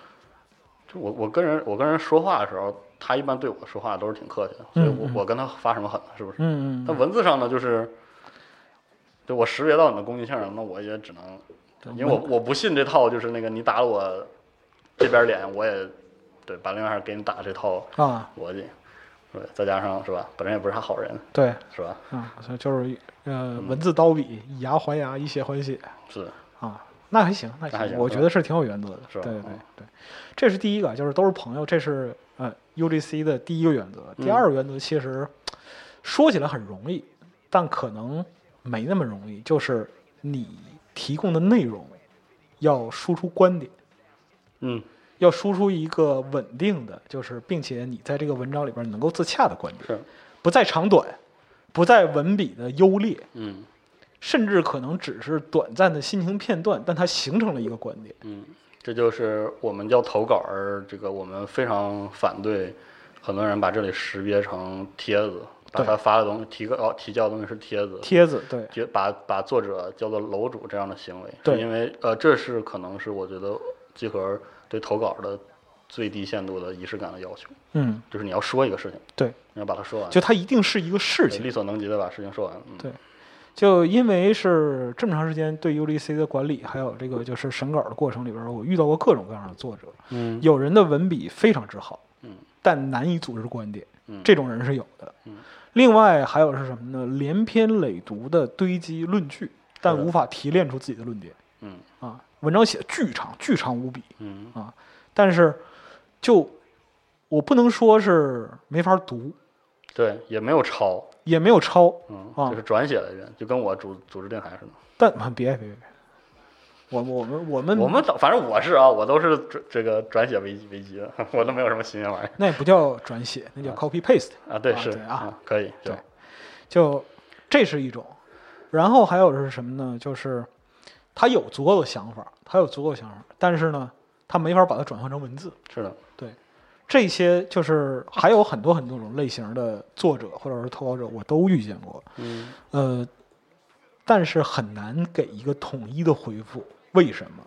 [SPEAKER 3] 就我我跟人我跟人说话的时候，他一般对我说话都是挺客气的，所以我
[SPEAKER 2] 嗯嗯
[SPEAKER 3] 我跟他发什么狠呢？是不是？
[SPEAKER 2] 嗯
[SPEAKER 3] 但文字上呢，就是对我识别到你的攻击性了，那我也只能，因为我我不信这套，就是那个你打了我这边脸，我也对把另外一边给你打这套。
[SPEAKER 2] 嗯啊，
[SPEAKER 3] 逻辑，对，再加上是吧，本人也不是啥好人，
[SPEAKER 2] 对
[SPEAKER 3] 是吧？
[SPEAKER 2] 啊，所以就是呃，
[SPEAKER 3] 嗯
[SPEAKER 2] 文字刀笔以牙还牙，以血还血
[SPEAKER 3] 是，
[SPEAKER 2] 啊，那还行，那
[SPEAKER 3] 那还行
[SPEAKER 2] 我
[SPEAKER 3] 是
[SPEAKER 2] 觉
[SPEAKER 3] 吧
[SPEAKER 2] 得是挺有原则的。
[SPEAKER 3] 是
[SPEAKER 2] 对
[SPEAKER 3] 吧
[SPEAKER 2] 对
[SPEAKER 3] 嗯
[SPEAKER 2] 对，这是第一个，就是都是朋友，这是呃 UGC 的第一个原则。第二个
[SPEAKER 3] 嗯
[SPEAKER 2] 原则其实说起来很容易，但可能没那么容易，就是你提供的内容要输出观点。
[SPEAKER 3] 嗯，
[SPEAKER 2] 要输出一个稳定的，就是并且你在这个文章里边能够自洽的观点，
[SPEAKER 3] 是，
[SPEAKER 2] 不在长短，不在文笔的优劣，
[SPEAKER 3] 嗯
[SPEAKER 2] 甚至可能只是短暂的心情片段，但它形成了一个观点。
[SPEAKER 3] 嗯，这就是我们要投稿儿，这个我们非常反对，很多人把这里识别成帖子，把
[SPEAKER 2] 对
[SPEAKER 3] 他发的东西提个哦提交的东西是帖子。
[SPEAKER 2] 帖子对，
[SPEAKER 3] 就把把作者叫做楼主这样的行为，
[SPEAKER 2] 对
[SPEAKER 3] 是因为呃，这是可能是我觉得集合对投稿的最低限度的仪式感的要求，
[SPEAKER 2] 嗯，
[SPEAKER 3] 就是你要说一个事情，
[SPEAKER 2] 对，
[SPEAKER 3] 你要把它说完，
[SPEAKER 2] 就它一定是一个事
[SPEAKER 3] 对
[SPEAKER 2] 情。
[SPEAKER 3] 力所能及的把事情说完。嗯，
[SPEAKER 2] 对就因为是这么长时间对 UDC 的管理，还有这个就是审稿的过程里边，我遇到过各种各样的作者，
[SPEAKER 3] 嗯
[SPEAKER 2] 有人的文笔非常之好，
[SPEAKER 3] 嗯，
[SPEAKER 2] 但难以组织观点，
[SPEAKER 3] 嗯
[SPEAKER 2] 这种人是有的。
[SPEAKER 3] 嗯
[SPEAKER 2] 另外还有是什么呢？连篇累牍的堆积论据，但
[SPEAKER 3] 是的
[SPEAKER 2] 无法提炼出自己的论点
[SPEAKER 3] 嗯
[SPEAKER 2] 啊。文章写得巨长，巨长无比，啊
[SPEAKER 3] 嗯
[SPEAKER 2] 但是就我不能说是没法读，
[SPEAKER 3] 对，也没有抄，
[SPEAKER 2] 也没有抄，
[SPEAKER 3] 嗯，
[SPEAKER 2] 啊
[SPEAKER 3] 就是转写的人，就跟我主组织电台似的。
[SPEAKER 2] 但 别别别，我我们我们
[SPEAKER 3] 我们早反正我是啊，我都是这这个转写维基维基的，我都没有什么新鲜玩意
[SPEAKER 2] 那也不叫转写，那叫 copy paste。
[SPEAKER 3] 儿啊。对，
[SPEAKER 2] 啊
[SPEAKER 3] 是
[SPEAKER 2] 对啊
[SPEAKER 3] 嗯可以，是
[SPEAKER 2] 对就这是一种，然后还有是什么呢？就是他有足够的想法，他有足够的想法，但是呢，他没法把它转换成文字。
[SPEAKER 3] 是的，
[SPEAKER 2] 这些就是还有很多很多种类型的作者或者是投稿者，我都遇见过。
[SPEAKER 3] 嗯，
[SPEAKER 2] 呃，但是很难给一个统一的回复，为什么？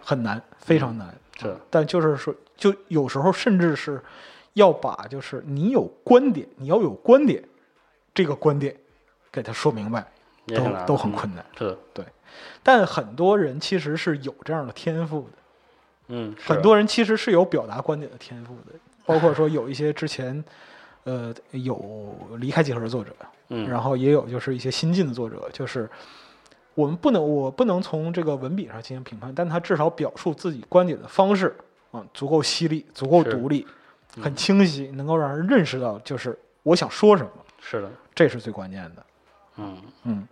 [SPEAKER 2] 很难，非常难。
[SPEAKER 3] 是的，
[SPEAKER 2] 但就是说，就有时候甚至是要把就是你有观点，你要有观点，这个观点给他说明白，
[SPEAKER 3] 也挺难
[SPEAKER 2] 都
[SPEAKER 3] 的，
[SPEAKER 2] 都很
[SPEAKER 3] 嗯
[SPEAKER 2] 困难。
[SPEAKER 3] 是的，
[SPEAKER 2] 但很多人其实是有这样的天赋的，
[SPEAKER 3] 嗯，是
[SPEAKER 2] 很
[SPEAKER 3] 的
[SPEAKER 2] 多人其实是有表达观点的天赋的，包括说有一些之前，呃，有离开集合的作者，
[SPEAKER 3] 嗯
[SPEAKER 2] 然后也有就是一些新进的作者，就是我们不能我不能从这个文笔上进行评判，但他至少表述自己观点的方式啊、足够犀利，足够
[SPEAKER 3] 是嗯
[SPEAKER 2] 独立，很清晰，能够让人认识到就是我想说什么，
[SPEAKER 3] 是的，
[SPEAKER 2] 这是最关键的。
[SPEAKER 3] 嗯
[SPEAKER 2] 嗯，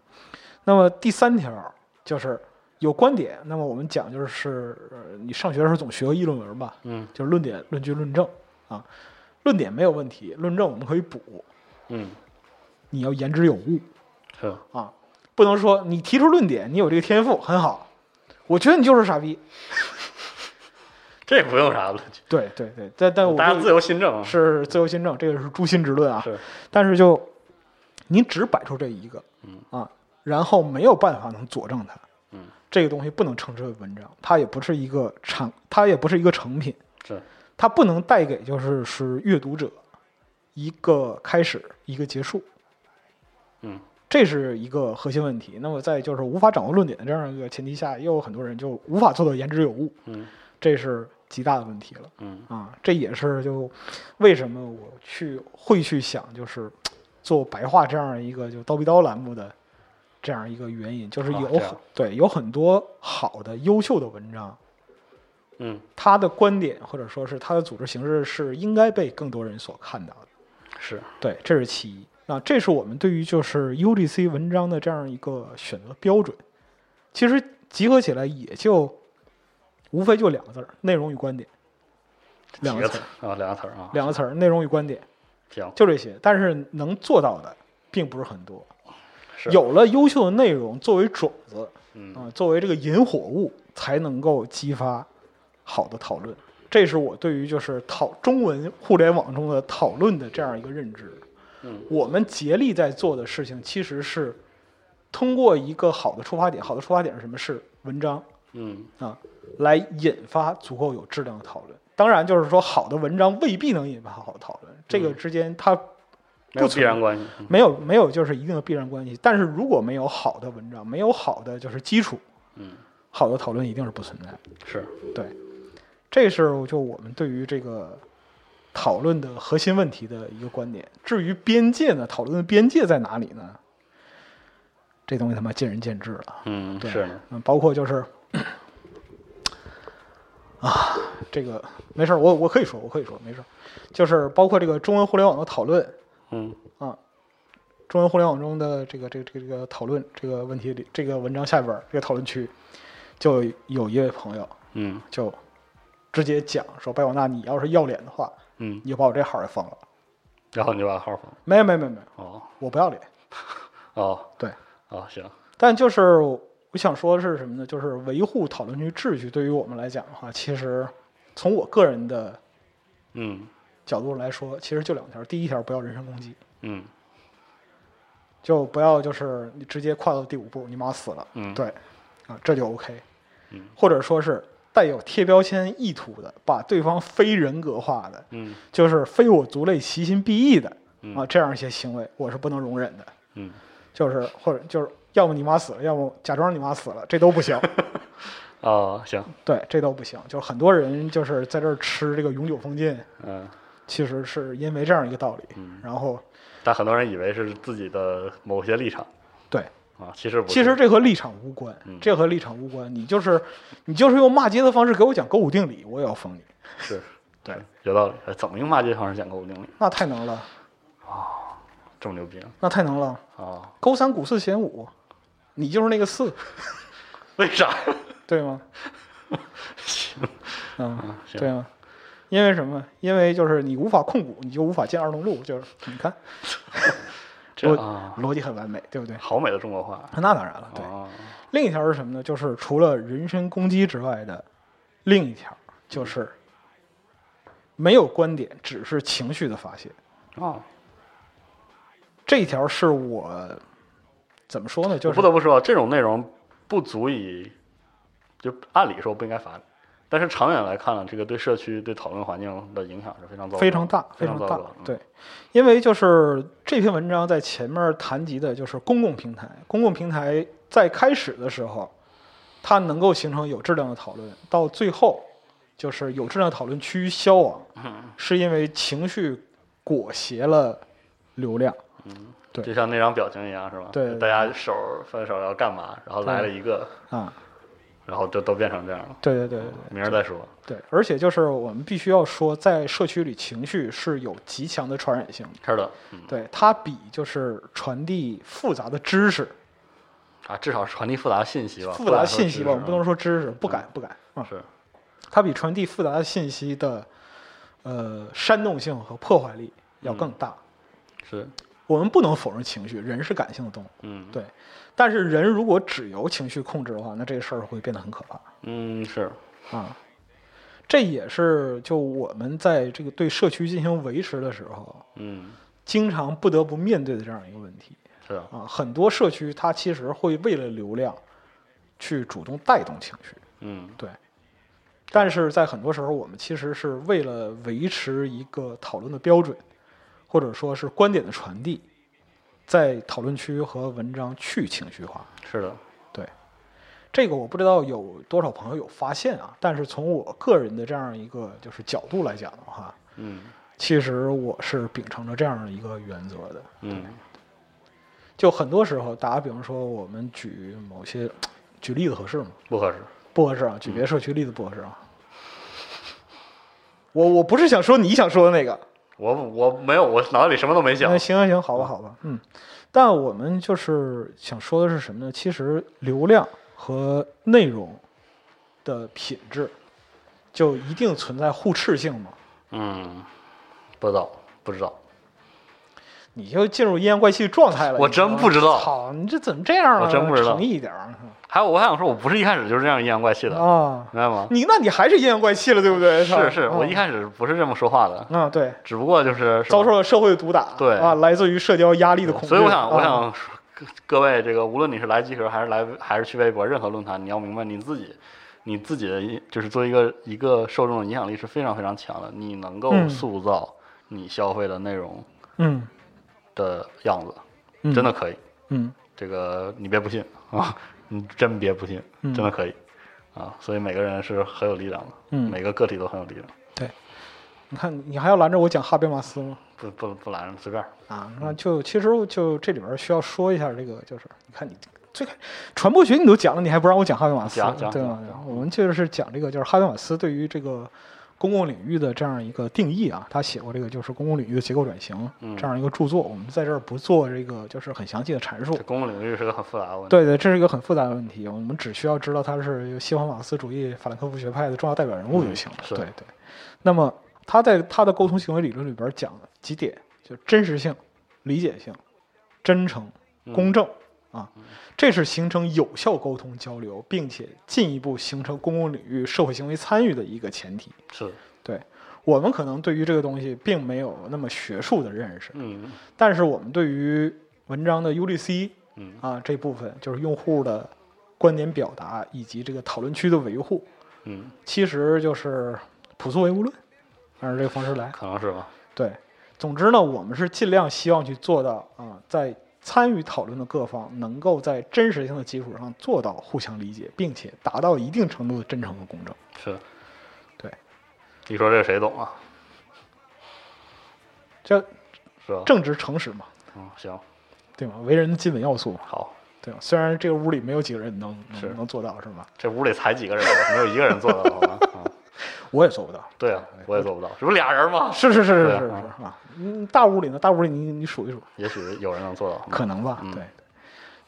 [SPEAKER 2] 那么第三条就是有观点，那么我们讲就是、呃你上学的时候总学过议论文吧，
[SPEAKER 3] 嗯
[SPEAKER 2] 就是论点、论据、论证啊，论点没有问题，论证我们可以补，
[SPEAKER 3] 嗯，
[SPEAKER 2] 你要言之有物。
[SPEAKER 3] 是的，
[SPEAKER 2] 啊，不能说你提出论点，你有这个天赋很好，我觉得你就是傻逼。
[SPEAKER 3] 这不用啥了，
[SPEAKER 2] 对对对，但但我
[SPEAKER 3] 大家
[SPEAKER 2] 这
[SPEAKER 3] 自由新政啊，
[SPEAKER 2] 是自由新政，这个是诛心之论啊。
[SPEAKER 3] 是
[SPEAKER 2] 但是就你只摆出这一个，
[SPEAKER 3] 嗯
[SPEAKER 2] 啊，然后没有办法能佐证它，
[SPEAKER 3] 嗯，
[SPEAKER 2] 这个东西不能称之为文章，它也不是一个产，它也不是一个成品，
[SPEAKER 3] 是，
[SPEAKER 2] 它不能带给就是是阅读者一个开始，一个结束，
[SPEAKER 3] 嗯，
[SPEAKER 2] 这是一个核心问题。那么在就是无法掌握论点的这样一个前提下，也有很多人就无法做到言之有物，
[SPEAKER 3] 嗯
[SPEAKER 2] 这是极大的问题了
[SPEAKER 3] 嗯
[SPEAKER 2] 啊！这也是就为什么我去会去想就是做白话这样一个就刀逼刀栏目的这样一个原因，就是
[SPEAKER 3] 啊
[SPEAKER 2] 有
[SPEAKER 3] 这
[SPEAKER 2] 很、
[SPEAKER 3] 样
[SPEAKER 2] 对有很多好的优秀的文章，
[SPEAKER 3] 嗯，
[SPEAKER 2] 他的观点或者说是他的组织形式是应该被更多人所看到的。
[SPEAKER 3] 嗯是，
[SPEAKER 2] 对，这是其一。那这是我们对于就是 UGC 文章的这样一个选择标准。其实集合起来也就无非就两个字儿：内容与观点。两
[SPEAKER 3] 几
[SPEAKER 2] 个
[SPEAKER 3] 个
[SPEAKER 2] 词
[SPEAKER 3] 词
[SPEAKER 2] 儿，
[SPEAKER 3] 儿啊，两个词儿啊，
[SPEAKER 2] 两个词儿：内容与观点，
[SPEAKER 3] 行，
[SPEAKER 2] 就这些。但是能做到的并不是很多。
[SPEAKER 3] 是，
[SPEAKER 2] 有了优秀的内容作为种子啊、
[SPEAKER 3] 嗯
[SPEAKER 2] 作为这个引火物，才能够激发好的讨论。这是我对于就是讨中文互联网中的讨论的这样一个认知。
[SPEAKER 3] 嗯，
[SPEAKER 2] 我们竭力在做的事情，其实是通过一个好的出发点，好的出发点是什么？是文章
[SPEAKER 3] 嗯
[SPEAKER 2] 啊，来引发足够有质量的讨论。当然，就是说好的文章未必能引发好的讨论，这个之间它
[SPEAKER 3] 嗯没有
[SPEAKER 2] 不
[SPEAKER 3] 必
[SPEAKER 2] 存
[SPEAKER 3] 然关系，嗯
[SPEAKER 2] 没有没有就是一定的必然关系。但是如果没有好的文章，没有好的就是基础，
[SPEAKER 3] 嗯，
[SPEAKER 2] 好的讨论一定是不存在的。
[SPEAKER 3] 是，
[SPEAKER 2] 对，这是就我们对于这个讨论的核心问题的一个观点。至于边界呢，讨论的边界在哪里呢？这东西他妈见仁见智了。
[SPEAKER 3] 嗯
[SPEAKER 2] 对
[SPEAKER 3] 是的，
[SPEAKER 2] 嗯，包括就是啊，这个没事儿，我我可以说，我可以说，没事儿。就是包括这个中文互联网的讨论，啊
[SPEAKER 3] 嗯
[SPEAKER 2] 中文互联网中的这个这个这个这个讨论这个问题里，这个文章下边儿这个讨论区，就有一位朋友
[SPEAKER 3] 嗯
[SPEAKER 2] 就直接讲说：“白广大，你要是要脸的话，
[SPEAKER 3] 嗯，
[SPEAKER 2] 你就把我这号儿给封了。
[SPEAKER 3] 然后你就把号封”
[SPEAKER 2] 没有没有没有没有，
[SPEAKER 3] 哦
[SPEAKER 2] 我不要脸。
[SPEAKER 3] 哦
[SPEAKER 2] 对，
[SPEAKER 3] 哦行，
[SPEAKER 2] 但就是我想说的是什么呢？就是维护讨论区秩序，对于我们来讲的话，其实从我个人的
[SPEAKER 3] 嗯
[SPEAKER 2] 角度来说，其实就两条：第一条，不要人身攻击，
[SPEAKER 3] 嗯
[SPEAKER 2] 就不要就是你直接跨到第五步，你妈死了。
[SPEAKER 3] 嗯
[SPEAKER 2] 对，啊，这就 OK
[SPEAKER 3] 嗯。
[SPEAKER 2] 或者说是带有贴标签意图的，把对方非人格化的，
[SPEAKER 3] 嗯
[SPEAKER 2] 就是非我族类，其心必异的
[SPEAKER 3] 嗯
[SPEAKER 2] 啊，这样一些行为我是不能容忍的。
[SPEAKER 3] 嗯
[SPEAKER 2] 就是或者就是要么你妈死了，要么假装你妈死了，这都不 行。
[SPEAKER 3] 哦行，
[SPEAKER 2] 对，这都不行。就是很多人就是在这儿吃这个永久封禁，
[SPEAKER 3] 嗯。
[SPEAKER 2] 其实是因为这样一个道理。然后
[SPEAKER 3] 但很多人以为是自己的某些立场
[SPEAKER 2] 对，
[SPEAKER 3] 啊，其实不是
[SPEAKER 2] 其实这和立场无关，
[SPEAKER 3] 嗯
[SPEAKER 2] 这和立场无关。你就是你就是用骂街的方式给我讲勾股定理，我也要封你。
[SPEAKER 3] 是
[SPEAKER 2] 对，
[SPEAKER 3] 有道理。哎怎么用骂街方式建构定理？
[SPEAKER 2] 那太能了，
[SPEAKER 3] 这么牛逼啊
[SPEAKER 2] 那太能了！！
[SPEAKER 3] 啊
[SPEAKER 2] 勾三股四弦五，你就是那个四，
[SPEAKER 3] 为啥？
[SPEAKER 2] 对吗？
[SPEAKER 3] 行，
[SPEAKER 2] 嗯，
[SPEAKER 3] 啊行
[SPEAKER 2] 对吗？因为什么？因为就是你无法控股，你就无法建二通路，就是你看
[SPEAKER 3] 这
[SPEAKER 2] 我
[SPEAKER 3] 啊，
[SPEAKER 2] 逻辑很完美，对不对？
[SPEAKER 3] 好美的中国话
[SPEAKER 2] 那当然了，对。
[SPEAKER 3] 啊！
[SPEAKER 2] 另一条是什么呢？就是除了人身攻击之外的另一条，就是没有观点，只是情绪的发泄。
[SPEAKER 3] 啊，
[SPEAKER 2] 这一条是我怎么说呢？就
[SPEAKER 3] 我
[SPEAKER 2] 是
[SPEAKER 3] 不得不说，这种内容不足以，就按理说不应该罚你。但是长远来看呢，这个对社区、对讨论环境的影响是非常糟糕的，
[SPEAKER 2] 非常大，
[SPEAKER 3] 非
[SPEAKER 2] 非
[SPEAKER 3] 常
[SPEAKER 2] 常
[SPEAKER 3] 糟
[SPEAKER 2] 大
[SPEAKER 3] 糕。。嗯，
[SPEAKER 2] 对，因为就是这篇文章在前面谈及的，就是公共平台。公共平台在开始的时候，它能够形成有质量的讨论，到最后就是有质量的讨论趋于消亡，
[SPEAKER 3] 嗯
[SPEAKER 2] 是因为情绪裹挟了流量。对
[SPEAKER 3] 就像那张表情一样，是吧？
[SPEAKER 2] 对
[SPEAKER 3] 大家手分手要干嘛，然后来了一个，
[SPEAKER 2] 啊，
[SPEAKER 3] 然后就都变成这样了。
[SPEAKER 2] 对对对对
[SPEAKER 3] 明儿再说。
[SPEAKER 2] 对对，而且就是我们必须要说，在社区里情绪是有极强的传染性的，
[SPEAKER 3] 是的，嗯
[SPEAKER 2] 对它比就是传递复杂的知识、
[SPEAKER 3] 啊，至少传递复杂信息吧，
[SPEAKER 2] 复杂的信息吧，我们不能
[SPEAKER 3] 说
[SPEAKER 2] 说
[SPEAKER 3] 啊
[SPEAKER 2] 知识，不敢不敢啊，
[SPEAKER 3] 嗯是
[SPEAKER 2] 它比传递复杂的信息的呃煽动性和破坏力要
[SPEAKER 3] 嗯
[SPEAKER 2] 更大。
[SPEAKER 3] 是，
[SPEAKER 2] 我们不能否认情绪，人是感性的动物，
[SPEAKER 3] 嗯
[SPEAKER 2] 对。但是人如果只由情绪控制的话，那这个事儿会变得很可怕。
[SPEAKER 3] 嗯是，
[SPEAKER 2] 啊，这也是就我们在这个对社区进行维持的时候，
[SPEAKER 3] 嗯
[SPEAKER 2] 经常不得不面对的这样一个问题
[SPEAKER 3] 是的，
[SPEAKER 2] 啊。很多社区它其实会为了流量去主动带动情绪，
[SPEAKER 3] 嗯
[SPEAKER 2] 对。但是在很多时候，我们其实是为了维持一个讨论的标准，或者说是观点的传递，在讨论区和文章去情绪化。
[SPEAKER 3] 是的，
[SPEAKER 2] 对，这个我不知道有多少朋友有发现啊，但是从我个人的这样一个就是角度来讲的话，
[SPEAKER 3] 嗯
[SPEAKER 2] 其实我是秉承着这样的一个原则的。
[SPEAKER 3] 嗯
[SPEAKER 2] 就很多时候，打个比方说，我们举某些举例子合适吗？
[SPEAKER 3] 不合适，
[SPEAKER 2] 不合适啊，举别的社区例子不合适啊。我我不是想说你想说的那个，
[SPEAKER 3] 我我没有，我脑袋里什么都没想
[SPEAKER 2] 那，行行行，好吧好吧，嗯。但我们就是想说的是什么呢？其实流量和内容的品质就一定存在互斥性嘛。
[SPEAKER 3] 嗯，不知道不知道，
[SPEAKER 2] 你就进入阴阳怪气状态了。
[SPEAKER 3] 我
[SPEAKER 2] 你知道
[SPEAKER 3] 真
[SPEAKER 2] 吗
[SPEAKER 3] 不知道
[SPEAKER 2] 操，你这怎么这样啊？
[SPEAKER 3] 我真不知道
[SPEAKER 2] 诚意一点儿
[SPEAKER 3] 还有我还想说，我不是一开始就是这样阴阳怪气的，
[SPEAKER 2] 啊！
[SPEAKER 3] 明白吗？
[SPEAKER 2] 你那你还是阴阳怪气了，对不对？
[SPEAKER 3] 是是，我一
[SPEAKER 2] 看
[SPEAKER 3] 开始不是这么说话的，
[SPEAKER 2] 啊，对，
[SPEAKER 3] 只不过就是
[SPEAKER 2] 遭受
[SPEAKER 3] 了，
[SPEAKER 2] 了社会的毒打，
[SPEAKER 3] 对
[SPEAKER 2] 啊，来自于社交压力的恐惧。
[SPEAKER 3] 所以我想我
[SPEAKER 2] 啊
[SPEAKER 3] 想说。各各位，这个无论你是来集合还是来还是去微博，任何论坛，你要明白你自己，你自己的影就是做一个一个受众的影响力是非常非常强的，你能够
[SPEAKER 2] 嗯
[SPEAKER 3] 塑造你消费的内容
[SPEAKER 2] 嗯，
[SPEAKER 3] 的样子，
[SPEAKER 2] 嗯
[SPEAKER 3] 真的，可以。
[SPEAKER 2] 嗯
[SPEAKER 3] 这个你别不信啊，你真别不信，
[SPEAKER 2] 嗯
[SPEAKER 3] 真的可以啊。所以每个人是很有力量的，
[SPEAKER 2] 嗯
[SPEAKER 3] 每个个体都很有力量，
[SPEAKER 2] 对。你看，你还要拦着我讲哈贝马斯吗？
[SPEAKER 3] 不不不拦随便。
[SPEAKER 2] 啊，那就其实就这里边需要说一下这个，就是你看你最开传播学你都讲了，你还不让我讲哈贝马斯
[SPEAKER 3] 讲，讲
[SPEAKER 2] 对吗
[SPEAKER 3] 讲？讲
[SPEAKER 2] 我们就是讲这个，就是哈贝马斯对于这个公共领域的这样一个定义啊，他写过这个就是公共领域的结构转型
[SPEAKER 3] 嗯
[SPEAKER 2] 这样一个著作，我们在这儿不做这个就是很详细的阐述
[SPEAKER 3] 这。公共领域是个很复杂的问题。
[SPEAKER 2] 对对，这是一个很复杂的问题，我们只需要知道他是西方马克思主义法兰克福学派的重要代表人物就行了。
[SPEAKER 3] 嗯是
[SPEAKER 2] 对对。那么他在他的沟通行为理论里边讲了几点，就真实性、理解性、真诚、
[SPEAKER 3] 嗯
[SPEAKER 2] 公正、啊，这是形成有效沟通交流，并且进一步形成公共领域社会行为参与的一个前提。
[SPEAKER 3] 是，
[SPEAKER 2] 对我们可能对于这个东西并没有那么学术的认识，
[SPEAKER 3] 嗯
[SPEAKER 2] 但是我们对于文章的 UGC
[SPEAKER 3] 嗯
[SPEAKER 2] 啊这部分，就是用户的观点表达以及这个讨论区的维护，
[SPEAKER 3] 嗯，
[SPEAKER 2] 其实就是朴素唯物论，按照这个方式来。
[SPEAKER 3] 可能是吧。
[SPEAKER 2] 对，总之呢，我们是尽量希望去做到啊、在参与讨论的各方能够在真实性的基础上做到互相理解，并且达到一定程度的真诚和公正。
[SPEAKER 3] 是，
[SPEAKER 2] 对，
[SPEAKER 3] 你说这谁懂啊？
[SPEAKER 2] 这
[SPEAKER 3] 是吧？
[SPEAKER 2] 正直诚实嘛，
[SPEAKER 3] 嗯，行，
[SPEAKER 2] 对吗？为人的基本要素嘛，
[SPEAKER 3] 好，
[SPEAKER 2] 对吗？虽然这个屋里没有几个人能
[SPEAKER 3] 是
[SPEAKER 2] 能能做到，是吧？
[SPEAKER 3] 这屋里才几个人啊，没有一个人做到，好吧？啊，
[SPEAKER 2] 我也做不到。
[SPEAKER 3] 对啊，我也做不到，这不俩人吗？
[SPEAKER 2] 是是是是
[SPEAKER 3] 对
[SPEAKER 2] 是
[SPEAKER 3] 啊
[SPEAKER 2] 是啊，嗯，大屋里呢，大屋里你你数一数，
[SPEAKER 3] 也许有人能做到，
[SPEAKER 2] 可能吧，
[SPEAKER 3] 嗯
[SPEAKER 2] 对。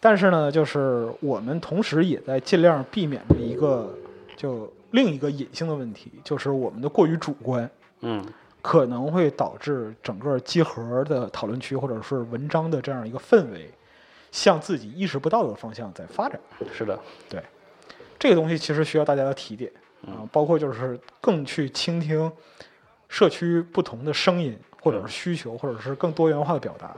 [SPEAKER 2] 但是呢，就是我们同时也在尽量避免着一个就另一个隐性的问题，就是我们的过于主观
[SPEAKER 3] 嗯，
[SPEAKER 2] 可能会导致整个集合的讨论区或者是文章的这样一个氛围，向自己意识不到的方向在发展。
[SPEAKER 3] 是的，
[SPEAKER 2] 这个东西其实需要大家的提点啊，包括就是更去倾听社区不同的声音，或者是需求，或者是更多元化的表达。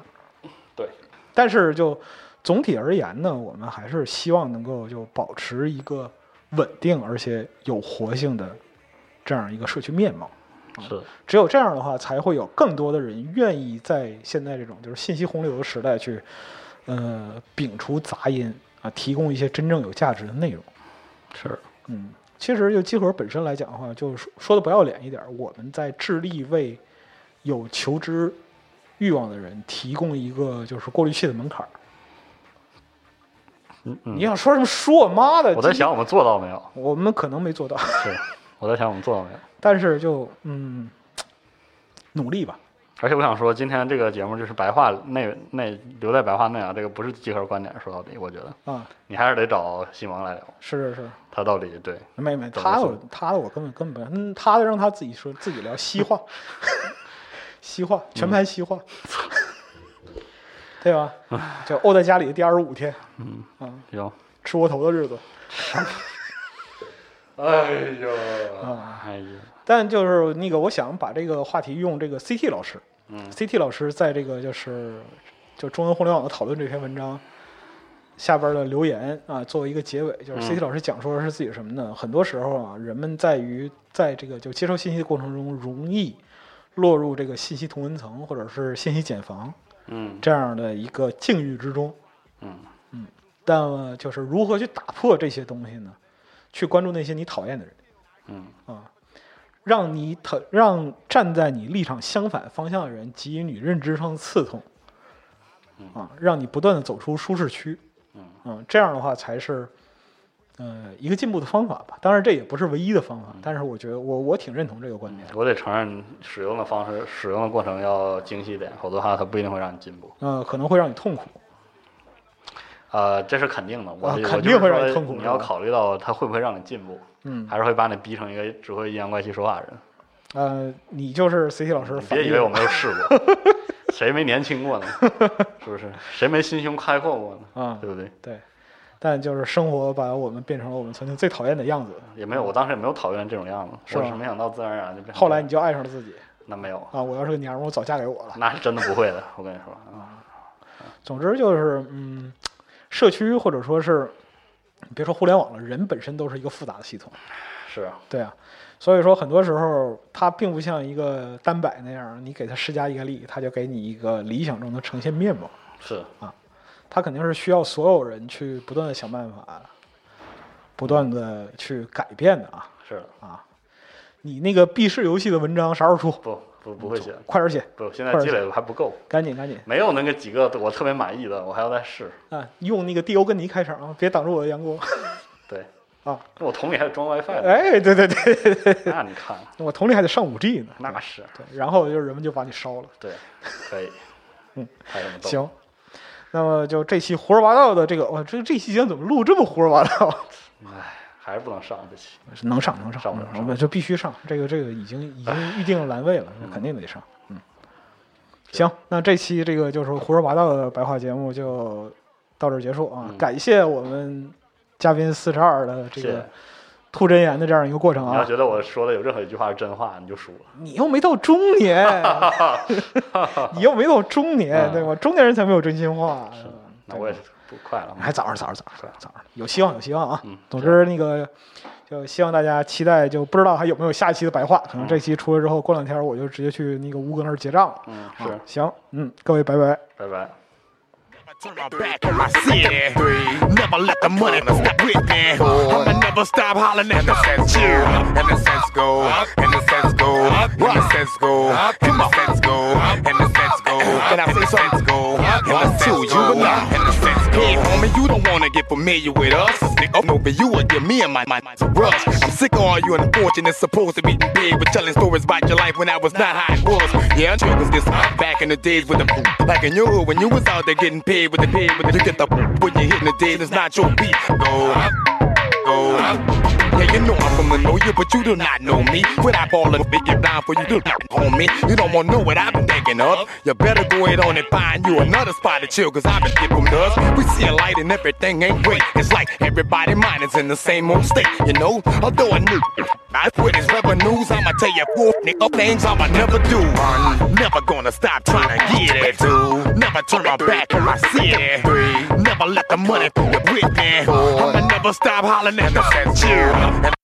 [SPEAKER 3] 对，
[SPEAKER 2] 但是就总体而言呢，我们还是希望能够就保持一个稳定而且有活性的这样一个社区面貌。
[SPEAKER 3] 是的，
[SPEAKER 2] 只有这样的话，才会有更多的人愿意在现在这种就是信息洪流的时代去，呃，摒除杂音啊，提供一些真正有价值的内容。
[SPEAKER 3] 是的，
[SPEAKER 2] 嗯，其实就集合本身来讲的话，就是说说的不要脸一点儿，我们在致力为有求知欲望的人提供一个就是过滤器的门槛儿。
[SPEAKER 3] 嗯嗯
[SPEAKER 2] 你。想说什么说我妈的？
[SPEAKER 3] 我在
[SPEAKER 2] 今天，
[SPEAKER 3] 想我们做到没有？
[SPEAKER 2] 我们可能没做到，
[SPEAKER 3] 是，我在想我们做到没有？
[SPEAKER 2] 但是就嗯，努力吧。
[SPEAKER 3] 而且我想说，今天这个节目就是白话内内留在白话内啊，这个不是集合观点。说到底，我觉得
[SPEAKER 2] 啊，
[SPEAKER 3] 你还是得找西蒙来聊，
[SPEAKER 2] 是是是。
[SPEAKER 3] 他到底对
[SPEAKER 2] 没没，
[SPEAKER 3] 怎
[SPEAKER 2] 他
[SPEAKER 3] 么
[SPEAKER 2] 的
[SPEAKER 3] 说
[SPEAKER 2] 我他的我根本根本不，嗯，他的让他自己说自己聊西 化，西化
[SPEAKER 3] 嗯
[SPEAKER 2] 全盘西化，对吧？就沤在家里的第二十五天，嗯
[SPEAKER 3] 行。
[SPEAKER 2] 吃窝头的日子
[SPEAKER 3] 哎呦，
[SPEAKER 2] 啊。
[SPEAKER 3] 哎呀，
[SPEAKER 2] 但就是那个，我想把这个话题用这个 CT 老师，
[SPEAKER 3] 嗯
[SPEAKER 2] ，CT 老师在这个就是就中文互联网的讨论这篇文章下边的留言啊，作为一个结尾，就是
[SPEAKER 3] 嗯
[SPEAKER 2] CT 老师讲说是自己什么呢？很多时候啊，人们在于在这个就接受信息的过程中，容易落入这个信息同温层或者是信息茧房
[SPEAKER 3] 嗯
[SPEAKER 2] 这样的一个境遇之中。
[SPEAKER 3] 嗯，
[SPEAKER 2] 但呃就是如何去打破这些东西呢？去关注那些你讨厌的人。
[SPEAKER 3] 嗯
[SPEAKER 2] 啊，让你讨让站在你立场相反方向的人给予你认知上的刺痛，啊，让你不断的走出舒适区，啊
[SPEAKER 3] 嗯
[SPEAKER 2] 这样的话才是，呃，一个进步的方法吧。当然，这也不是唯一的方
[SPEAKER 3] 嗯
[SPEAKER 2] 法，但是我觉得我我挺认同这个观点。
[SPEAKER 3] 我得承认，使用的方式、使用的过程要精细一点，否则的话它不一定会让你进步。
[SPEAKER 2] 呃，可能会让你痛苦，
[SPEAKER 3] 呃，这是肯定的，我、
[SPEAKER 2] 啊
[SPEAKER 3] 我
[SPEAKER 2] 肯定
[SPEAKER 3] 就是
[SPEAKER 2] 会让
[SPEAKER 3] 说
[SPEAKER 2] 你痛苦
[SPEAKER 3] 你
[SPEAKER 2] 是
[SPEAKER 3] 要
[SPEAKER 2] 吧
[SPEAKER 3] 考虑到它会不会让你进步，
[SPEAKER 2] 嗯，
[SPEAKER 3] 还是会把你逼成一个只会阴阳怪气说话的人。
[SPEAKER 2] 呃，你就是 CT 老师的
[SPEAKER 3] 你
[SPEAKER 2] 反
[SPEAKER 3] 别
[SPEAKER 2] 例
[SPEAKER 3] 以为我没有试过，谁没年轻过呢？是不是？谁没心胸开阔过呢？
[SPEAKER 2] 啊，
[SPEAKER 3] 对不对？
[SPEAKER 2] 对，但就是生活把我们变成了我们曾经最讨厌的样子，
[SPEAKER 3] 也没有，我当时也没有讨厌这种样子，
[SPEAKER 2] 是
[SPEAKER 3] 我只
[SPEAKER 2] 吗
[SPEAKER 3] 是没想到自然而然就变成这样。
[SPEAKER 2] 后来你就爱上了自己
[SPEAKER 3] 那没有，
[SPEAKER 2] 啊！我要是个娘们儿，我早嫁给我了。
[SPEAKER 3] 那是真的不会的，我跟你说啊，
[SPEAKER 2] 总之就是，嗯，社区或者说是，别说互联网了，人本身都是一个复杂的系统，
[SPEAKER 3] 是啊，
[SPEAKER 2] 对啊，所以说很多时候它并不像一个单摆那样，你给它施加一个力，它就给你一个理想中的呈现面貌，
[SPEAKER 3] 是，
[SPEAKER 2] 它肯定是需要所有人去不断的想办法，不断的去改变的啊
[SPEAKER 3] 是的，
[SPEAKER 2] 啊！你那个闭市游戏的文章啥时候出？
[SPEAKER 3] 不不不会写，
[SPEAKER 2] 快点写，
[SPEAKER 3] 不，现在
[SPEAKER 2] 快点
[SPEAKER 3] 积累的还不够，
[SPEAKER 2] 赶紧赶紧
[SPEAKER 3] 没有那个几个我特别满意的，我还要再试。
[SPEAKER 2] 啊！用那个迪欧根尼开场啊，别挡住我的阳光
[SPEAKER 3] 对，
[SPEAKER 2] 啊！
[SPEAKER 3] 那我桶里还装 WiFi 呢，
[SPEAKER 2] 哎，对对对对对。
[SPEAKER 3] 那你看，
[SPEAKER 2] 我同里还得上五 G 呢。
[SPEAKER 3] 那是
[SPEAKER 2] 对，然后就是人们就把你烧了。
[SPEAKER 3] 对，可以，
[SPEAKER 2] 嗯，
[SPEAKER 3] 还有那么多，
[SPEAKER 2] 行，那么就这期胡说八道的这个，哇，这这期节目怎么录这么胡说八道？
[SPEAKER 3] 唉，哎还是不能上这期，
[SPEAKER 2] 能上能上，
[SPEAKER 3] 上不
[SPEAKER 2] 嗯
[SPEAKER 3] 了
[SPEAKER 2] 我
[SPEAKER 3] 上不
[SPEAKER 2] 们就必须上。这个这个已经已经预定了栏位了，那肯定得上。嗯，行，那这期这个就是胡说八道的白话节目就到这儿结束啊！
[SPEAKER 3] 嗯
[SPEAKER 2] 感谢我们嘉宾四十二的这
[SPEAKER 3] 谢谢
[SPEAKER 2] 个。吐真言的这样一个过程
[SPEAKER 3] 你要
[SPEAKER 2] 啊，
[SPEAKER 3] 觉得我说的有任何一句话是真话，你就输了。
[SPEAKER 2] 你又没到中 年，你又没到中年，
[SPEAKER 3] 嗯
[SPEAKER 2] 对吧？中年人才没有真心话。嗯对吧
[SPEAKER 3] 那我也不快了。
[SPEAKER 2] 还早着早着早着
[SPEAKER 3] 对
[SPEAKER 2] 早着，有希望有希望啊！
[SPEAKER 3] 嗯
[SPEAKER 2] 总之那个就希望大家期待，就不知道还有没有下一期的白话，可能这期出了之后，过两天我就直接去那个吴哥那儿结账了。
[SPEAKER 3] 嗯，
[SPEAKER 2] 啊
[SPEAKER 3] 是，，
[SPEAKER 2] 行，嗯，各位拜拜。
[SPEAKER 3] 拜拜。
[SPEAKER 4] Turn my back on my city. Never let the money stop with me. I'ma never stop hollering at the
[SPEAKER 5] sense you, and the sense go, and the sense go, and the sense go, and the sense go, and the sense go,
[SPEAKER 4] Can I say
[SPEAKER 5] and the sense go, and the
[SPEAKER 4] One,
[SPEAKER 5] sense
[SPEAKER 4] two, you
[SPEAKER 5] go,
[SPEAKER 4] and I.
[SPEAKER 5] and the sense go.
[SPEAKER 4] Hey, homie, you don't wanna get familiar.
[SPEAKER 5] familiar with us. Stick up over you or give me and my mind to rush. I'm sick of all you unfortunates supposed to be in bed with telling stories about your life when I was not how it was. Yeah, I was this back in the days with the like in your hood when you was out there getting paid with the paid with the you get the when you're hitting the days it's not your beat. Go, go. Oh. Yeah, you know I'm from the know you, but you do not know me. When I ball a bit, you down for you do not know me. You don't want to know what I've been thinking of. You better go ahead on and find you another spot to chill, cause I've been dipping dust. We see a light and everything ain't great. It's like everybody mind is in the same old state, you know? Although I knew I quit his revenues, I'ma tell you four nigga things I'ma never do. Never gonna stop trying to get it. Two. Never turn my back on my city. Three. Never let the money fool you with me. I'ma never stop hollering at the sense you.